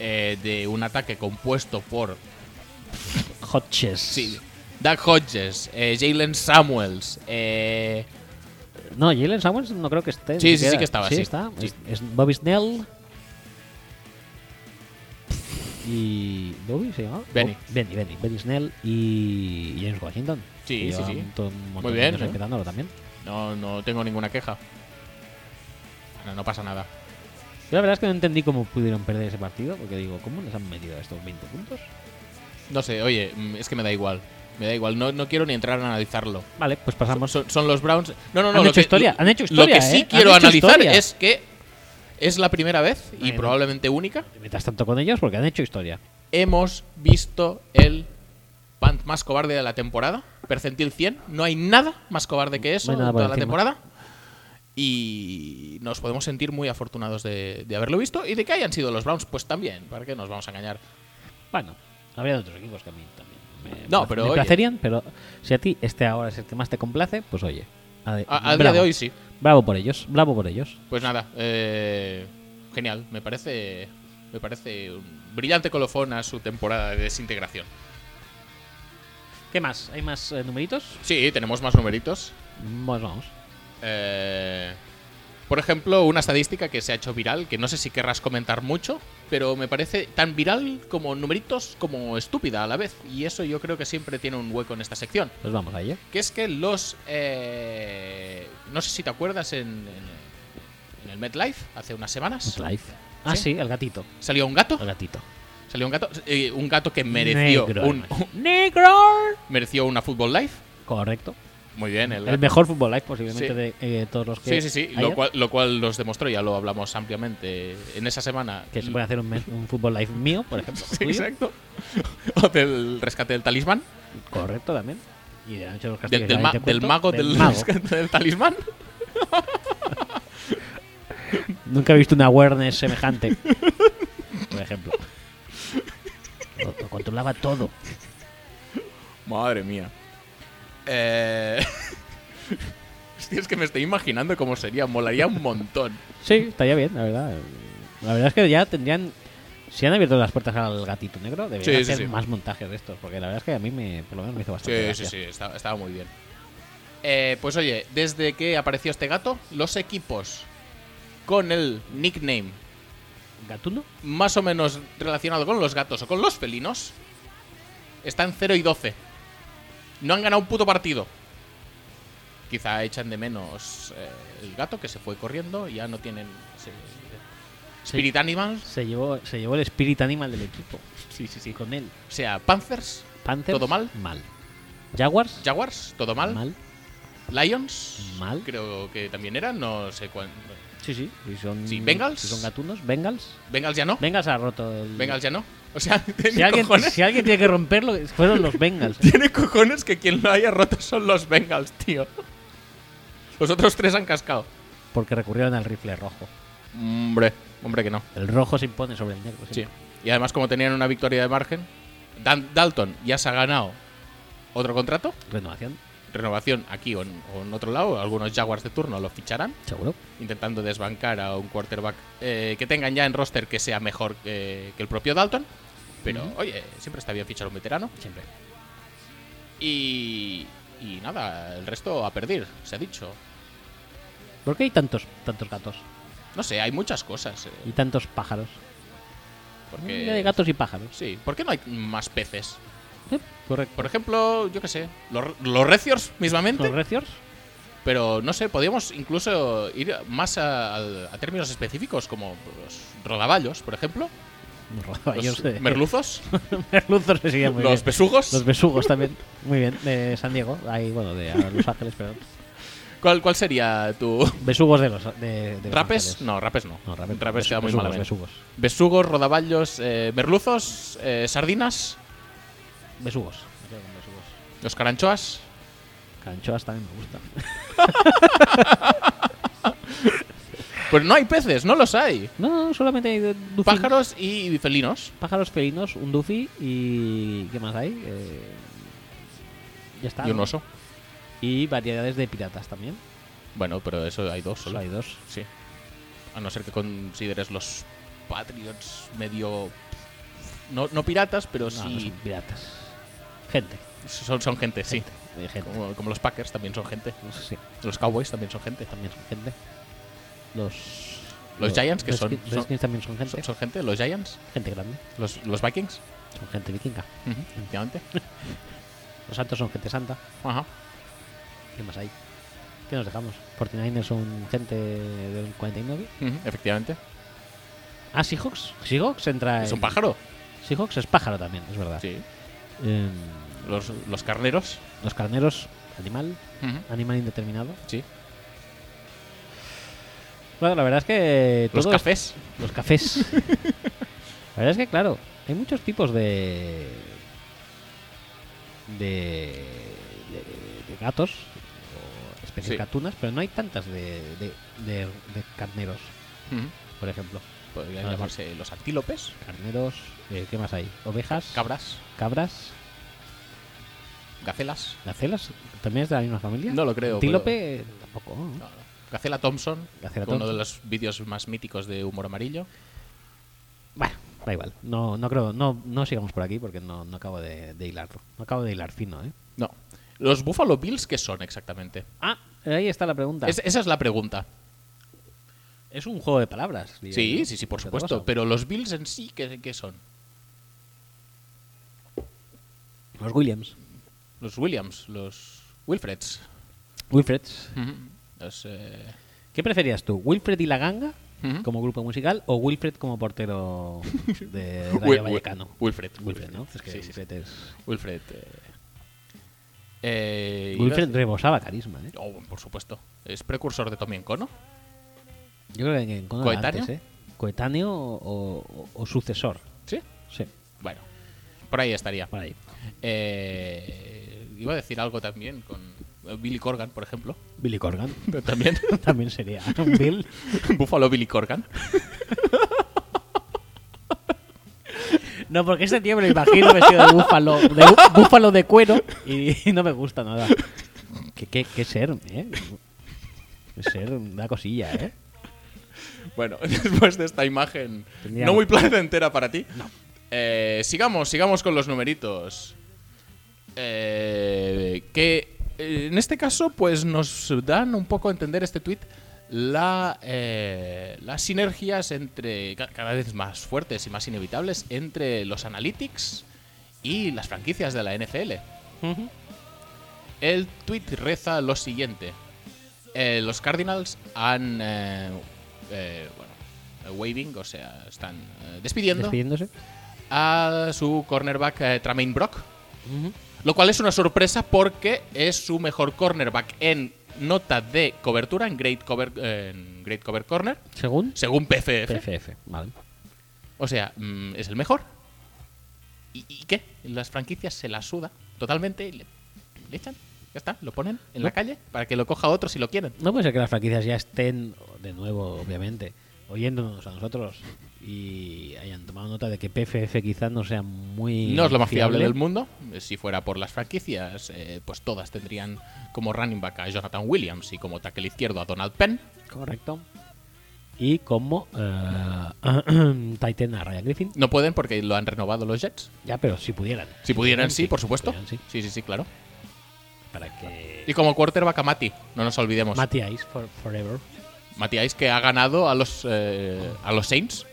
[SPEAKER 2] eh, de un ataque compuesto por
[SPEAKER 1] Hodges.
[SPEAKER 2] sí, Doug Hodges, eh, Jalen Samuels, eh,
[SPEAKER 1] No, Jalen Samuels no creo que esté. ni
[SPEAKER 2] Sí, sí, sí
[SPEAKER 1] siquiera.
[SPEAKER 2] que estaba, sí.
[SPEAKER 1] está.
[SPEAKER 2] Sí.
[SPEAKER 1] Es, es Bobby Snell. Y. ¿Bobby se llamaba?
[SPEAKER 2] Benny.
[SPEAKER 1] Bo- Benny, Benny. Benny Snell y James Washington.
[SPEAKER 2] Sí,
[SPEAKER 1] que
[SPEAKER 2] sí,
[SPEAKER 1] llevan
[SPEAKER 2] sí.
[SPEAKER 1] todo un montón
[SPEAKER 2] Muy
[SPEAKER 1] de
[SPEAKER 2] bien,
[SPEAKER 1] años
[SPEAKER 2] ¿eh?
[SPEAKER 1] respetándolo también.
[SPEAKER 2] no, no tengo ninguna queja. No, no pasa nada.
[SPEAKER 1] Yo la verdad es que no entendí cómo pudieron perder ese partido, porque digo, ¿cómo les han metido estos 20 puntos?
[SPEAKER 2] No sé, oye, mm, es que me da igual. Me da igual, no, no quiero ni entrar a analizarlo.
[SPEAKER 1] Vale, pues pasamos.
[SPEAKER 2] Son, son los Browns. No, no, no.
[SPEAKER 1] Han
[SPEAKER 2] lo
[SPEAKER 1] hecho
[SPEAKER 2] que-
[SPEAKER 1] historia,
[SPEAKER 2] lo-
[SPEAKER 1] han hecho
[SPEAKER 2] Lo
[SPEAKER 1] historia,
[SPEAKER 2] que sí
[SPEAKER 1] ¿eh?
[SPEAKER 2] quiero
[SPEAKER 1] Han hecho
[SPEAKER 2] analizar
[SPEAKER 1] historia.
[SPEAKER 2] es que es la primera vez y
[SPEAKER 1] Bueno.
[SPEAKER 2] probablemente única.
[SPEAKER 1] Te metas tanto con ellos porque han hecho historia.
[SPEAKER 2] Hemos visto el punt más cobarde de la temporada. Percentil 100. No hay nada más cobarde que
[SPEAKER 1] No
[SPEAKER 2] eso
[SPEAKER 1] hay nada
[SPEAKER 2] en
[SPEAKER 1] por
[SPEAKER 2] toda la
[SPEAKER 1] encima.
[SPEAKER 2] temporada. Y nos podemos sentir muy afortunados de, de haberlo visto y de que hayan sido los Browns, pues también. ¿Para qué nos vamos a engañar?
[SPEAKER 1] Bueno, habría otros equipos que a mí también. me-
[SPEAKER 2] No,
[SPEAKER 1] me-
[SPEAKER 2] pero
[SPEAKER 1] Me
[SPEAKER 2] oye.
[SPEAKER 1] placerían, pero si a ti este ahora es el que más te complace, pues oye. ade-
[SPEAKER 2] A, a día
[SPEAKER 1] bravo.
[SPEAKER 2] de hoy sí.
[SPEAKER 1] Bravo por ellos, bravo por ellos.
[SPEAKER 2] Pues nada, eh, genial. Me parece, me parece un brillante colofón a su temporada de desintegración.
[SPEAKER 1] ¿Qué más? ¿Hay más eh, numeritos?
[SPEAKER 2] Sí, tenemos más numeritos.
[SPEAKER 1] Pues vamos.
[SPEAKER 2] Eh, por ejemplo, una estadística que se ha hecho viral, que no sé si querrás comentar mucho, pero me parece tan viral como numeritos como estúpida a la vez. Y eso yo creo que siempre tiene un hueco en esta sección.
[SPEAKER 1] Pues vamos a ello.
[SPEAKER 2] Que es que los... eh, no sé si te acuerdas en, en- en el MetLife, hace unas semanas,
[SPEAKER 1] Live. Ah,
[SPEAKER 2] ¿Sí?
[SPEAKER 1] sí, el gatito.
[SPEAKER 2] salió un gato.
[SPEAKER 1] El gatito.
[SPEAKER 2] Salió un gato, eh, un gato que mereció,
[SPEAKER 1] Negro,
[SPEAKER 2] un-
[SPEAKER 1] además. ¡Negro!
[SPEAKER 2] mereció una Football Live.
[SPEAKER 1] Correcto.
[SPEAKER 2] Muy bien, el,
[SPEAKER 1] El mejor fútbol live posiblemente
[SPEAKER 2] Sí.
[SPEAKER 1] de eh, todos los que.
[SPEAKER 2] Sí, sí, sí,
[SPEAKER 1] haya,
[SPEAKER 2] lo cual, lo cual los demostró, ya lo hablamos ampliamente en esa semana.
[SPEAKER 1] Que se puede hacer un, mes- un fútbol live mío, por ejemplo.
[SPEAKER 2] Sí,
[SPEAKER 1] tuyo.
[SPEAKER 2] exacto. O del rescate del talismán.
[SPEAKER 1] Correcto también. Y de la noche de los
[SPEAKER 2] Del,
[SPEAKER 1] castillos.
[SPEAKER 2] del
[SPEAKER 1] ya
[SPEAKER 2] ma-
[SPEAKER 1] te
[SPEAKER 2] del
[SPEAKER 1] cuento.
[SPEAKER 2] mago del,
[SPEAKER 1] Del mago.
[SPEAKER 2] rescate del talismán.
[SPEAKER 1] Nunca he visto una awareness semejante. Por ejemplo. Lo, lo controlaba todo.
[SPEAKER 2] Madre mía. Eh... Hostia, es que me estoy imaginando cómo sería. Molaría un montón.
[SPEAKER 1] Sí, estaría bien, la verdad. La verdad es que ya tendrían Si han abierto las puertas al gatito negro, deberían
[SPEAKER 2] Sí, sí,
[SPEAKER 1] hacer
[SPEAKER 2] sí.
[SPEAKER 1] más montajes de estos, porque la verdad es que a mí me, por lo menos me hizo
[SPEAKER 2] Sí,
[SPEAKER 1] bastante
[SPEAKER 2] sí,
[SPEAKER 1] gracia.
[SPEAKER 2] sí, estaba, estaba muy bien. Eh, pues oye, desde que apareció este gato, los equipos con el nickname
[SPEAKER 1] ¿Gatuno?
[SPEAKER 2] más o menos relacionado con los gatos o con los felinos están 0 y 12. No han ganado un puto partido. Quizá echan de menos eh, el gato que se fue corriendo, ya no tienen ese- Spirit Animals,
[SPEAKER 1] Se llevó, se llevó el spirit animal del equipo.
[SPEAKER 2] Sí, sí, sí.
[SPEAKER 1] Con él.
[SPEAKER 2] o sea, Panthers,
[SPEAKER 1] Panthers.
[SPEAKER 2] Todo mal.
[SPEAKER 1] Mal. Jaguars.
[SPEAKER 2] Jaguars, todo mal,
[SPEAKER 1] Mal.
[SPEAKER 2] Lions,
[SPEAKER 1] Mal.
[SPEAKER 2] creo que también eran, no sé cuál.
[SPEAKER 1] Sí, sí. Si son,
[SPEAKER 2] Sí, Bengals.
[SPEAKER 1] si son gatunos. Bengals.
[SPEAKER 2] Bengals ya no,
[SPEAKER 1] Bengals ha roto el.
[SPEAKER 2] Bengals ya no. O sea,
[SPEAKER 1] Si
[SPEAKER 2] tiene
[SPEAKER 1] alguien,
[SPEAKER 2] cojones,
[SPEAKER 1] si alguien tiene que romperlo, fueron los Bengals.
[SPEAKER 2] tiene cojones que quien lo haya roto son los Bengals, tío. Los otros tres han cascado.
[SPEAKER 1] Porque recurrieron al rifle rojo.
[SPEAKER 2] Hombre, hombre que no.
[SPEAKER 1] El rojo se impone sobre el negro.
[SPEAKER 2] Sí. Y además, como tenían una victoria de margen, Dan- Dalton ya se ha ganado otro contrato,
[SPEAKER 1] Renovación,
[SPEAKER 2] renovación aquí o en, o en otro lado. Algunos Jaguars de turno lo ficharán,
[SPEAKER 1] seguro.
[SPEAKER 2] intentando desbancar a un quarterback eh, que tengan ya en roster que sea mejor que, que el propio Dalton. Pero, oye, siempre está bien fichar a un veterano.
[SPEAKER 1] Siempre.
[SPEAKER 2] Y, y nada, el resto a perder, se ha dicho.
[SPEAKER 1] ¿Por qué hay tantos, tantos gatos
[SPEAKER 2] No sé, hay muchas cosas. eh,
[SPEAKER 1] y tantos pájaros? Un día de
[SPEAKER 2] porque,
[SPEAKER 1] gatos y pájaros.
[SPEAKER 2] sí, ¿por qué no hay más peces?
[SPEAKER 1] Sí, correcto.
[SPEAKER 2] Por ejemplo, yo qué sé, los, los recios mismamente.
[SPEAKER 1] ¿Los reciors?
[SPEAKER 2] Pero no sé, podríamos incluso ir más a, a- a términos específicos como los rodaballos, por ejemplo,
[SPEAKER 1] Rodaballos,
[SPEAKER 2] los
[SPEAKER 1] eh.
[SPEAKER 2] merluzos,
[SPEAKER 1] merluzos me sería muy
[SPEAKER 2] los
[SPEAKER 1] bien.
[SPEAKER 2] besugos.
[SPEAKER 1] Los besugos también. Muy bien, de San Diego. Ahí, bueno, de a Los Ángeles, perdón.
[SPEAKER 2] ¿Cuál, ¿Cuál sería tu
[SPEAKER 1] Besugos de los. De, de Los
[SPEAKER 2] rapes?
[SPEAKER 1] Ángeles.
[SPEAKER 2] No, rapes no.
[SPEAKER 1] No, rapes,
[SPEAKER 2] rapes
[SPEAKER 1] bes-
[SPEAKER 2] queda muy
[SPEAKER 1] besugos,
[SPEAKER 2] mal. ¿eh?
[SPEAKER 1] besugos.
[SPEAKER 2] Besugos, rodaballos, eh, merluzos, eh, sardinas,
[SPEAKER 1] Besugos. Me quedo con besugos.
[SPEAKER 2] los caranchoas.
[SPEAKER 1] Canchoas también me gusta.
[SPEAKER 2] Pues no hay peces, no los hay.
[SPEAKER 1] No, solamente hay de- dufín.
[SPEAKER 2] Pájaros y felinos.
[SPEAKER 1] Pájaros felinos, un Duffy y. ¿Qué más hay? Eh, ya está.
[SPEAKER 2] Y un
[SPEAKER 1] ¿no?
[SPEAKER 2] oso.
[SPEAKER 1] Y variedades de piratas también.
[SPEAKER 2] Bueno, pero eso hay dos
[SPEAKER 1] Solo
[SPEAKER 2] solo.
[SPEAKER 1] hay dos.
[SPEAKER 2] Sí. A no ser que consideres los Patriots medio. No, no piratas, pero
[SPEAKER 1] No, no
[SPEAKER 2] sí.
[SPEAKER 1] son piratas. Gente.
[SPEAKER 2] son, son gente, sí.
[SPEAKER 1] Hay gente.
[SPEAKER 2] Como, como los Packers también son gente.
[SPEAKER 1] No sé si
[SPEAKER 2] Los Cowboys también son gente.
[SPEAKER 1] también son gente. Los.
[SPEAKER 2] Los Giants, que son-
[SPEAKER 1] Redskins-
[SPEAKER 2] son-
[SPEAKER 1] Redskins también son gente.
[SPEAKER 2] Son, son gente, los Giants,
[SPEAKER 1] gente grande.
[SPEAKER 2] los, los Vikings,
[SPEAKER 1] Son gente vikinga.
[SPEAKER 2] ujú, efectivamente.
[SPEAKER 1] Los santos son gente santa.
[SPEAKER 2] Ajá.
[SPEAKER 1] ¿Qué más hay? ¿Qué nos dejamos? 49ers son gente del 49.
[SPEAKER 2] ujú, Efectivamente.
[SPEAKER 1] Ah, Seahawks. Seahawks entra.
[SPEAKER 2] Es un
[SPEAKER 1] en-
[SPEAKER 2] pájaro.
[SPEAKER 1] Seahawks es pájaro también, es verdad.
[SPEAKER 2] Sí.
[SPEAKER 1] Eh,
[SPEAKER 2] Los, los carneros.
[SPEAKER 1] los carneros, animal.
[SPEAKER 2] ujú,
[SPEAKER 1] Animal indeterminado.
[SPEAKER 2] Sí.
[SPEAKER 1] Bueno, la verdad es que.
[SPEAKER 2] Los
[SPEAKER 1] todo es-
[SPEAKER 2] cafés.
[SPEAKER 1] Los cafés. La verdad es que, claro, hay muchos tipos de. de. de, de gatos, o especies
[SPEAKER 2] Sí.
[SPEAKER 1] gatunas, pero no hay tantas de, de, de- de carneros,
[SPEAKER 2] ujú,
[SPEAKER 1] por ejemplo.
[SPEAKER 2] Podrían
[SPEAKER 1] Ajá.
[SPEAKER 2] llamarse los antílopes,
[SPEAKER 1] Carneros, eh, ¿qué más hay? Ovejas,
[SPEAKER 2] cabras,
[SPEAKER 1] cabras,
[SPEAKER 2] gacelas.
[SPEAKER 1] gacelas, ¿también es de la misma familia?
[SPEAKER 2] No lo creo,
[SPEAKER 1] Antílope, tampoco. ¿no?
[SPEAKER 2] No, no. Gacela Thompson.
[SPEAKER 1] Gacela
[SPEAKER 2] Uno de
[SPEAKER 1] Thompson.
[SPEAKER 2] los vídeos más míticos de humor amarillo.
[SPEAKER 1] Bueno, da igual. No, no creo, no, no sigamos por aquí porque no, no acabo de, de hilarlo. No acabo de hilar fino, ¿eh?
[SPEAKER 2] No. ¿Los Buffalo Bills qué son exactamente?
[SPEAKER 1] Ah, ahí está la pregunta.
[SPEAKER 2] Es- esa es la pregunta.
[SPEAKER 1] Es un juego de palabras. diría
[SPEAKER 2] Sí,
[SPEAKER 1] yo.
[SPEAKER 2] sí, sí, por
[SPEAKER 1] Otra
[SPEAKER 2] supuesto.
[SPEAKER 1] cosa.
[SPEAKER 2] Pero los Bills en sí, ¿qué, qué son?
[SPEAKER 1] Los Williams.
[SPEAKER 2] Los Williams, los Wilfreds.
[SPEAKER 1] Wilfreds.
[SPEAKER 2] Ujú. Los, eh,
[SPEAKER 1] ¿Qué preferías tú? ¿Wilfred y la ganga
[SPEAKER 2] Ujú.
[SPEAKER 1] como grupo musical o Wilfred como portero de
[SPEAKER 2] Wil-
[SPEAKER 1] Rayo
[SPEAKER 2] Wil-
[SPEAKER 1] Vallecano?
[SPEAKER 2] Wilfred.
[SPEAKER 1] Wilfred, ¿no? Es que
[SPEAKER 2] Sí, sí, sí.
[SPEAKER 1] Wilfred es-
[SPEAKER 2] Wilfred. eh, eh, iba a
[SPEAKER 1] Wilfred
[SPEAKER 2] decir-
[SPEAKER 1] rebosaba carisma, ¿eh?
[SPEAKER 2] Oh, por supuesto. Es precursor de Tommy Encono.
[SPEAKER 1] Yo creo que en Conan
[SPEAKER 2] ¿Coetáneo?
[SPEAKER 1] antes, ¿eh? Coetáneo o, o- o sucesor.
[SPEAKER 2] Sí.
[SPEAKER 1] Sí,
[SPEAKER 2] Bueno, por ahí estaría.
[SPEAKER 1] por ahí.
[SPEAKER 2] Eh, iba a decir algo también con eh, Billy Corgan, por ejemplo.
[SPEAKER 1] Billy Corgan.
[SPEAKER 2] También.
[SPEAKER 1] También sería un Bill.
[SPEAKER 2] Buffalo Billy Corgan.
[SPEAKER 1] No, porque este tío me lo imagino vestido de búfalo, de bú- búfalo de cuero y, no me gusta nada. Qué, qué, qué ser, ¿eh? Qué ser una cosilla, ¿eh?
[SPEAKER 2] Bueno, después de esta imagen
[SPEAKER 1] Tendríamos-
[SPEAKER 2] no muy placentera para ti. eh, sigamos, sigamos con los numeritos. Eh, que eh, en este caso, pues nos dan un poco a entender este tweet la, eh, las sinergias entre ca- cada vez más fuertes y más inevitables entre los analytics y las franquicias de la NFL.
[SPEAKER 1] Ujú.
[SPEAKER 2] El tweet reza lo siguiente. Eh, los Cardinals han... eh, eh, bueno, eh, waving, o sea, están eh, despidiendo
[SPEAKER 1] Despidiéndose.
[SPEAKER 2] a su cornerback eh, Tremaine Brock. Lo cual es una sorpresa porque es su mejor cornerback en nota de cobertura, en Great Cover, eh, en great cover Corner,
[SPEAKER 1] Según
[SPEAKER 2] según PFF.
[SPEAKER 1] PFF. Vale.
[SPEAKER 2] O sea, mm, es el mejor. ¿Y, y qué? Las franquicias se la suda totalmente y le, le echan. Ya está, lo ponen en la calle para que lo coja otro si lo quieren.
[SPEAKER 1] No puede ser que las franquicias ya estén, de nuevo, obviamente, oyéndonos a nosotros y hayan tomado nota de que PFF quizás no sea muy.
[SPEAKER 2] No es lo más fiable
[SPEAKER 1] fiable.
[SPEAKER 2] del mundo. Si fuera por las franquicias, eh, pues todas tendrían como running back a Jonathan Williams y como tackle izquierdo a Donald Penn.
[SPEAKER 1] Correcto. Y como eh, Titan a Ryan Griffin.
[SPEAKER 2] No pueden porque lo han renovado los Jets.
[SPEAKER 1] Ya, pero si pudieran.
[SPEAKER 2] Si pudieran, sí, por
[SPEAKER 1] si
[SPEAKER 2] supuesto.
[SPEAKER 1] pudieran, sí.
[SPEAKER 2] Sí, sí, sí, claro.
[SPEAKER 1] Para que.
[SPEAKER 2] Y como quarterback a Mati, no nos olvidemos.
[SPEAKER 1] Matty Ice for- forever.
[SPEAKER 2] Matías que ha ganado a los, eh, a los Saints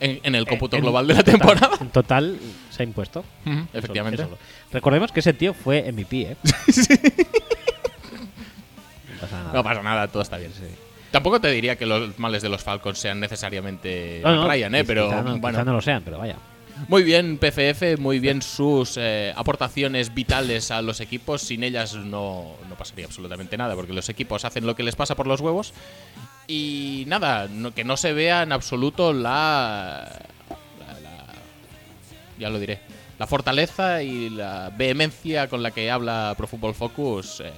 [SPEAKER 2] en, en el cómputo
[SPEAKER 1] Eh, En-
[SPEAKER 2] global de la
[SPEAKER 1] en total-
[SPEAKER 2] temporada.
[SPEAKER 1] En total se ha impuesto.
[SPEAKER 2] Ujú, Efectivamente.
[SPEAKER 1] Eso- eso lo- Recordemos que ese tío fue MVP, ¿eh? No pasa nada.
[SPEAKER 2] No pasa nada, todo está bien.
[SPEAKER 1] Sí.
[SPEAKER 2] Tampoco te diría que los males de los Falcons sean necesariamente
[SPEAKER 1] No, no,
[SPEAKER 2] Ryan, ¿eh?
[SPEAKER 1] quiz-
[SPEAKER 2] pero
[SPEAKER 1] quizá no, quizá
[SPEAKER 2] bueno.
[SPEAKER 1] no lo sean, pero vaya.
[SPEAKER 2] Muy bien, PFF, muy bien sus eh, aportaciones vitales a los equipos. Sin ellas no, no pasaría absolutamente nada, porque los equipos hacen lo que les pasa por los huevos. Y nada, no- que no se vea en absoluto la, la- la- Ya lo diré. La fortaleza y la vehemencia con la que habla Pro Football Focus eh,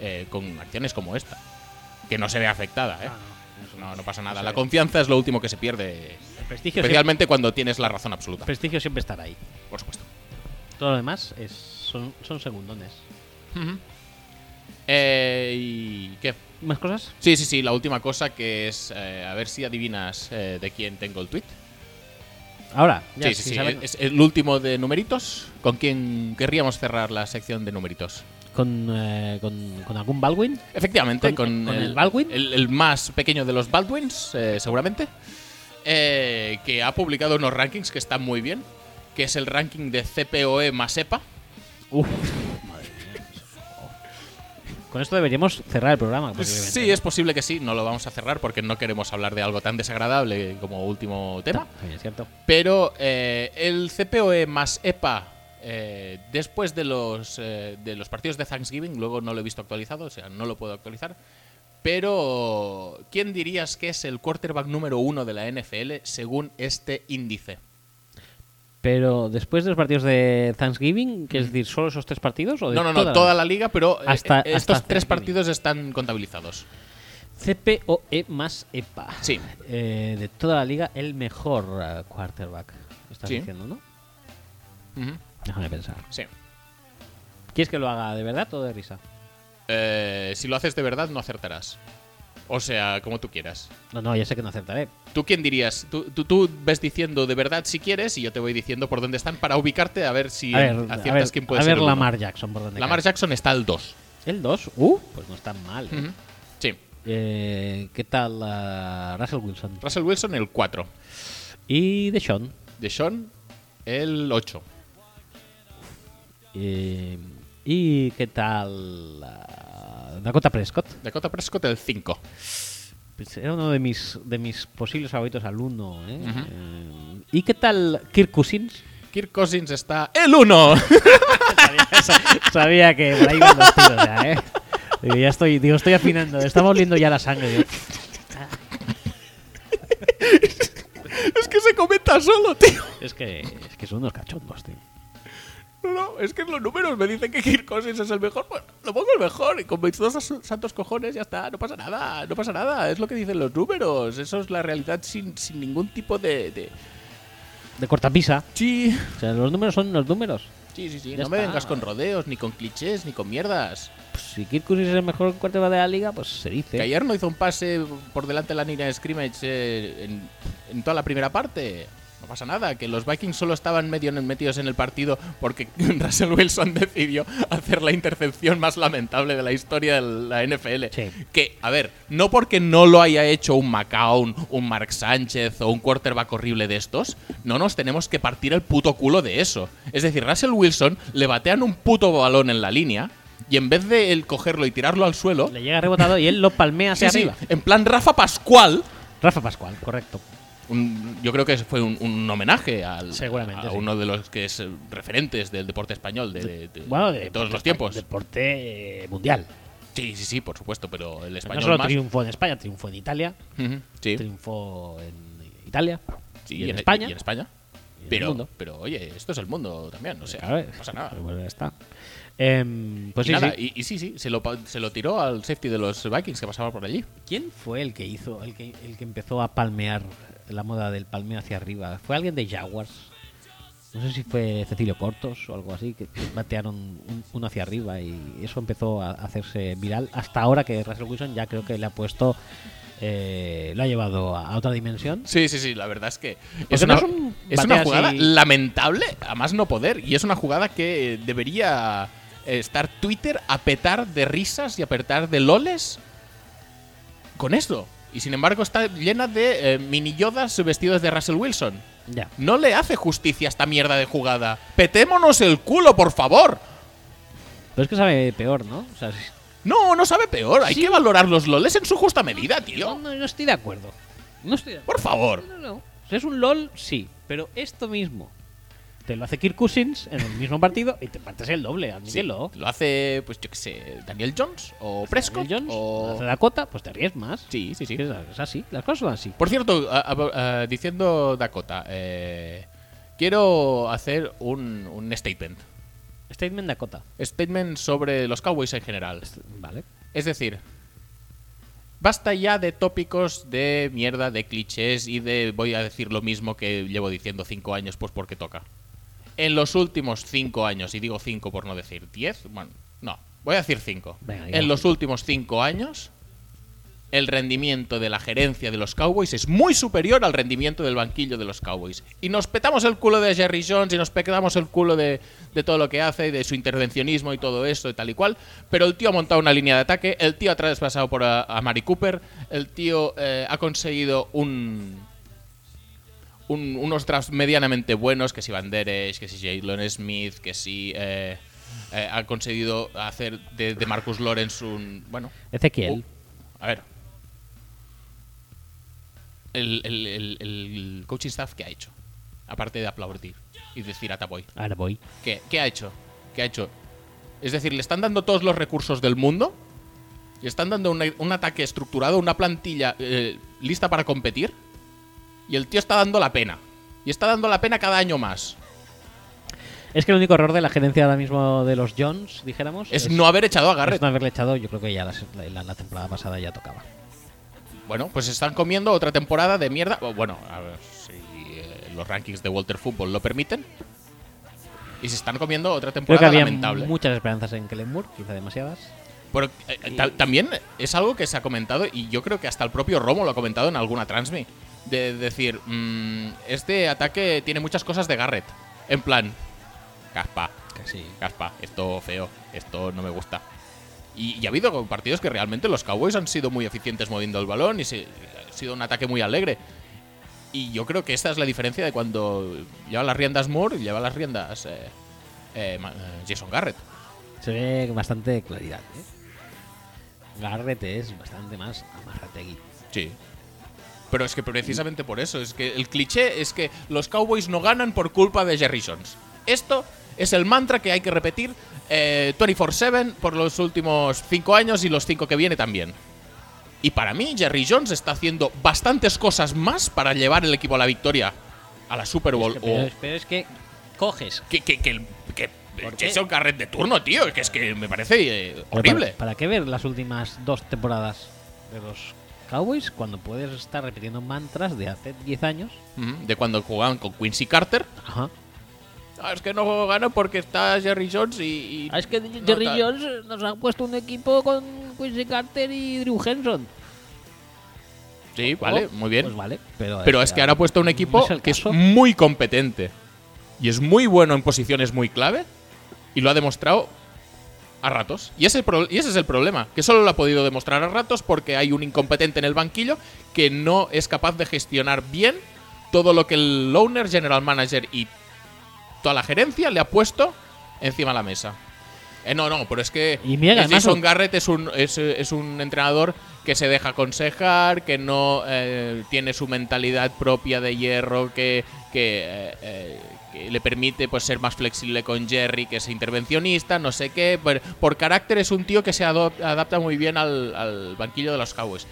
[SPEAKER 2] eh, con acciones como esta. Que no se vea afectada, ¿eh? No, no pasa nada. La confianza es lo último que se pierde.
[SPEAKER 1] El prestigio, siempre,
[SPEAKER 2] Especialmente cuando tienes la razón absoluta.
[SPEAKER 1] el prestigio siempre estará ahí.
[SPEAKER 2] Por supuesto.
[SPEAKER 1] Todo lo demás es, son, son segundones.
[SPEAKER 2] Eh, ¿Y qué?
[SPEAKER 1] ¿Más cosas?
[SPEAKER 2] Sí, sí, sí, la última cosa que es eh, a ver si adivinas eh, de quién tengo el tweet.
[SPEAKER 1] Ahora, ya,
[SPEAKER 2] sí, sí,
[SPEAKER 1] sin
[SPEAKER 2] sí.
[SPEAKER 1] saber-
[SPEAKER 2] Es el último de numeritos. ¿Con quién querríamos cerrar la sección de numeritos?
[SPEAKER 1] con, eh, con, con algún Baldwin.
[SPEAKER 2] Efectivamente,
[SPEAKER 1] ¿Con-
[SPEAKER 2] con,
[SPEAKER 1] con el Baldwin?
[SPEAKER 2] El, el más pequeño de los Baldwins, eh, seguramente. eh, que ha publicado unos rankings que están muy bien. Que es el ranking de CPOE E más EPA.
[SPEAKER 1] Uf, madre mía. Con esto deberíamos cerrar el programa. posiblemente.
[SPEAKER 2] Sí, es posible que sí. No lo vamos a cerrar porque no queremos hablar de algo tan desagradable como último tema.
[SPEAKER 1] Sí, es cierto.
[SPEAKER 2] Pero eh, el CPOE más EPA, eh, después de los, eh, de los partidos de Thanksgiving, luego no lo he visto actualizado, o sea, no lo puedo actualizar. Pero, ¿quién dirías que es el quarterback número uno de la NFL según este índice?
[SPEAKER 1] Pero después de los partidos de Thanksgiving, que es decir, solo esos tres partidos o de
[SPEAKER 2] No, no, no, toda, la liga, pero eh,
[SPEAKER 1] Hasta-
[SPEAKER 2] estos
[SPEAKER 1] hasta
[SPEAKER 2] tres
[SPEAKER 1] Thanksgiving.
[SPEAKER 2] partidos están contabilizados.
[SPEAKER 1] CPOE E más EPA.
[SPEAKER 2] Sí.
[SPEAKER 1] Eh, de toda la liga, el mejor eh, quarterback. Estás
[SPEAKER 2] Sí.
[SPEAKER 1] diciendo, ¿no?
[SPEAKER 2] Ujú,
[SPEAKER 1] Déjame pensar.
[SPEAKER 2] Sí.
[SPEAKER 1] ¿Quieres que lo haga de verdad o de risa?
[SPEAKER 2] Eh, si lo haces de verdad, no acertarás. O sea, como tú quieras.
[SPEAKER 1] No, no, ya sé que no acertaré.
[SPEAKER 2] ¿Tú quién dirías? Tú, tú, tú ves diciendo de verdad si quieres y yo te voy diciendo por dónde están para ubicarte a ver si
[SPEAKER 1] A ver,
[SPEAKER 2] aciertas
[SPEAKER 1] a ver,
[SPEAKER 2] quién puede
[SPEAKER 1] a ver
[SPEAKER 2] ser. el uno.
[SPEAKER 1] Lamar Jackson por donde
[SPEAKER 2] Lamar Jackson está al 2.
[SPEAKER 1] El 2, uh, pues no está mal. ¿eh?
[SPEAKER 2] Sí.
[SPEAKER 1] Eh, ¿Qué tal eh, Russell Wilson?
[SPEAKER 2] Russell Wilson el 4.
[SPEAKER 1] Y DeShaun.
[SPEAKER 2] Deshaun el 8.
[SPEAKER 1] Eh, ¿Y qué tal eh, Dakota Prescott?
[SPEAKER 2] Dakota Prescott el 5.
[SPEAKER 1] Pues era uno de mis, de mis posibles favoritos al 1. ¿eh? Eh, ¿Y qué tal Kirk Cousins?
[SPEAKER 2] Kirk Cousins está el 1.
[SPEAKER 1] Sabía que por ahí iban los tiros ya, ¿eh? Digo, ya estoy, digo, estoy afinando. Estaba oliendo ya la sangre. digo.
[SPEAKER 2] es que se comenta solo, tío.
[SPEAKER 1] es, que, es que son unos cachondos, tío.
[SPEAKER 2] No, no, es que los números me dicen que Kirk Cousins es el mejor. Bueno, lo pongo el mejor y con 22 as- santos cojones ya está, no pasa nada, no pasa nada. Es lo que dicen los números, eso es la realidad sin, sin ningún tipo de, de-
[SPEAKER 1] De cortapisa.
[SPEAKER 2] Sí,
[SPEAKER 1] O sea, los números son los números.
[SPEAKER 2] Sí, sí, sí.
[SPEAKER 1] Ya
[SPEAKER 2] no me
[SPEAKER 1] está.
[SPEAKER 2] vengas con rodeos, ni con clichés, ni con mierdas.
[SPEAKER 1] Pues si Kirk Cousins es el mejor quarterback de la liga, pues se dice.
[SPEAKER 2] Que ayer no hizo un pase por delante de la línea de scrimmage eh, en, en toda la primera parte. No pasa nada, que los Vikings solo estaban medio en- metidos en el partido porque Russell Wilson decidió hacer la intercepción más lamentable de la historia de la NFL.
[SPEAKER 1] Sí.
[SPEAKER 2] Que, a ver, no porque no lo haya hecho un Macaun, un Mark Sánchez o un quarterback horrible de estos, no nos tenemos que partir el puto culo de eso. Es decir, Russell Wilson le batean un puto balón en la línea y en vez de él cogerlo y tirarlo al suelo,
[SPEAKER 1] Le llega rebotado y él lo palmea hacia
[SPEAKER 2] Sí, sí,
[SPEAKER 1] arriba.
[SPEAKER 2] en plan Rafa Pascual.
[SPEAKER 1] Rafa Pascual, correcto.
[SPEAKER 2] un- yo creo que fue un, un homenaje al,
[SPEAKER 1] Seguramente,
[SPEAKER 2] a
[SPEAKER 1] sí.
[SPEAKER 2] uno de los que es eh, referentes del deporte español de, de- de-
[SPEAKER 1] Bueno,
[SPEAKER 2] Eh, de
[SPEAKER 1] de-
[SPEAKER 2] todos los
[SPEAKER 1] de-
[SPEAKER 2] tiempos.
[SPEAKER 1] Deporte eh, mundial.
[SPEAKER 2] Sí, sí, sí, por supuesto, pero el
[SPEAKER 1] No
[SPEAKER 2] español
[SPEAKER 1] solo
[SPEAKER 2] más.
[SPEAKER 1] triunfó en España, triunfó en Italia,
[SPEAKER 2] Ujú, sí,
[SPEAKER 1] triunfó en Italia
[SPEAKER 2] sí,
[SPEAKER 1] y en España.
[SPEAKER 2] y en España.
[SPEAKER 1] y en el
[SPEAKER 2] Pero,
[SPEAKER 1] mundo.
[SPEAKER 2] pero oye, esto es el mundo también, o sea,
[SPEAKER 1] Claro, eh.
[SPEAKER 2] no pasa nada.
[SPEAKER 1] Bueno, ya está. Em, pues
[SPEAKER 2] Y
[SPEAKER 1] sí,
[SPEAKER 2] nada,
[SPEAKER 1] sí.
[SPEAKER 2] y- y sí, sí, se lo, pa- se lo tiró al safety de los Vikings que pasaba por allí.
[SPEAKER 1] ¿Quién fue el que hizo, el que, el que empezó a palmear la moda del palmeo hacia arriba? ¿Fue alguien de Jaguars? No sé si fue Cecilio Cortos o algo así, que batearon un- uno hacia arriba y eso empezó a hacerse viral. Hasta ahora que Russell Wilson ya creo que le ha puesto, eh, lo ha llevado a a otra dimensión.
[SPEAKER 2] Sí, sí, sí, la verdad es que
[SPEAKER 1] Porque
[SPEAKER 2] es
[SPEAKER 1] no
[SPEAKER 2] una,
[SPEAKER 1] es un
[SPEAKER 2] es una
[SPEAKER 1] bate
[SPEAKER 2] jugada
[SPEAKER 1] así-
[SPEAKER 2] lamentable, a más no poder, y es una jugada que eh, debería eh, estar Twitter a petar de risas y a petar de loles con esto. Y sin embargo está llena de eh, mini yodas vestidos de Russell Wilson.
[SPEAKER 1] Ya.
[SPEAKER 2] No le hace justicia esta mierda de jugada. Petémonos el culo, por favor.
[SPEAKER 1] Pero es que sabe peor, ¿no? O sea, sí-
[SPEAKER 2] No, no sabe peor. Hay que valorar los loles en su justa medida,
[SPEAKER 1] no,
[SPEAKER 2] tío.
[SPEAKER 1] no, no estoy de acuerdo. No estoy de acuerdo.
[SPEAKER 2] Por favor.
[SPEAKER 1] No, no. Si es un LOL, sí. Pero esto mismo. Te lo hace Kirk Cousins en el mismo partido y te partes el doble,
[SPEAKER 2] Sí,
[SPEAKER 1] admítelo.
[SPEAKER 2] lo hace, pues yo qué sé, Daniel Jones o Prescott.
[SPEAKER 1] Daniel Jones,
[SPEAKER 2] o...
[SPEAKER 1] lo hace Dakota, pues te ríes más.
[SPEAKER 2] Sí, sí, sí.
[SPEAKER 1] Es, es así, las cosas son así.
[SPEAKER 2] Por cierto, a- a- a- diciendo Dakota, eh, quiero hacer un, un statement.
[SPEAKER 1] Statement Dakota.
[SPEAKER 2] Statement sobre los Cowboys en general.
[SPEAKER 1] Vale.
[SPEAKER 2] Es decir, basta ya de tópicos de mierda, de clichés y de voy a decir lo mismo que llevo diciendo cinco años, pues porque toca. En los últimos cinco años, y digo cinco por no decir diez, bueno, no, voy a decir cinco.
[SPEAKER 1] Venga, digamos
[SPEAKER 2] en los últimos cinco años, el rendimiento de la gerencia de los Cowboys es muy superior al rendimiento del banquillo de los Cowboys. Y nos petamos el culo de Jerry Jones y nos petamos el culo de, de todo lo que hace, y de su intervencionismo y todo esto y tal y cual. Pero el tío ha montado una línea de ataque, el tío ha traspasado por a, a Mari Cooper, el tío eh, ha conseguido un, un- unos drafts medianamente buenos, que si Banderes, que si Jalen Smith, que si... eh, eh, ha conseguido hacer de, de Marcus Lawrence un... Bueno,
[SPEAKER 1] Ezequiel.
[SPEAKER 2] Uh, a ver. El, el- el- el coaching staff que ha hecho. Aparte de aplaudir y decir a Taboy.
[SPEAKER 1] Ahora voy.
[SPEAKER 2] ¿Qué, qué ha hecho? ¿Qué ha hecho? Es decir, le están dando todos los recursos del mundo. Le están dando una- un ataque estructurado, una plantilla eh, lista para competir. Y el tío está dando la pena. Y está dando la pena cada año más.
[SPEAKER 1] Es que el único error de la gerencia ahora mismo de los Jones, dijéramos,
[SPEAKER 2] Es, no haber echado a Garrett.
[SPEAKER 1] es no haberle echado. Yo creo que ya las- la, la- la temporada pasada ya tocaba.
[SPEAKER 2] Bueno, pues están comiendo otra temporada de mierda. O, Bueno, a ver si eh, los rankings de Walter Football lo permiten. Y se están comiendo otra
[SPEAKER 1] Creo que
[SPEAKER 2] temporada
[SPEAKER 1] había
[SPEAKER 2] lamentable.
[SPEAKER 1] muchas esperanzas en Kellen Moore, quizá demasiadas.
[SPEAKER 2] Pero, eh, eh, ta- también es algo que se ha comentado, y yo creo que hasta el propio Romo lo ha comentado en alguna transmi. De decir, mm, este ataque tiene muchas cosas de Garrett. En plan, caspa,
[SPEAKER 1] Casi.
[SPEAKER 2] Caspa, esto feo, esto no me gusta. Y, y ha habido partidos que realmente los Cowboys han sido muy eficientes moviendo el balón y se- ha sido un ataque muy alegre. Y yo creo que esta es la diferencia de cuando lleva las riendas Moore y lleva las riendas eh, eh, Ma- eh, Jason Garrett.
[SPEAKER 1] Se ve con bastante claridad. ¿eh? Garrett es bastante más amarrategui.
[SPEAKER 2] Sí. Pero es que precisamente por eso, es que el cliché es que los Cowboys no ganan por culpa de Jerry Jones. Esto es el mantra que hay que repetir eh, 24/7 por los últimos 5 años y los 5 que viene también. Y para mí Jerry Jones está haciendo bastantes cosas más para llevar el equipo a la victoria, a la Super Bowl.
[SPEAKER 1] Pero,
[SPEAKER 2] o
[SPEAKER 1] pero es que coges.
[SPEAKER 2] que, que, que, el- que
[SPEAKER 1] ¿Por qué?
[SPEAKER 2] Jason Garrett de turno, tío, es que, es que me parece eh,
[SPEAKER 1] Pero
[SPEAKER 2] horrible.
[SPEAKER 1] Para, ¿Para qué ver las últimas dos temporadas de los Cowboys cuando puedes estar repitiendo mantras de hace 10 años?
[SPEAKER 2] Ujú, De cuando jugaban con Quincy Carter
[SPEAKER 1] Ajá.
[SPEAKER 2] "Ah, es que no gana porque está Jerry Jones y. y
[SPEAKER 7] Ah, Es que
[SPEAKER 2] no
[SPEAKER 7] Jerry
[SPEAKER 2] tal".
[SPEAKER 7] Jones nos han puesto un equipo con Quincy Carter y Drew Henson.
[SPEAKER 2] Sí, vale,
[SPEAKER 7] Oh,
[SPEAKER 2] muy bien.
[SPEAKER 7] Pues vale, pero,
[SPEAKER 2] Pero es que ahora ha puesto un equipo
[SPEAKER 7] es el
[SPEAKER 2] que es
[SPEAKER 7] caso.
[SPEAKER 2] muy competente. Y es muy bueno en posiciones muy clave. Y lo ha demostrado a ratos. Y ese, pro- y ese es el problema. Que solo lo ha podido demostrar a ratos porque hay un incompetente en el banquillo que no es capaz de gestionar bien todo lo que el owner, general manager y toda la gerencia le ha puesto encima de la mesa. Eh, no, no, pero es que
[SPEAKER 1] Y mira, además-
[SPEAKER 2] Jason Garrett es un, es, es un entrenador que se deja aconsejar, que no eh, tiene su mentalidad propia de hierro, que, que, eh, eh, que le permite pues, ser más flexible con Jerry, que es intervencionista, no sé qué. Por, por carácter es un tío que se ado- adapta muy bien al, al banquillo de los Cowboys.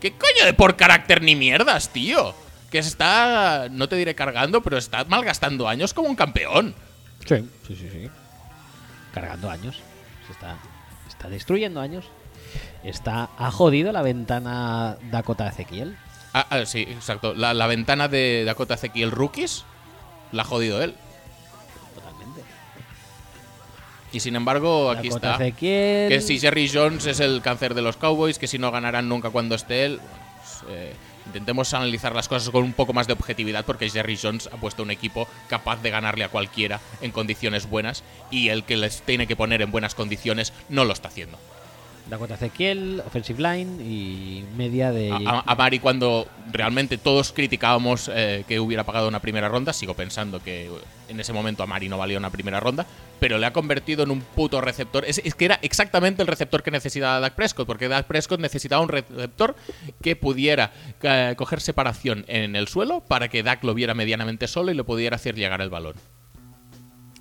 [SPEAKER 2] ¿Qué coño de por carácter ni mierdas, tío? Que se está, no te diré cargando, pero está malgastando años como un campeón.
[SPEAKER 1] Sí, sí, sí, sí. Cargando años. Se está, está destruyendo años. Está, ha jodido la ventana Dakota Ezequiel.
[SPEAKER 2] Ah, ah, sí, exacto. La, la ventana de Dakota Ezequiel Rookies la ha jodido él.
[SPEAKER 1] Totalmente.
[SPEAKER 2] Y sin embargo, aquí
[SPEAKER 1] Dakota
[SPEAKER 2] está.
[SPEAKER 1] Ezequiel.
[SPEAKER 2] Que si Jerry Jones es el cáncer de los Cowboys, que si no ganarán nunca cuando esté él. Pues, eh, intentemos analizar las cosas con un poco más de objetividad porque Jerry Jones ha puesto un equipo capaz de ganarle a cualquiera en condiciones buenas y el que les tiene que poner en buenas condiciones no lo está haciendo.
[SPEAKER 1] Dakota Ezequiel, Offensive Line y media de.
[SPEAKER 2] A, a- a Mari cuando realmente todos criticábamos eh, que hubiera pagado una primera ronda, sigo pensando que eh, en ese momento a Mari no valía una primera ronda, pero le ha convertido en un puto receptor. Es, es que era exactamente el receptor que necesitaba Dak Prescott, porque Dak Prescott necesitaba un receptor que pudiera eh, coger separación en el suelo para que Dak lo viera medianamente solo y le pudiera hacer llegar el balón.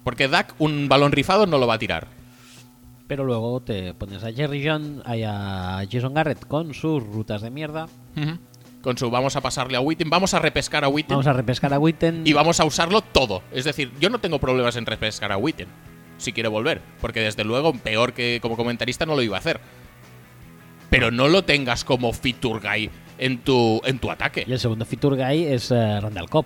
[SPEAKER 2] Porque Dak un balón rifado no lo va a tirar.
[SPEAKER 1] Pero luego te pones a Jerry John, ay, a Jason Garrett con sus rutas de mierda.
[SPEAKER 2] Con su vamos a pasarle a Witten, vamos a repescar a Witten.
[SPEAKER 1] Vamos a repescar a Witten.
[SPEAKER 2] y vamos a usarlo todo. Es decir, yo no tengo problemas en repescar a Witten si quiere volver, porque desde luego, peor que como comentarista, no lo iba a hacer. Pero no lo tengas como feature guy en tu, en tu ataque.
[SPEAKER 1] Y el segundo feature guy es eh, Randall Cobb.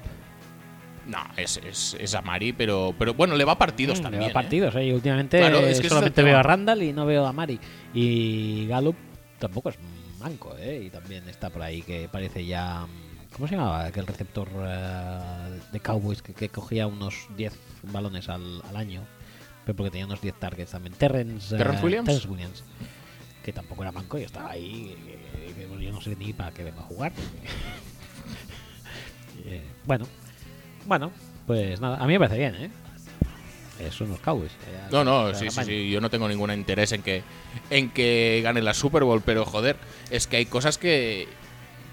[SPEAKER 2] No, es, es, es Amari, pero, pero bueno, le va partidos
[SPEAKER 1] Mm, le
[SPEAKER 2] también.
[SPEAKER 1] va
[SPEAKER 2] ¿eh?
[SPEAKER 1] partidos, ¿eh? Y últimamente
[SPEAKER 2] Claro,
[SPEAKER 1] eh,
[SPEAKER 2] es que ese es el
[SPEAKER 1] solamente
[SPEAKER 2] tema.
[SPEAKER 1] veo a Randall y no veo a Mari. Y Gallup tampoco es manco, ¿eh? Y también está por ahí que parece ya... mm, ¿Cómo se llamaba aquel receptor eh, de Cowboys que, que cogía unos 10 balones al, al año? Pero porque tenía unos 10 targets también. Terrence, eh,
[SPEAKER 2] ¿Terrence Williams?
[SPEAKER 1] Terrence Williams. Que tampoco era manco y estaba ahí. eh, que, bueno, yo no sé ni para qué vengo a jugar. Eh, bueno. Bueno, pues nada. A mí me parece bien, ¿eh? Eh, Son los Cowboys. eh,
[SPEAKER 2] No, no,
[SPEAKER 1] la
[SPEAKER 2] sí, sí,
[SPEAKER 1] campaña.
[SPEAKER 2] sí, yo no tengo ningún interés en que, en que gane la Super Bowl, pero joder, es que hay cosas que,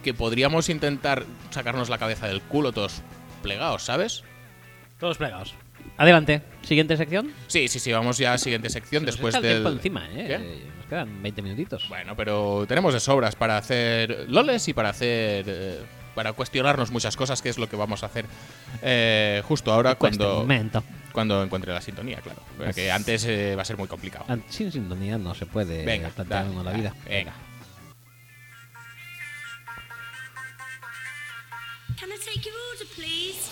[SPEAKER 2] que podríamos intentar sacarnos la cabeza del culo todos plegados, ¿sabes?
[SPEAKER 1] Todos plegados. Adelante. Siguiente sección.
[SPEAKER 2] Sí, sí, sí, vamos ya a la siguiente sección
[SPEAKER 1] Nos
[SPEAKER 2] después
[SPEAKER 1] está el
[SPEAKER 2] del.
[SPEAKER 1] tiempo encima, ¿eh?
[SPEAKER 2] ¿Qué?
[SPEAKER 1] Eh, Nos quedan 20 minutitos.
[SPEAKER 2] Bueno, pero tenemos de sobras para hacer loles y para hacer. eh, para cuestionarnos muchas cosas, que es lo que vamos a hacer eh, justo ahora
[SPEAKER 1] Este
[SPEAKER 2] cuando,
[SPEAKER 1] momento.
[SPEAKER 2] cuando encuentre la sintonía, claro.
[SPEAKER 1] Pues
[SPEAKER 2] Porque antes eh, va a ser muy complicado.
[SPEAKER 1] An- Sin sintonía no se puede
[SPEAKER 2] Venga,
[SPEAKER 1] plantear
[SPEAKER 2] dale,
[SPEAKER 1] uno la
[SPEAKER 2] dale,
[SPEAKER 1] vida.
[SPEAKER 2] venga.
[SPEAKER 5] Can I take your order, please?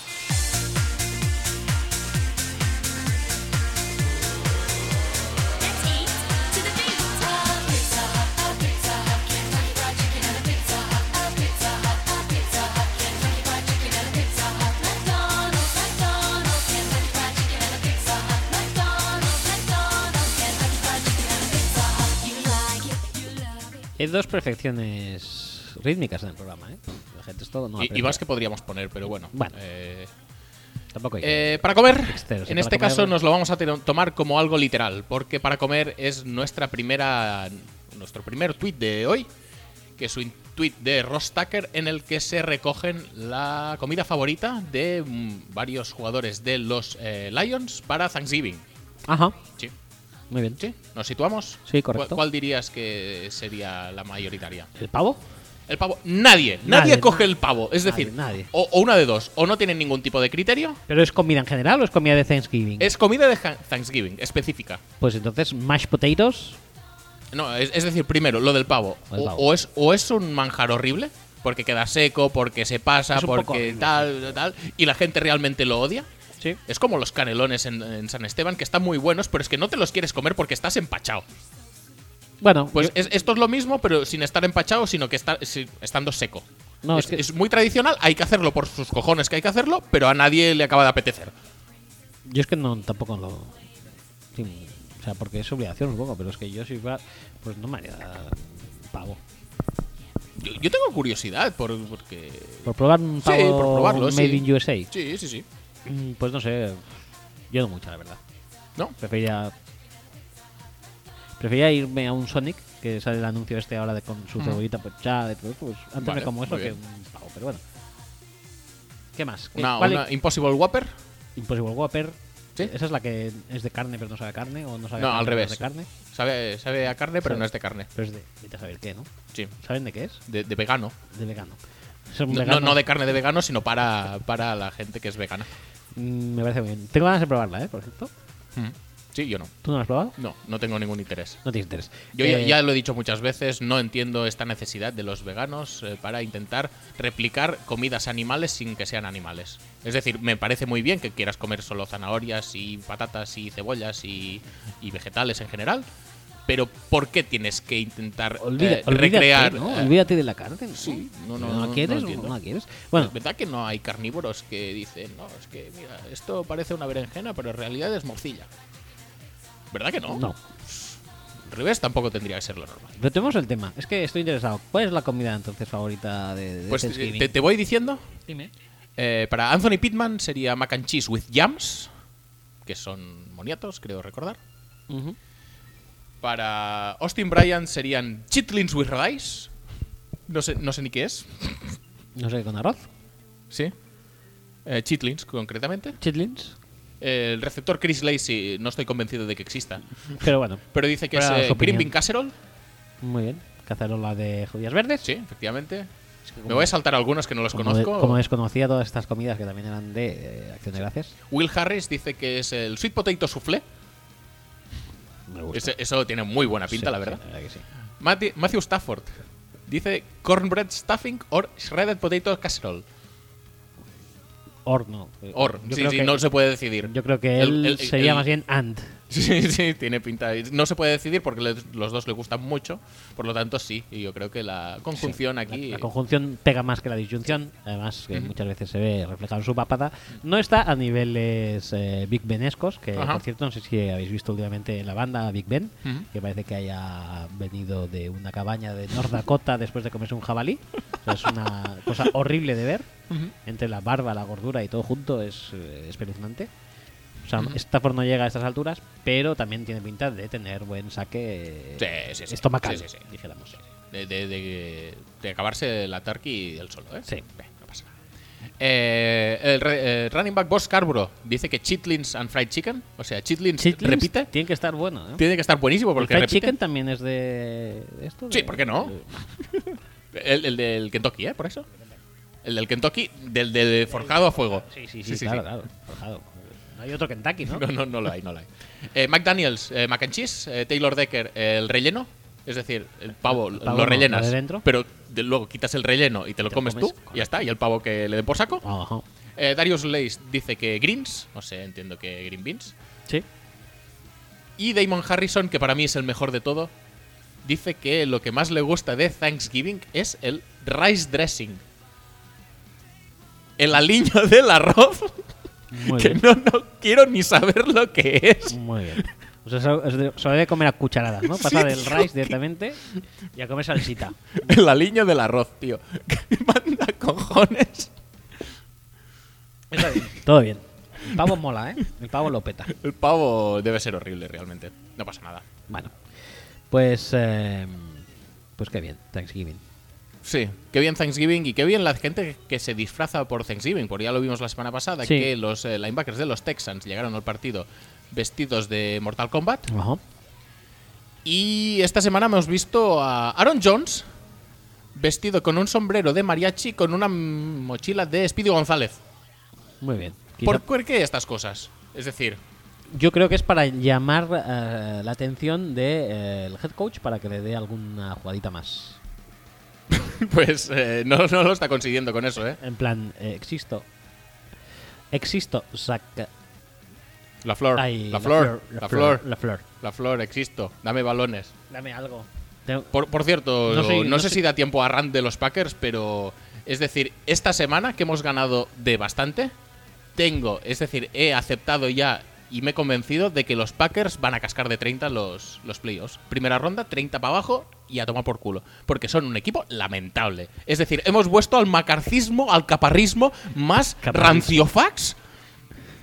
[SPEAKER 5] Let's eat to the beat. Pizza Hut, oh, Pizza Hut, Kentucky Fried Chicken and a Pizza Hut, oh, Pizza Hut, oh, Pizza Hut, Kentucky Fried Chicken and a Pizza Hut. McDonald's, McDonald's, Kentucky Fried Chicken and a Pizza Hut. McDonald's, McDonald's, Kentucky Fried Chicken and a Pizza Hut. You like it, you love it.
[SPEAKER 1] Hay dos perfecciones rítmicas en el programa, ¿eh? La gente esto no
[SPEAKER 2] y, y
[SPEAKER 1] aprende.
[SPEAKER 2] más que podríamos poner, pero bueno.
[SPEAKER 1] Bueno.
[SPEAKER 2] eh,
[SPEAKER 1] Tampoco hay que-
[SPEAKER 2] Eh, para comer,
[SPEAKER 1] Exceso,
[SPEAKER 2] en
[SPEAKER 1] para
[SPEAKER 2] este
[SPEAKER 1] comer.
[SPEAKER 2] caso nos lo vamos a tener- tomar como algo literal, porque para comer es nuestra primera, nuestro primer tweet de hoy, que es un tweet de Ross Tucker en el que se recogen la comida favorita de mm, varios jugadores de los eh, Lions para Thanksgiving.
[SPEAKER 1] Ajá.
[SPEAKER 2] Sí,
[SPEAKER 1] Muy bien.
[SPEAKER 2] sí, nos situamos.
[SPEAKER 1] Sí, correcto.
[SPEAKER 2] ¿Cuál, cuál dirías que sería la mayoritaria?
[SPEAKER 1] ¿El pavo?
[SPEAKER 2] El pavo, nadie, nadie,
[SPEAKER 1] Nadie,
[SPEAKER 2] coge el pavo. Es
[SPEAKER 1] nadie,
[SPEAKER 2] decir,
[SPEAKER 1] nadie.
[SPEAKER 2] O, o una de dos, o no tienen ningún tipo de criterio.
[SPEAKER 1] ¿Pero es comida en general o es comida de Thanksgiving?
[SPEAKER 2] Es comida de Han- Thanksgiving, específica.
[SPEAKER 1] Pues entonces, mashed potatoes.
[SPEAKER 2] No, es, es decir, primero, lo del pavo.
[SPEAKER 1] El
[SPEAKER 2] O,
[SPEAKER 1] pavo.
[SPEAKER 2] o es, o es un manjar horrible, porque queda seco, porque se pasa,
[SPEAKER 1] Es un poco
[SPEAKER 2] porque
[SPEAKER 1] horrible,
[SPEAKER 2] tal, tal, y la gente realmente lo odia.
[SPEAKER 1] Sí.
[SPEAKER 2] Es como los canelones en, en San Esteban, que están muy buenos, pero es que no te los quieres comer porque estás empachado.
[SPEAKER 1] Bueno,
[SPEAKER 2] Pues
[SPEAKER 1] yo-
[SPEAKER 2] es- esto es lo mismo, pero sin estar empachado, sino que está, si- estando seco.
[SPEAKER 1] No,
[SPEAKER 2] es,
[SPEAKER 1] es que-
[SPEAKER 2] es muy tradicional, hay que hacerlo por sus cojones que hay que hacerlo, pero a nadie le acaba de apetecer.
[SPEAKER 1] yo es que no, tampoco lo. sí, o sea, porque es obligación un poco, pero es que yo si va. Pues no me haría pavo.
[SPEAKER 2] Yo, yo tengo curiosidad por, porque...
[SPEAKER 1] Por probar un
[SPEAKER 2] Sí,
[SPEAKER 1] pavo
[SPEAKER 2] por probarlo,
[SPEAKER 1] made
[SPEAKER 2] sí.
[SPEAKER 1] in USA.
[SPEAKER 2] Sí, sí, sí.
[SPEAKER 1] Mm, Pues no sé. Yo no mucho, la verdad.
[SPEAKER 2] ¿No?
[SPEAKER 1] Prefería. Prefería irme a un Sonic, que sale el anuncio este ahora de con su cebollita pochada y todo. Pues antes
[SPEAKER 2] Vale,
[SPEAKER 1] me como eso
[SPEAKER 2] muy
[SPEAKER 1] que
[SPEAKER 2] bien.
[SPEAKER 1] un pavo, pero bueno. ¿Qué más? ¿Qué-
[SPEAKER 2] Una,
[SPEAKER 1] cuál
[SPEAKER 2] una
[SPEAKER 1] es-
[SPEAKER 2] Impossible Whopper.
[SPEAKER 1] Impossible Whopper.
[SPEAKER 2] ¿Sí?
[SPEAKER 1] Esa es la que es de carne, pero no sabe a carne. O no sabe a
[SPEAKER 2] No,
[SPEAKER 1] carne,
[SPEAKER 2] al
[SPEAKER 1] pero
[SPEAKER 2] revés.
[SPEAKER 1] Es de carne.
[SPEAKER 2] Sabe, sabe a carne, pero
[SPEAKER 1] Sí.
[SPEAKER 2] no es de carne.
[SPEAKER 1] Pero es de. Vete a saber qué, ¿no?
[SPEAKER 2] Sí,
[SPEAKER 1] ¿Saben de qué es?
[SPEAKER 2] de, de vegano.
[SPEAKER 1] De vegano. Es un
[SPEAKER 2] No-
[SPEAKER 1] vegano-
[SPEAKER 2] No, no de carne de vegano, sino para, para la gente que es vegana.
[SPEAKER 1] Mm, Me parece muy bien. Tengo ganas de probarla, ¿eh? Por cierto.
[SPEAKER 2] Mm. Sí, yo no.
[SPEAKER 1] ¿Tú no la has probado?
[SPEAKER 2] No, no tengo ningún interés.
[SPEAKER 1] No tienes interés.
[SPEAKER 2] Yo ya,
[SPEAKER 1] Eh,
[SPEAKER 2] ya lo he dicho muchas veces, no entiendo esta necesidad de los veganos eh, para intentar replicar comidas animales sin que sean animales. Es decir, me parece muy bien que quieras comer solo zanahorias y patatas y cebollas y, y vegetales en general, pero ¿por qué tienes que intentar eh,
[SPEAKER 1] Olvida- olvídate,
[SPEAKER 2] recrear?
[SPEAKER 1] ¿no?
[SPEAKER 2] eh,
[SPEAKER 1] Olvídate de la carne. ¿no?
[SPEAKER 2] sí, no, no,
[SPEAKER 1] ¿No
[SPEAKER 2] no,
[SPEAKER 1] la
[SPEAKER 2] no
[SPEAKER 1] quieres? ¿No,
[SPEAKER 2] entiendo.
[SPEAKER 1] la quieres? Bueno,
[SPEAKER 2] ¿Es verdad que no hay carnívoros que dicen, no, es que mira, esto parece una berenjena, pero en realidad es morcilla? ¿Verdad que no?
[SPEAKER 1] no.
[SPEAKER 2] Al revés tampoco tendría que ser lo normal.
[SPEAKER 1] Retomemos el tema. Es que estoy interesado. ¿Cuál es la comida entonces favorita de, de
[SPEAKER 2] Pues
[SPEAKER 1] Thanksgiving?
[SPEAKER 2] te, te voy diciendo. Eh, para Anthony Pittman sería mac and cheese with yams, que son moniatos, creo recordar.
[SPEAKER 1] Ujú.
[SPEAKER 2] Para Austin Bryan serían chitlins with rice. No sé, no sé ni qué es.
[SPEAKER 1] No sé, con arroz.
[SPEAKER 2] Sí. Eh, chitlins, concretamente.
[SPEAKER 1] Chitlins.
[SPEAKER 2] Eh, el receptor Chris Lacey, no estoy convencido de que exista.
[SPEAKER 1] Pero bueno,
[SPEAKER 2] Pero dice que
[SPEAKER 1] Para
[SPEAKER 2] es
[SPEAKER 1] su
[SPEAKER 2] eh, green
[SPEAKER 1] opinión.
[SPEAKER 2] bean casserole.
[SPEAKER 1] muy bien. Cacerola de judías verdes.
[SPEAKER 2] Sí, efectivamente.
[SPEAKER 1] como-
[SPEAKER 2] Me voy a saltar algunos que no los
[SPEAKER 1] Como, de-
[SPEAKER 2] conozco.
[SPEAKER 1] como desconocía todas estas comidas que también eran de eh, Acción de Gracias.
[SPEAKER 2] Will Harris dice que es el sweet potato soufflé.
[SPEAKER 1] Me gusta.
[SPEAKER 2] Ese- eso tiene muy buena pinta,
[SPEAKER 1] Pues Sí,
[SPEAKER 2] la
[SPEAKER 1] sí,
[SPEAKER 2] verdad.
[SPEAKER 1] que sí.
[SPEAKER 2] Mati- Matthew Stafford dice cornbread stuffing or shredded potato casserole.
[SPEAKER 1] Or no. Eh,
[SPEAKER 2] Or,
[SPEAKER 1] yo,
[SPEAKER 2] sí,
[SPEAKER 1] creo
[SPEAKER 2] sí,
[SPEAKER 1] que,
[SPEAKER 2] no se puede decidir.
[SPEAKER 1] yo creo que él
[SPEAKER 2] El- el-
[SPEAKER 1] sería
[SPEAKER 2] el-
[SPEAKER 1] más bien and.
[SPEAKER 2] Sí, sí, tiene pinta. No se puede decidir porque le- los dos le gustan mucho. Por lo tanto, sí. Y yo creo que la conjunción aquí.
[SPEAKER 1] La conjunción pega más que la disyunción, además que muchas veces se ve reflejado en su papada. No está a niveles eh, Big Benescos, que
[SPEAKER 2] Ajá.
[SPEAKER 1] por cierto no sé si habéis visto últimamente la banda Big Ben,
[SPEAKER 2] Ujú.
[SPEAKER 1] que parece que haya venido de una cabaña de North Dakota después de comerse un jabalí. O sea, es una cosa horrible de ver. Entre la barba, la gordura y todo junto es eh, espeluznante. O sea, Stafford no llega a estas alturas, pero también tiene pinta de tener buen saque eh,
[SPEAKER 2] Sí, sí, sí.
[SPEAKER 1] estomacal,
[SPEAKER 2] Sí, sí, sí.
[SPEAKER 1] dijéramos.
[SPEAKER 2] De, de- de- de acabarse la turkey del solo, ¿eh?
[SPEAKER 1] Sí.
[SPEAKER 2] Bien, no pasa nada. Eh, el re- eh, running back Boss Scarborough dice que chitlins and fried chicken. O sea, chitlins,
[SPEAKER 1] Chitlins
[SPEAKER 2] repite.
[SPEAKER 1] Tiene que estar bueno, ¿eh?
[SPEAKER 2] Tiene que estar buenísimo
[SPEAKER 1] ¿El
[SPEAKER 2] porque
[SPEAKER 1] fried
[SPEAKER 2] repite.
[SPEAKER 1] chicken también es de de esto?
[SPEAKER 2] Sí,
[SPEAKER 1] de-
[SPEAKER 2] ¿por qué no?
[SPEAKER 1] de-
[SPEAKER 2] El, el del Kentucky, ¿eh? Por eso. El del Kentucky, del, del forjado a fuego.
[SPEAKER 1] Sí, sí, sí, claro, claro. forjado. No hay otro Kentucky, ¿no?
[SPEAKER 2] No, no, no lo hay, no lo hay. Eh, McDaniels, eh, mac and cheese, eh, Taylor Decker, eh, el relleno. Es decir, el pavo,
[SPEAKER 1] El pavo
[SPEAKER 2] lo
[SPEAKER 1] no,
[SPEAKER 2] rellenas.
[SPEAKER 1] lo de dentro.
[SPEAKER 2] Pero de- luego quitas el relleno y te lo
[SPEAKER 1] Te lo
[SPEAKER 2] comes,
[SPEAKER 1] comes, Ah.
[SPEAKER 2] tú. Y ya está. Y el pavo que le den por saco.
[SPEAKER 1] Ajá.
[SPEAKER 2] Eh, Darius Lace dice que greens. No sé, entiendo que green beans.
[SPEAKER 1] Sí.
[SPEAKER 2] Y Damon Harrison, que para mí es el mejor de todo, dice que lo que más le gusta de Thanksgiving es el rice dressing. El aliño del arroz,
[SPEAKER 1] Muy
[SPEAKER 2] que
[SPEAKER 1] bien.
[SPEAKER 2] no, no quiero ni saber lo que es.
[SPEAKER 1] Muy bien. Pues O sea, se- se se lo debe comer a cucharadas, ¿no? Pasar
[SPEAKER 2] Sí,
[SPEAKER 1] el
[SPEAKER 2] tío,
[SPEAKER 1] rice directamente y a comer salsita.
[SPEAKER 2] El aliño del arroz, tío. ¿Qué manda cojones?
[SPEAKER 1] Está bien. Todo bien. El pavo mola, ¿eh? El pavo lo peta.
[SPEAKER 2] El pavo debe ser horrible realmente. No pasa nada.
[SPEAKER 1] Bueno. Pues. eh, pues qué bien, Thanksgiving.
[SPEAKER 2] Sí, qué bien Thanksgiving y qué bien la gente que se disfraza por Thanksgiving, porque ya lo vimos la semana pasada,
[SPEAKER 1] Sí.
[SPEAKER 2] que los eh, linebackers de los Texans llegaron al partido vestidos de Mortal Kombat.
[SPEAKER 1] Ajá.
[SPEAKER 2] Y esta semana hemos visto a Aaron Jones vestido con un sombrero de mariachi con una mm, mochila de Speedy González.
[SPEAKER 1] Muy bien. Quizá-
[SPEAKER 2] ¿Por qué estas cosas? Es decir,
[SPEAKER 1] Yo creo que es para llamar eh, la atención del de, eh, el head coach para que le dé alguna jugadita más.
[SPEAKER 2] pues eh, no, no lo está consiguiendo con eso, ¿eh?
[SPEAKER 1] En plan, eh, existo. Existo, saca.
[SPEAKER 2] La flor,
[SPEAKER 1] ay,
[SPEAKER 2] la, flor, la flor,
[SPEAKER 1] la flor.
[SPEAKER 2] la flor, existo. Dame balones.
[SPEAKER 1] Dame algo. Tengo-
[SPEAKER 2] Por, por cierto,
[SPEAKER 1] No
[SPEAKER 2] no,
[SPEAKER 1] sé- no
[SPEAKER 2] sé
[SPEAKER 1] sé-
[SPEAKER 2] si da tiempo a rant de los Packers, pero es decir, esta semana que hemos ganado de bastante, tengo, es decir, he aceptado ya y me he convencido de que los Packers van a cascar de 30 los, los playoffs. Primera ronda, 30 para abajo y a tomar por culo. Porque son un equipo lamentable. Es decir, hemos vuelto al macarcismo, al caparrismo más
[SPEAKER 1] Caparrismo.
[SPEAKER 2] ranciofax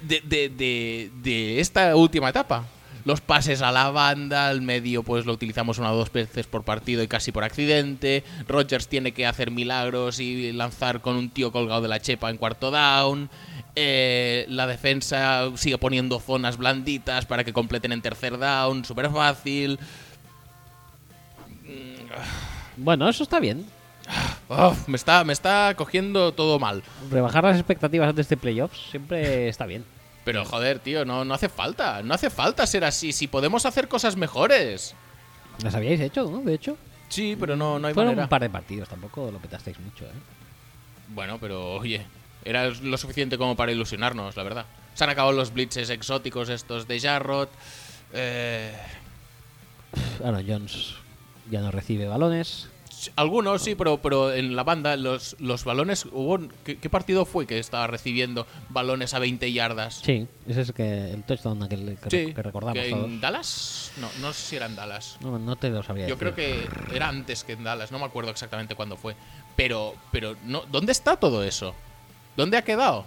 [SPEAKER 2] de, de- de- de esta última etapa. Los pases a la banda, al medio pues lo utilizamos una o dos veces por partido y casi por accidente. Rogers tiene que hacer milagros y lanzar con un tío colgado de la chepa en cuarto down. Eh, la defensa sigue poniendo zonas blanditas para que completen en tercer down, súper fácil.
[SPEAKER 1] Bueno, eso está bien.
[SPEAKER 2] Uf, me, está, me está cogiendo todo mal.
[SPEAKER 1] Rebajar las expectativas antes de playoffs siempre está bien.
[SPEAKER 2] Pero joder, tío, no, no hace falta. No hace falta ser así. Si podemos hacer cosas mejores.
[SPEAKER 1] Las habíais hecho, ¿no? De hecho.
[SPEAKER 2] Sí, pero no, no hay
[SPEAKER 1] Fueron
[SPEAKER 2] manera.
[SPEAKER 1] un par de partidos, tampoco lo petasteis mucho, ¿eh?
[SPEAKER 2] Bueno, pero oye, era lo suficiente como para ilusionarnos, la verdad. Se han acabado los blitzes exóticos estos de Jarrod. Eh,
[SPEAKER 1] Aaron Jones ya no recibe balones.
[SPEAKER 2] sí, algunos sí, pero, pero en la banda los, los balones... Hubo, un- ¿qué, qué partido fue que estaba recibiendo balones a 20 yardas?
[SPEAKER 1] Sí, ese es que el touchdown aquel que,
[SPEAKER 2] Sí,
[SPEAKER 1] que recordamos
[SPEAKER 2] que
[SPEAKER 1] todos.
[SPEAKER 2] ¿En Dallas? No, no sé si era en Dallas.
[SPEAKER 1] No, no te lo sabría
[SPEAKER 2] Yo creo
[SPEAKER 1] decir.
[SPEAKER 2] que era antes que en Dallas, no me acuerdo exactamente cuándo fue. Pero, pero no, ¿dónde está todo eso? ¿Dónde ha quedado?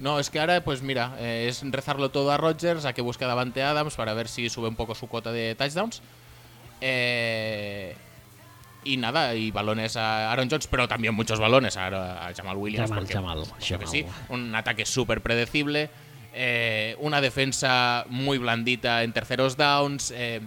[SPEAKER 2] No, es que ahora, pues mira, eh, es rezarlo todo a Rodgers, a que busque a Davante Adams para ver si sube un poco su cuota de touchdowns. Eh, y nada, y balones a Aaron Jones, pero también muchos balones a, a Jamal Williams.
[SPEAKER 1] Jamal,
[SPEAKER 2] porque-
[SPEAKER 1] Jamal,
[SPEAKER 2] porque
[SPEAKER 1] Jamal.
[SPEAKER 2] sí, un ataque súper predecible, eh, una defensa muy blandita en terceros downs. eh,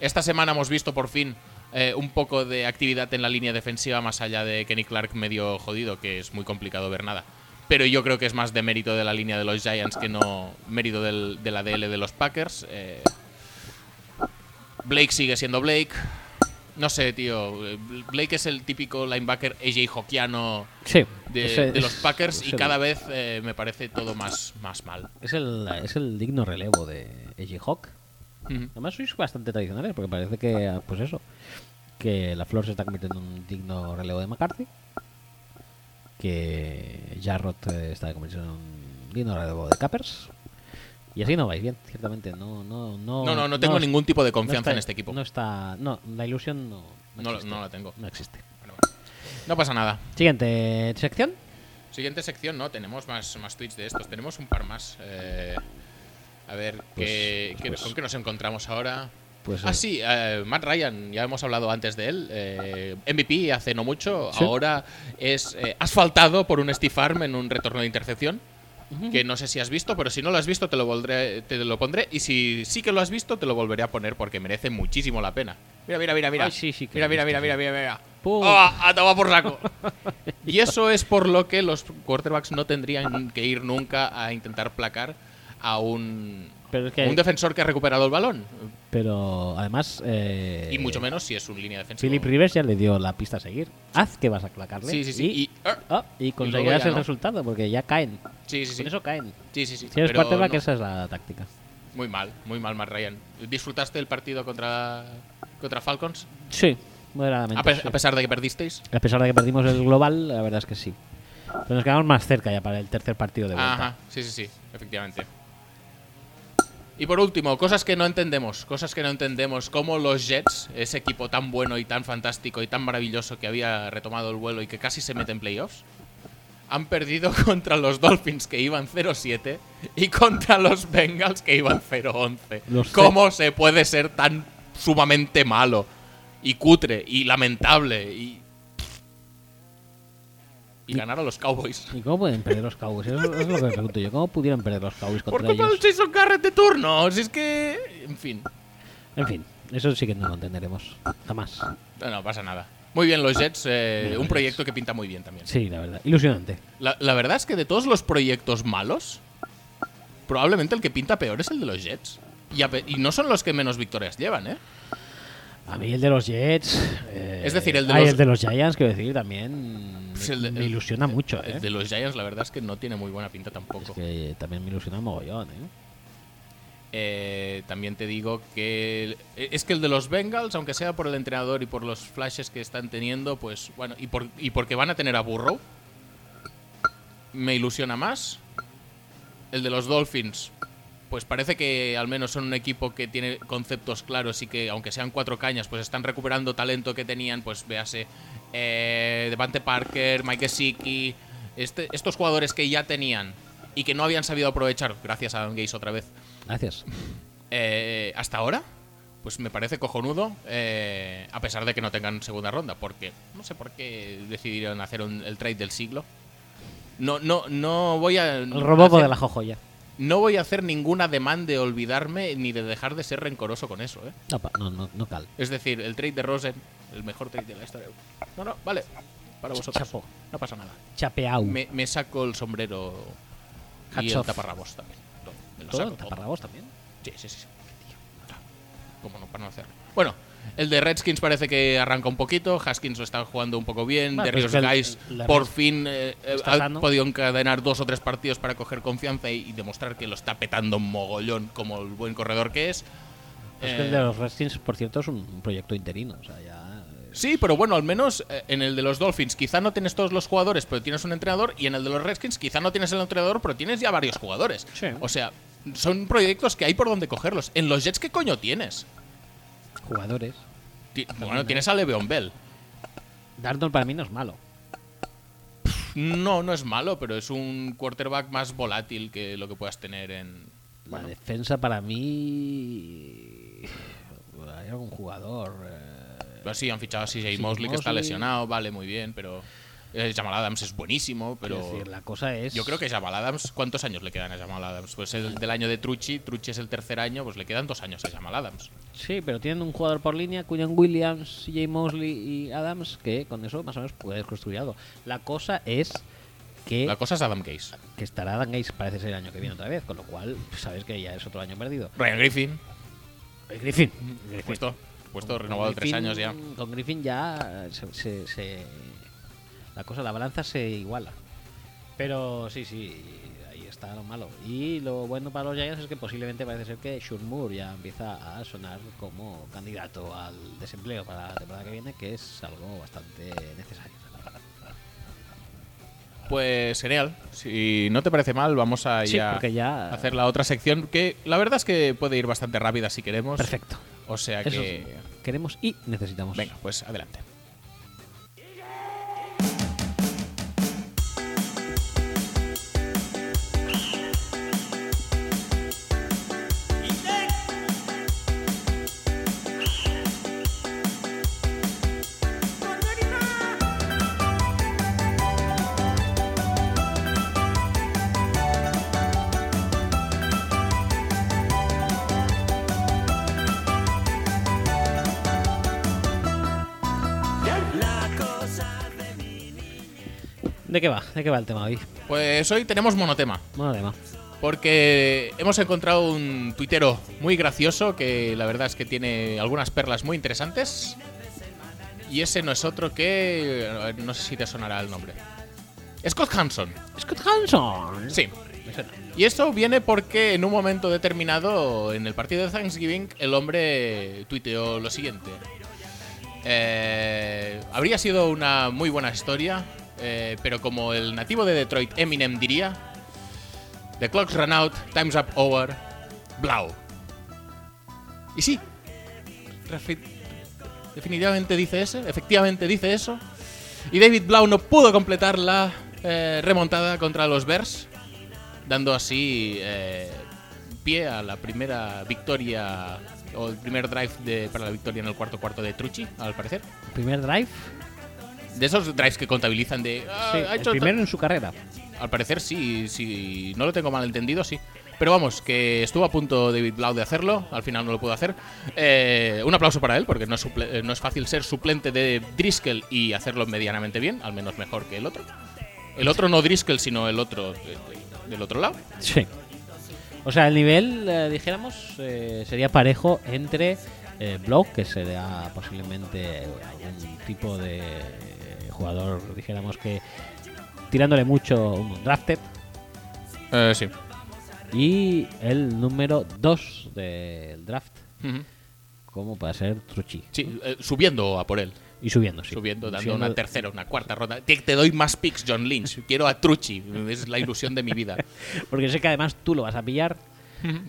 [SPEAKER 2] esta semana hemos visto por fin eh, un poco de actividad en la línea defensiva, más allá de Kenny Clark medio jodido, que es muy complicado ver nada. Pero yo creo que es más de mérito de la línea de los Giants que no mérito del, de la DL de los Packers. eh. Blake sigue siendo Blake. No sé, tío. eh, Blake es el típico linebacker AJ Hockeano
[SPEAKER 1] Sí,
[SPEAKER 2] de,
[SPEAKER 1] ese-
[SPEAKER 2] de los Packers y
[SPEAKER 1] ese-
[SPEAKER 2] cada vez eh, me parece todo más, más mal.
[SPEAKER 1] Es el, es el digno relevo de AJ Hawk.
[SPEAKER 2] Ujú.
[SPEAKER 1] Además sois bastante tradicionales porque parece que, ah, pues eso, que la flor se está convirtiendo en un digno relevo de McCarthy, que Jarrod eh, está convirtiendo en un digno relevo de Cappers. Y así no vais bien, ciertamente. No, no, no,
[SPEAKER 2] No, no, no tengo
[SPEAKER 1] os-
[SPEAKER 2] ningún tipo de
[SPEAKER 1] no
[SPEAKER 2] confianza
[SPEAKER 1] está-
[SPEAKER 2] en este equipo.
[SPEAKER 1] No está, no, la ilusión no,
[SPEAKER 2] No lo-
[SPEAKER 1] existe.
[SPEAKER 2] no la tengo.
[SPEAKER 1] No existe.
[SPEAKER 2] Bueno, bueno. No pasa nada.
[SPEAKER 1] Siguiente sección.
[SPEAKER 2] Siguiente sección, ¿no? Tenemos más, más tweets de estos. Tenemos un par más. Eh, a ver, ¿qué, qué- ¿con qué nos encontramos ahora?
[SPEAKER 1] Pues, eh,
[SPEAKER 2] ah, sí, eh, Matt Ryan, ya hemos hablado antes de él. eh, MVP hace no mucho.
[SPEAKER 1] Sí.
[SPEAKER 2] Ahora es eh, asfaltado por un Steve Arm en un retorno de intercepción. Que no sé si has visto, pero si no lo has visto, te lo, volveré- te lo pondré. Y si sí que lo has visto, te lo volveré a poner porque merece muchísimo la pena. Mira, mira, mira, mira.
[SPEAKER 1] Ay, sí, sí que
[SPEAKER 2] mira,
[SPEAKER 1] lo he
[SPEAKER 2] mira,
[SPEAKER 1] visto,
[SPEAKER 2] mira, mira, mira, mira.
[SPEAKER 1] Pum.
[SPEAKER 2] ¡Ah! a tomar por saco. Y eso es por lo que los quarterbacks no tendrían que ir nunca a intentar placar a un,
[SPEAKER 1] Pero es que-
[SPEAKER 2] un defensor que ha recuperado el balón.
[SPEAKER 1] Pero además. eh,
[SPEAKER 2] y mucho menos si es un línea defensiva.
[SPEAKER 1] Philip Rivers ya le dio la pista a seguir. Haz que vas a clacarle.
[SPEAKER 2] Sí, sí, sí.
[SPEAKER 1] Y,
[SPEAKER 2] Y, ah,
[SPEAKER 1] Ah, y
[SPEAKER 2] luego
[SPEAKER 1] conseguirás
[SPEAKER 2] ya
[SPEAKER 1] el
[SPEAKER 2] no.
[SPEAKER 1] resultado porque ya caen.
[SPEAKER 2] sí, sí, sí.
[SPEAKER 1] Con eso caen.
[SPEAKER 2] Sí, sí, sí.
[SPEAKER 1] Si eres
[SPEAKER 2] Pero
[SPEAKER 1] quarterback,
[SPEAKER 2] no.
[SPEAKER 1] esa es la táctica.
[SPEAKER 2] Muy mal, muy mal, Matt Ryan. ¿Disfrutaste el partido contra, contra Falcons?
[SPEAKER 1] Sí,
[SPEAKER 2] A,
[SPEAKER 1] moderadamente.
[SPEAKER 2] pe- a pesar de que perdisteis.
[SPEAKER 1] A pesar de que perdimos el global, la verdad es que sí. Pero nos quedamos más cerca ya para el tercer partido de vuelta.
[SPEAKER 2] Ajá, sí, sí, sí, efectivamente. Y por último, cosas que no entendemos, cosas que no entendemos, como los Jets, ese equipo tan bueno y tan fantástico y tan maravilloso que había retomado el vuelo y que casi se mete en playoffs, han perdido contra los Dolphins que iban 0-7 y contra los Bengals que iban 0-11.
[SPEAKER 1] Los ce-
[SPEAKER 2] ¿Cómo se puede ser tan sumamente malo y cutre y lamentable y... Y ganar a los Cowboys.
[SPEAKER 1] ¿Y cómo pueden perder los Cowboys? Eso es lo que me pregunto yo. ¿Cómo pudieron perder los Cowboys
[SPEAKER 2] Por
[SPEAKER 1] contra
[SPEAKER 2] culpa
[SPEAKER 1] ellos?
[SPEAKER 2] del Jason Garrett de turno. Si es que. En fin.
[SPEAKER 1] En fin, eso sí que no lo entenderemos. Jamás.
[SPEAKER 2] No, no pasa nada. Muy bien, los Jets. eh,
[SPEAKER 1] Bien,
[SPEAKER 2] un
[SPEAKER 1] los
[SPEAKER 2] proyecto que pinta muy bien también.
[SPEAKER 1] Sí, la verdad. Ilusionante.
[SPEAKER 2] La, la verdad es que de todos los proyectos malos, probablemente el que pinta peor es el de los Jets. Y, a pe- y no son los que menos victorias llevan, ¿eh?
[SPEAKER 1] A mí el de los Jets. eh,
[SPEAKER 2] Es decir, el de
[SPEAKER 1] ay,
[SPEAKER 2] los-
[SPEAKER 1] el de los Giants, quiero decir, también.
[SPEAKER 2] Pues el de-
[SPEAKER 1] me ilusiona
[SPEAKER 2] el-
[SPEAKER 1] mucho,
[SPEAKER 2] el
[SPEAKER 1] ¿eh?
[SPEAKER 2] de los Giants, la verdad es que no tiene muy buena pinta
[SPEAKER 1] Es
[SPEAKER 2] tampoco.
[SPEAKER 1] que también me ilusiona mogollón, ¿eh?
[SPEAKER 2] Eh, también te digo que el- eh, es que el de los Bengals, aunque sea por el entrenador y por los flashes que están teniendo, pues bueno, y, por- y porque van a tener a Burrow, me ilusiona más. El de los Dolphins, pues parece que al menos son un equipo que tiene conceptos claros y que aunque sean cuatro cañas, pues están recuperando talento que tenían, pues véase, eh, Devante Parker, Mike Gesicki, este- estos jugadores que ya tenían y que no habían sabido aprovechar, gracias a Adam Gaze otra vez.
[SPEAKER 1] Gracias.
[SPEAKER 2] Eh, hasta ahora, pues me parece cojonudo, eh, a pesar de que no tengan segunda ronda, porque no sé por qué decidieron hacer un- el trade del siglo. No, no, no voy a.
[SPEAKER 1] El robobo
[SPEAKER 2] hacer-
[SPEAKER 1] de la jojoya.
[SPEAKER 2] No voy a hacer ninguna demanda de olvidarme ni de dejar de ser rencoroso con eso, ¿eh?
[SPEAKER 1] No, pa- no, no, no cal.
[SPEAKER 2] Es decir, el trade de Rosen, el mejor trade de la historia. No, no, vale. Para vosotros.
[SPEAKER 1] Chapo.
[SPEAKER 2] No pasa nada.
[SPEAKER 1] Chapeau.
[SPEAKER 2] Me, me saco el sombrero y
[SPEAKER 1] Hats
[SPEAKER 2] el
[SPEAKER 1] off.
[SPEAKER 2] taparrabos también. Todo, me lo
[SPEAKER 1] Todo
[SPEAKER 2] saco
[SPEAKER 1] en taparrabos también.
[SPEAKER 2] Sí, sí, sí. sí. ¿Cómo no? Para no hacerlo. Bueno, el de Redskins parece que arranca un poquito. Haskins lo está jugando un poco bien.
[SPEAKER 1] Bueno,
[SPEAKER 2] de
[SPEAKER 1] pero
[SPEAKER 2] Rios
[SPEAKER 1] es que el-
[SPEAKER 2] Guys
[SPEAKER 1] el- la
[SPEAKER 2] por
[SPEAKER 1] Red-
[SPEAKER 2] fin eh, eh,
[SPEAKER 1] está
[SPEAKER 2] ha
[SPEAKER 1] sano.
[SPEAKER 2] podido encadenar dos o tres partidos para coger confianza y, y demostrar que lo está petando un mogollón como el buen corredor que es.
[SPEAKER 1] Es que el
[SPEAKER 2] Eh,
[SPEAKER 1] de los Redskins, por cierto, es un proyecto interino. O sea, ya. eh,
[SPEAKER 2] Sí, pero bueno, al menos eh, en el de los Dolphins quizá no tienes todos los jugadores, pero tienes un entrenador, y en el de los Redskins quizá no tienes el entrenador, pero tienes ya varios jugadores.
[SPEAKER 1] Sí.
[SPEAKER 2] O sea, son proyectos que hay por donde cogerlos. En los Jets, ¿qué coño tienes?
[SPEAKER 1] Jugadores.
[SPEAKER 2] Ti-
[SPEAKER 1] Ah,
[SPEAKER 2] bueno, tienes a Le'Veon Bell.
[SPEAKER 1] Darnold para mí no es malo.
[SPEAKER 2] No, no es malo, pero es un quarterback más volátil que lo que puedas tener en...
[SPEAKER 1] La defensa para mí. Hay algún jugador. eh,
[SPEAKER 2] Bueno, sí, han fichado a CJ
[SPEAKER 1] Sí,
[SPEAKER 2] Mosley, que está
[SPEAKER 1] Mosley.
[SPEAKER 2] lesionado, vale, muy bien, pero... eh, Jamal Adams es buenísimo, pero...
[SPEAKER 1] quiero decir, la cosa es.
[SPEAKER 2] Yo creo que Jamal Adams, ¿cuántos años le quedan a Jamal Adams? Pues el del año de Trucci, Trucci es el tercer año, pues le quedan dos años a Jamal Adams.
[SPEAKER 1] Sí, pero tienen un jugador por línea, Cunyan Williams, CJ Mosley y Adams, que con eso más o menos puedes construir algo. La cosa es que,
[SPEAKER 2] La cosa es Adam Case.
[SPEAKER 1] que estará Dan Gates parece ser el año que viene otra vez, con lo cual sabes que ya es otro año perdido.
[SPEAKER 2] Ryan Griffin,
[SPEAKER 1] El Griffin.
[SPEAKER 2] puesto, puesto
[SPEAKER 1] Con
[SPEAKER 2] renovado tres
[SPEAKER 1] Griffin-
[SPEAKER 2] años ya.
[SPEAKER 1] Con Griffin ya eh, se, se- se- la cosa, la balanza se iguala. Pero sí, sí, ahí está lo malo. Y lo bueno para los Giants es que posiblemente parece ser que Sean Moore ya empieza a sonar como candidato al desempleo para la temporada que viene, que es algo bastante necesario. la verdad.
[SPEAKER 2] Pues genial. Si no te parece mal, vamos a
[SPEAKER 1] Sí,
[SPEAKER 2] ya
[SPEAKER 1] porque ya-
[SPEAKER 2] hacer la otra sección, que la verdad es que puede ir bastante rápida si queremos.
[SPEAKER 1] Perfecto.
[SPEAKER 2] O sea
[SPEAKER 1] Eso
[SPEAKER 2] que...
[SPEAKER 1] sí, queremos y necesitamos.
[SPEAKER 2] Venga, pues adelante.
[SPEAKER 1] ¿De qué va? ¿De qué va el tema hoy?
[SPEAKER 2] Pues hoy tenemos monotema.
[SPEAKER 1] Bueno, tema.
[SPEAKER 2] Porque hemos encontrado un tuitero muy gracioso que la verdad es que tiene algunas perlas muy interesantes. Y ese no es otro que. a ver, No sé si te sonará el nombre. Scott Hanson.
[SPEAKER 1] Scott Hanson.
[SPEAKER 2] Sí. Y esto viene porque en un momento determinado, en el partido de Thanksgiving, el hombre tuiteó lo siguiente. Eh, habría sido una muy buena historia, eh, pero como el nativo de Detroit Eminem diría, The clock's run out, time's up over, blau. Y sí, refi- definitivamente dice eso, efectivamente dice eso. Y David Blau no pudo completar la eh, remontada contra los Bears, dando así eh, pie a la primera victoria o el primer drive de- para la victoria en el cuarto cuarto de Trucci, al parecer.
[SPEAKER 1] Primer drive.
[SPEAKER 2] De esos drives que contabilizan de... "Ah,
[SPEAKER 1] Sí,
[SPEAKER 2] ha
[SPEAKER 1] el
[SPEAKER 2] hecho ta-
[SPEAKER 1] primero en su carrera.
[SPEAKER 2] al parecer sí, sí, no lo tengo mal entendido, sí. Pero vamos, que estuvo a punto David Blau de hacerlo, al final no lo pudo hacer. Eh, un aplauso para él, porque no es, suple- eh, no es fácil ser suplente de Driscoll y hacerlo medianamente bien, al menos mejor que el otro. El otro no Driscoll, sino el otro eh, del otro lado.
[SPEAKER 1] Sí. O sea, el nivel, eh, dijéramos, eh, sería parejo entre eh, Block, que será posiblemente algún tipo de jugador, dijéramos que tirándole mucho un drafted.
[SPEAKER 2] Eh, sí.
[SPEAKER 1] Y el número 2 del draft,
[SPEAKER 2] Ujú.
[SPEAKER 1] como puede ser Truchi.
[SPEAKER 2] Sí, eh, subiendo a por él.
[SPEAKER 1] Y subiendo, sí.
[SPEAKER 2] Subiendo, dando
[SPEAKER 1] Siendo-
[SPEAKER 2] una tercera, una cuarta ronda. Te, te doy más picks, John Lynch. Quiero a Trucci. Es la ilusión de mi vida.
[SPEAKER 1] Porque sé que además tú lo vas a pillar.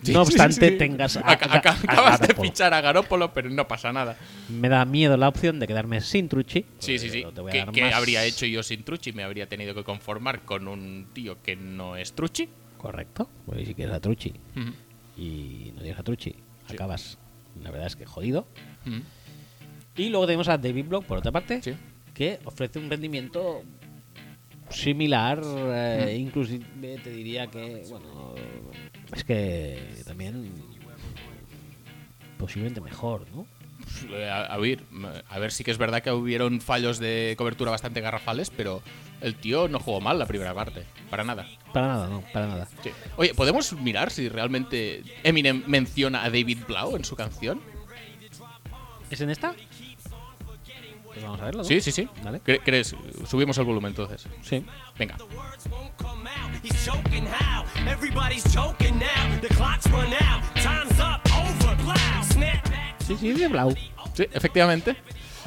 [SPEAKER 2] Sí,
[SPEAKER 1] no
[SPEAKER 2] sí,
[SPEAKER 1] obstante,
[SPEAKER 2] sí.
[SPEAKER 1] tengas. a-
[SPEAKER 2] Aca-
[SPEAKER 1] a-
[SPEAKER 2] aca-
[SPEAKER 1] a
[SPEAKER 2] acabas de
[SPEAKER 1] Garoppolo.
[SPEAKER 2] fichar a Garópolo, pero no pasa nada.
[SPEAKER 1] Me da miedo la opción de quedarme sin Truchi.
[SPEAKER 2] Sí, sí, sí.
[SPEAKER 1] Pero te voy a
[SPEAKER 2] ¿Qué,
[SPEAKER 1] dar
[SPEAKER 2] qué
[SPEAKER 1] más-
[SPEAKER 2] habría hecho yo sin Trucci? Me habría tenido que conformar con un tío que no es Trucci.
[SPEAKER 1] Correcto. Porque si quieres a Truchi
[SPEAKER 2] Ujú,
[SPEAKER 1] y no tienes a Truchi,
[SPEAKER 2] Sí.
[SPEAKER 1] acabas. La verdad es que jodido.
[SPEAKER 2] ujú.
[SPEAKER 1] Y luego tenemos a David Block, por otra parte,
[SPEAKER 2] Sí.
[SPEAKER 1] que ofrece un rendimiento similar, eh,
[SPEAKER 2] Mm.
[SPEAKER 1] inclusive te diría que, bueno, es que también posiblemente mejor, ¿no?
[SPEAKER 2] Eh, A, a ver, a ver, sí que es verdad que hubieron fallos de cobertura bastante garrafales, pero el tío no jugó mal la primera parte, para nada.
[SPEAKER 1] Para nada, no, para nada.
[SPEAKER 2] Sí. Oye, ¿podemos mirar si realmente Eminem menciona a David Blau en su canción?
[SPEAKER 1] ¿Es en esta? Pues vamos a verlo. ¿no?
[SPEAKER 2] Sí, sí, sí.
[SPEAKER 1] Vale.
[SPEAKER 2] Cre- ¿Crees? Subimos el volumen entonces.
[SPEAKER 1] Sí.
[SPEAKER 2] Venga.
[SPEAKER 8] words won't come out. He's choking how? Everybody's choking now. The clock's run out. Time's up. Over. Plow. Snap back.
[SPEAKER 1] Sí, sí, de Blau.
[SPEAKER 2] Sí, efectivamente.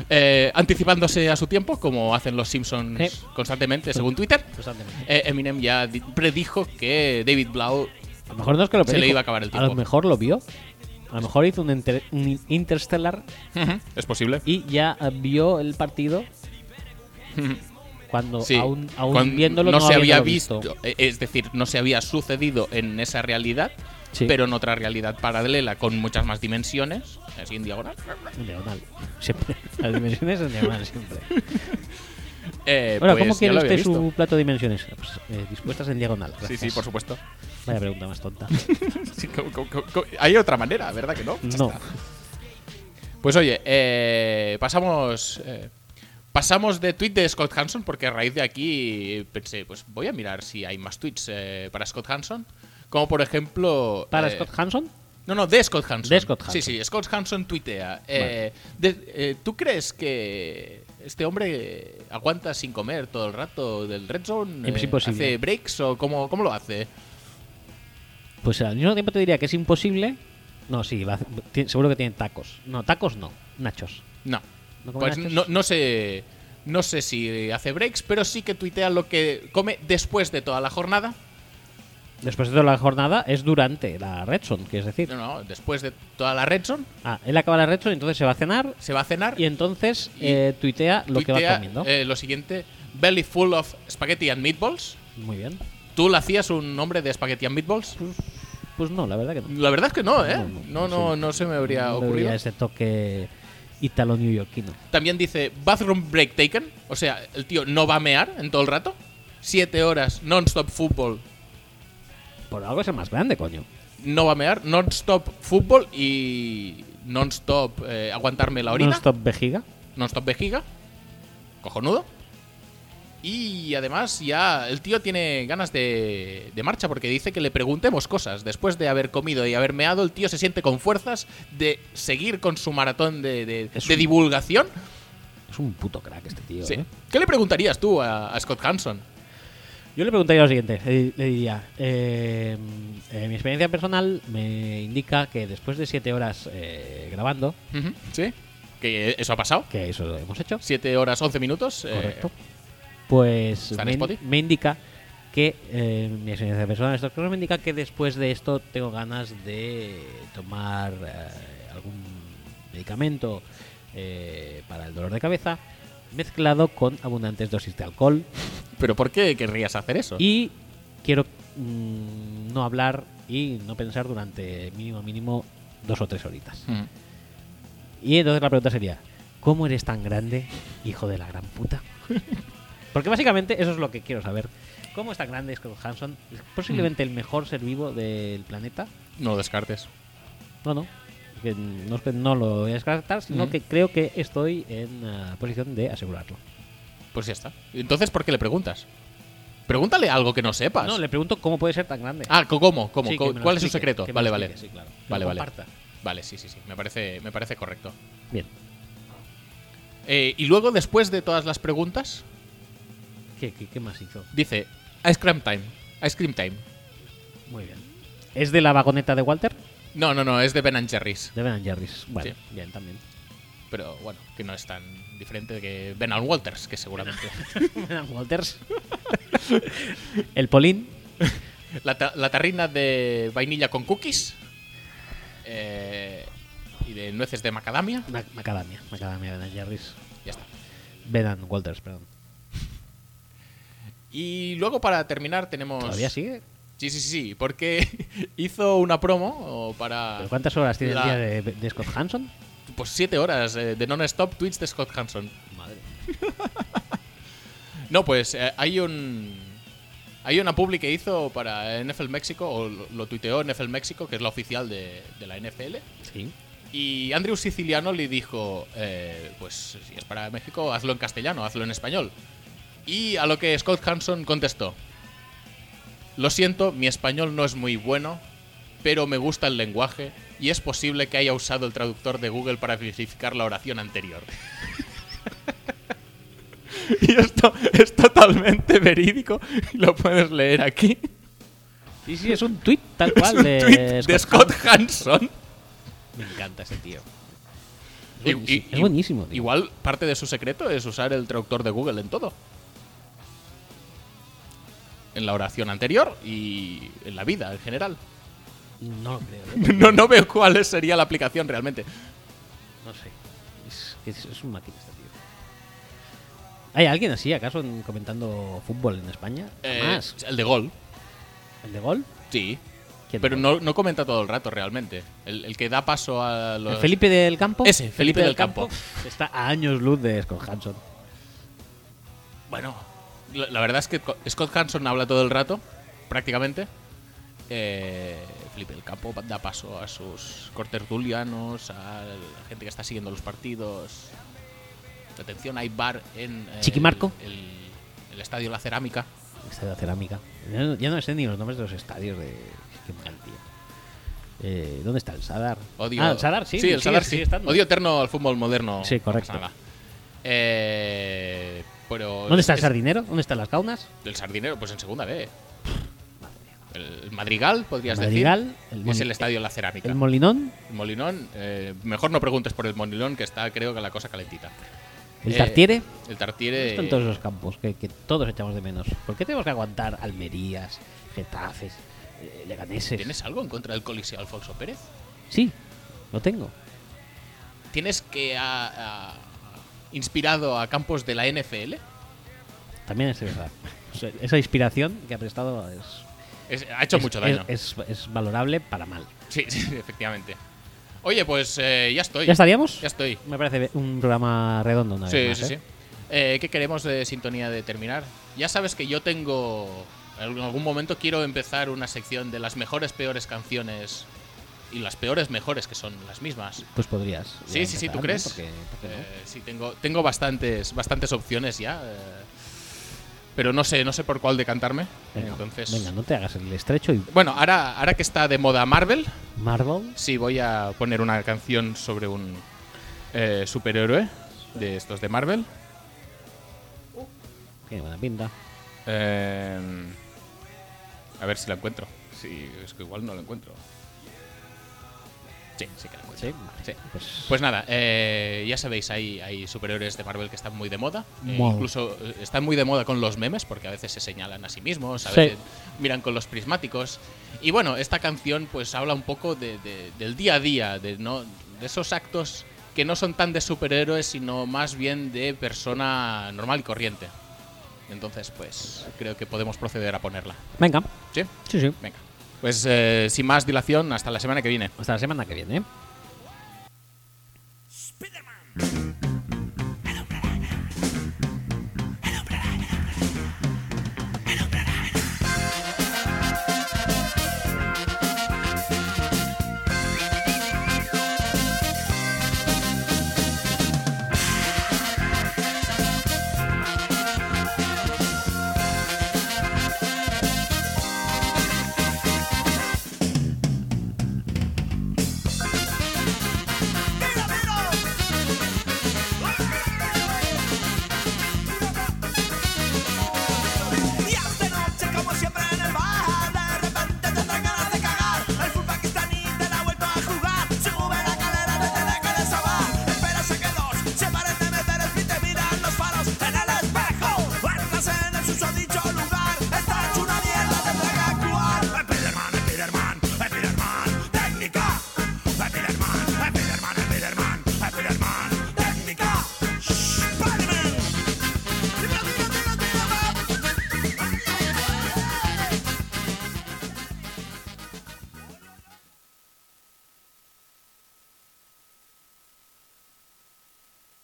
[SPEAKER 2] Eh, anticipándose a su tiempo, como hacen los Simpsons
[SPEAKER 1] Sí.
[SPEAKER 2] constantemente, según Twitter,
[SPEAKER 1] Constantemente.
[SPEAKER 2] eh, Eminem ya di- predijo que David Blau
[SPEAKER 1] A lo mejor no es que lo
[SPEAKER 2] Se
[SPEAKER 1] predijo,
[SPEAKER 2] le iba a acabar el
[SPEAKER 1] A
[SPEAKER 2] tiempo.
[SPEAKER 1] lo mejor lo vio. A lo mejor hizo un, inter- un interstellar
[SPEAKER 2] es posible.
[SPEAKER 1] y ya eh, vio el partido cuando
[SPEAKER 2] Sí.
[SPEAKER 1] aún, aún
[SPEAKER 2] Cuando
[SPEAKER 1] viéndolo no,
[SPEAKER 2] se había
[SPEAKER 1] visto.
[SPEAKER 2] visto. eh, es decir, no se había sucedido en esa realidad,
[SPEAKER 1] Sí.
[SPEAKER 2] pero en otra realidad paralela con muchas más dimensiones, así en diagonal,
[SPEAKER 1] En diagonal. Siempre. Las dimensiones en diagonal siempre.
[SPEAKER 2] eh,
[SPEAKER 1] Ahora,
[SPEAKER 2] pues
[SPEAKER 1] ¿cómo
[SPEAKER 2] ya
[SPEAKER 1] quiere
[SPEAKER 2] lo había
[SPEAKER 1] usted
[SPEAKER 2] visto.
[SPEAKER 1] su plato de dimensiones? Pues, eh, dispuestas en diagonal.
[SPEAKER 2] Sí,
[SPEAKER 1] gracias.
[SPEAKER 2] sí, por supuesto.
[SPEAKER 1] Vaya pregunta más tonta.
[SPEAKER 2] Sí, co- co- co- co- Hay otra manera, ¿verdad que no?
[SPEAKER 1] No.
[SPEAKER 2] Pues oye, eh, pasamos. eh, pasamos de tweet de Scott Hanson, porque a raíz de aquí pensé, pues voy a mirar si hay más tweets eh, para Scott Hanson. Como por ejemplo.
[SPEAKER 1] Para
[SPEAKER 2] eh,
[SPEAKER 1] Scott Hanson,
[SPEAKER 2] No, no, de Scott Hanson.
[SPEAKER 1] De Scott Hanson.
[SPEAKER 2] Sí, sí, Scott Hanson tuitea. eh, de- eh, ¿Tú crees que este hombre aguanta sin comer todo el rato del Red Zone?
[SPEAKER 1] Es
[SPEAKER 2] Eh,
[SPEAKER 1] imposible.
[SPEAKER 2] ¿Hace breaks o cómo, cómo lo hace?
[SPEAKER 1] pues al mismo tiempo te diría que es imposible. No, sí, va a hacer- ti- seguro que tiene tacos. No, tacos no, nachos.
[SPEAKER 2] No.
[SPEAKER 1] ¿No come
[SPEAKER 2] pues
[SPEAKER 1] nachos?
[SPEAKER 2] no, no sé. No sé si hace breaks, pero sí que tuitea lo que come después de toda la jornada.
[SPEAKER 1] Después de toda la jornada es durante la Red Zone, quieres decir.
[SPEAKER 2] No, no, después de toda la red zone,
[SPEAKER 1] Ah, él acaba la Red Zone, entonces se va a cenar
[SPEAKER 2] se va a cenar
[SPEAKER 1] y entonces
[SPEAKER 2] Y
[SPEAKER 1] eh, tuitea lo que va
[SPEAKER 2] tuitea,
[SPEAKER 1] comiendo.
[SPEAKER 2] eh, lo siguiente, belly full of spaghetti and meatballs.
[SPEAKER 1] Muy bien.
[SPEAKER 2] ¿Tú le hacías un hombre de spaghetti and meatballs?
[SPEAKER 1] Pues no, la verdad que no.
[SPEAKER 2] La verdad es que no, ¿eh?
[SPEAKER 1] No, no,
[SPEAKER 2] No, no,
[SPEAKER 1] sí.
[SPEAKER 2] no se me habría
[SPEAKER 1] No le
[SPEAKER 2] ocurrido.
[SPEAKER 1] veía ese toque italo-newyorkino.
[SPEAKER 2] También dice bathroom break taken, o sea, el tío no va a mear en todo el rato. Siete horas non-stop fútbol,
[SPEAKER 1] Por algo es el más grande, coño.
[SPEAKER 2] no va a mear, non-stop fútbol y non-stop eh, aguantarme la orina,
[SPEAKER 1] Non-stop vejiga.
[SPEAKER 2] non-stop vejiga, cojonudo. Y además ya el tío tiene ganas de, de marcha porque dice que le preguntemos cosas. Después de haber comido y haber meado, el tío se siente con fuerzas de seguir con su maratón de, de-
[SPEAKER 1] Es
[SPEAKER 2] de
[SPEAKER 1] un-
[SPEAKER 2] divulgación.
[SPEAKER 1] Es un puto crack este tío.
[SPEAKER 2] Sí.
[SPEAKER 1] ¿eh?
[SPEAKER 2] ¿Qué le preguntarías tú a, a Scott Hanson?
[SPEAKER 1] Yo le preguntaría lo siguiente. Le, di- le diría, eh, eh, mi experiencia personal me indica que después de siete horas eh, grabando,
[SPEAKER 2] Sí. Que eso ha pasado.
[SPEAKER 1] que eso lo hemos hecho,
[SPEAKER 2] 7 horas 11 minutos. eh,
[SPEAKER 1] correcto, pues
[SPEAKER 2] ¿está en
[SPEAKER 1] me, in-
[SPEAKER 2] Spotify?
[SPEAKER 1] me indica que eh, mi experiencia personal en estas cosas me indica que después de esto tengo ganas de tomar eh, algún medicamento eh, para el dolor de cabeza mezclado con abundantes dosis de alcohol
[SPEAKER 2] Pero ¿por qué querrías hacer eso?
[SPEAKER 1] Y quiero mm, no hablar y no pensar durante mínimo, mínimo dos o tres horitas.
[SPEAKER 2] Mm.
[SPEAKER 1] Y entonces la pregunta sería, ¿cómo eres tan grande, hijo de la gran puta? Porque básicamente eso es lo que quiero saber. ¿Cómo es tan grande Scott Hanson? ¿Es posiblemente
[SPEAKER 2] Mm.
[SPEAKER 1] el mejor ser vivo del planeta?
[SPEAKER 2] No lo descartes.
[SPEAKER 1] No, no. Que no, es que no lo voy a descartar, sino
[SPEAKER 2] Mm.
[SPEAKER 1] que creo que estoy en ah, posición de asegurarlo.
[SPEAKER 2] Pues ya está. Entonces, ¿por qué le preguntas? Pregúntale algo que no sepas.
[SPEAKER 1] No, le pregunto cómo puede ser tan grande.
[SPEAKER 2] Ah, co- ¿cómo? ¿Cómo?
[SPEAKER 1] Sí, que
[SPEAKER 2] Co-
[SPEAKER 1] me lo
[SPEAKER 2] ¿Cuál es su
[SPEAKER 1] explique,
[SPEAKER 2] secreto?
[SPEAKER 1] que me
[SPEAKER 2] Vale,
[SPEAKER 1] lo
[SPEAKER 2] vale.
[SPEAKER 1] explique, sí, claro. Que
[SPEAKER 2] Vale,
[SPEAKER 1] lo
[SPEAKER 2] vale.
[SPEAKER 1] comparta.
[SPEAKER 2] Vale, sí, sí, sí. Me parece, me parece correcto.
[SPEAKER 1] Bien.
[SPEAKER 2] Eh, y luego, después de todas las preguntas,
[SPEAKER 1] ¿Qué, qué, qué más hizo?
[SPEAKER 2] dice Ice Cream Time. Ice Cream Time.
[SPEAKER 1] Muy bien. ¿Es de la vagoneta de Walter?
[SPEAKER 2] No, no, no, es de Ben and Jerry's.
[SPEAKER 1] De Ben and Jerry's. Vale,
[SPEAKER 2] Sí.
[SPEAKER 1] bien, también.
[SPEAKER 2] Pero bueno, que no es tan diferente que Ben and Walters, que seguramente.
[SPEAKER 1] Ben and Walters. El Polín.
[SPEAKER 2] la, ta- la tarrina de vainilla con cookies. eh, y de nueces de macadamia.
[SPEAKER 1] Ma- Macadamia. Macadamia, Ben and Jerry's.
[SPEAKER 2] Ya está.
[SPEAKER 1] Ben and Walters, perdón.
[SPEAKER 2] Y luego, para terminar, tenemos.
[SPEAKER 1] ¿Todavía sigue?
[SPEAKER 2] Sí, sí, sí, porque hizo una promo o para.
[SPEAKER 1] ¿Pero ¿Cuántas horas tiene
[SPEAKER 2] ah, la-
[SPEAKER 1] el día de, de Scott Hanson?
[SPEAKER 2] Pues siete horas eh, de non-stop tweets de Scott Hanson.
[SPEAKER 1] Madre.
[SPEAKER 2] No, pues eh, hay un. Hay una publi que hizo para NFL México, o lo, lo tuiteó NFL México, que es la oficial de, de la NFL.
[SPEAKER 1] Sí.
[SPEAKER 2] Y Andrew Siciliano le dijo: eh, Pues si es para México, hazlo en castellano, hazlo en español. Y a lo que Scott Hanson contestó: Lo siento, mi español no es muy bueno, pero me gusta el lenguaje y es posible que haya usado el traductor de Google para verificar la oración anterior. y esto es totalmente verídico, lo puedes leer aquí.
[SPEAKER 1] Sí, sí, es un tweet tal
[SPEAKER 2] Es
[SPEAKER 1] cual
[SPEAKER 2] un
[SPEAKER 1] de,
[SPEAKER 2] tuit de Scott Hanson.
[SPEAKER 1] Hanson. Me encanta ese tío. Es
[SPEAKER 2] Y- y-
[SPEAKER 1] buenísimo, es
[SPEAKER 2] y-
[SPEAKER 1] buenísimo, tío.
[SPEAKER 2] Igual parte de su secreto es usar el traductor de Google en todo. En la oración anterior y en la vida en general.
[SPEAKER 1] No lo creo. ¿eh?
[SPEAKER 2] No, no veo cuál sería la aplicación realmente.
[SPEAKER 1] No sé. Es, es, es un máquina este tío. ¿Hay alguien así, acaso, en- comentando fútbol en España?
[SPEAKER 2] Eh,
[SPEAKER 1] Más.
[SPEAKER 2] el de gol,
[SPEAKER 1] ¿El de gol?
[SPEAKER 2] sí.
[SPEAKER 1] ¿Quién
[SPEAKER 2] Pero
[SPEAKER 1] de
[SPEAKER 2] no, no comenta todo el rato realmente. El, el que da paso a los.
[SPEAKER 1] ¿El Felipe del Campo?
[SPEAKER 2] Ese, Felipe del Campo.
[SPEAKER 1] Está a años luz de Scott Hanson.
[SPEAKER 2] Bueno, la, la verdad es que co- Scott Hanson habla todo el rato, prácticamente. Eh, Felipe del Campo da paso a sus cortertulianos, a la gente que está siguiendo los partidos. Atención, hay bar en eh,
[SPEAKER 1] Chiquimarco.
[SPEAKER 2] el, el- el estadio La Cerámica.
[SPEAKER 1] Estadio de Cerámica. Ya no, ya no sé ni los nombres de los estadios de. Qué mal, tío. Eh, ¿Dónde está el Sadar?
[SPEAKER 2] Odio,
[SPEAKER 1] ah, el Sadar, sí.
[SPEAKER 2] Sí, el
[SPEAKER 1] sigue-
[SPEAKER 2] Sadar sí.
[SPEAKER 1] sigue estando.
[SPEAKER 2] Odio eterno al fútbol moderno.
[SPEAKER 1] Sí,
[SPEAKER 2] no pasa
[SPEAKER 1] correcto.
[SPEAKER 2] nada. Eh, pero
[SPEAKER 1] ¿Dónde está el
[SPEAKER 2] es-
[SPEAKER 1] Sardinero? ¿Dónde están las Caunas?
[SPEAKER 2] El Sardinero, pues en segunda B. El Madrigal, podrías
[SPEAKER 1] Madrigal,
[SPEAKER 2] decir.
[SPEAKER 1] el
[SPEAKER 2] es
[SPEAKER 1] Moni-
[SPEAKER 2] el estadio La Cerámica.
[SPEAKER 1] ¿El Molinón?
[SPEAKER 2] El Molinón, eh, mejor no preguntes por el Molinón, que está, creo que la cosa calentita.
[SPEAKER 1] ¿El
[SPEAKER 2] Eh,
[SPEAKER 1] Tartiere?
[SPEAKER 2] El
[SPEAKER 1] ¿Dónde
[SPEAKER 2] Tartiere.
[SPEAKER 1] están todos esos campos que, que todos echamos de menos? ¿Por qué tenemos que aguantar Almerías, Getafes, eh, Leganeses?
[SPEAKER 2] ¿Tienes algo en contra del Coliseo Alfonso Pérez?
[SPEAKER 1] Sí, lo tengo.
[SPEAKER 2] ¿Tienes que ha, ha inspirado a campos de la NFL?
[SPEAKER 1] También es verdad. O sea, Esa inspiración que ha prestado es,
[SPEAKER 2] Es- ha hecho
[SPEAKER 1] es-
[SPEAKER 2] mucho
[SPEAKER 1] es-
[SPEAKER 2] daño.
[SPEAKER 1] Es, es valorable para mal.
[SPEAKER 2] Sí, sí, efectivamente. Oye, pues eh, ya estoy.
[SPEAKER 1] ¿Ya estaríamos?
[SPEAKER 2] Ya estoy.
[SPEAKER 1] Me parece be- un programa redondo una
[SPEAKER 2] Sí,
[SPEAKER 1] vez más,
[SPEAKER 2] sí,
[SPEAKER 1] ¿eh?
[SPEAKER 2] sí. Eh, ¿Qué queremos de sintonía de terminar? Ya sabes que yo tengo. En algún momento quiero empezar una sección de las mejores, peores canciones y las peores, mejores, que son las mismas.
[SPEAKER 1] Pues podrías.
[SPEAKER 2] Sí, sí, sí, ¿tú crees?
[SPEAKER 1] Porque,
[SPEAKER 2] Eh, sí, tengo, tengo bastantes, bastantes opciones ya. eh, pero no sé, no sé por cuál decantarme. Entonces.
[SPEAKER 1] venga, no te hagas el estrecho y
[SPEAKER 2] Bueno, ahora, ahora que está de moda Marvel,
[SPEAKER 1] Marvel.
[SPEAKER 2] sí, voy a poner una canción sobre un eh, superhéroe de estos de Marvel.
[SPEAKER 1] Tiene buena pinta.
[SPEAKER 2] Eh, a ver si la encuentro. Sí, es que igual no la encuentro. Sí, sí que la encuentro.
[SPEAKER 1] Sí, vale.
[SPEAKER 2] Sí.
[SPEAKER 1] Pues,
[SPEAKER 2] Pues nada, eh, ya sabéis, hay, hay superhéroes de Marvel que están muy de moda. Eh,
[SPEAKER 1] Wow.
[SPEAKER 2] incluso eh, están muy de moda con los memes, porque a veces se señalan a sí mismos, a
[SPEAKER 1] Sí.
[SPEAKER 2] veces miran con los prismáticos. Y bueno, esta canción pues habla un poco de- de- del día a día, de, no, de esos actos que no son tan de superhéroes, sino más bien de persona normal y corriente. Entonces, pues creo que podemos proceder a ponerla.
[SPEAKER 1] venga.
[SPEAKER 2] ¿Sí?
[SPEAKER 1] Sí, sí.
[SPEAKER 2] Venga. Pues eh, sin más dilación, hasta la semana que viene.
[SPEAKER 1] Hasta la semana que viene. ¿eh?
[SPEAKER 8] Spiderman.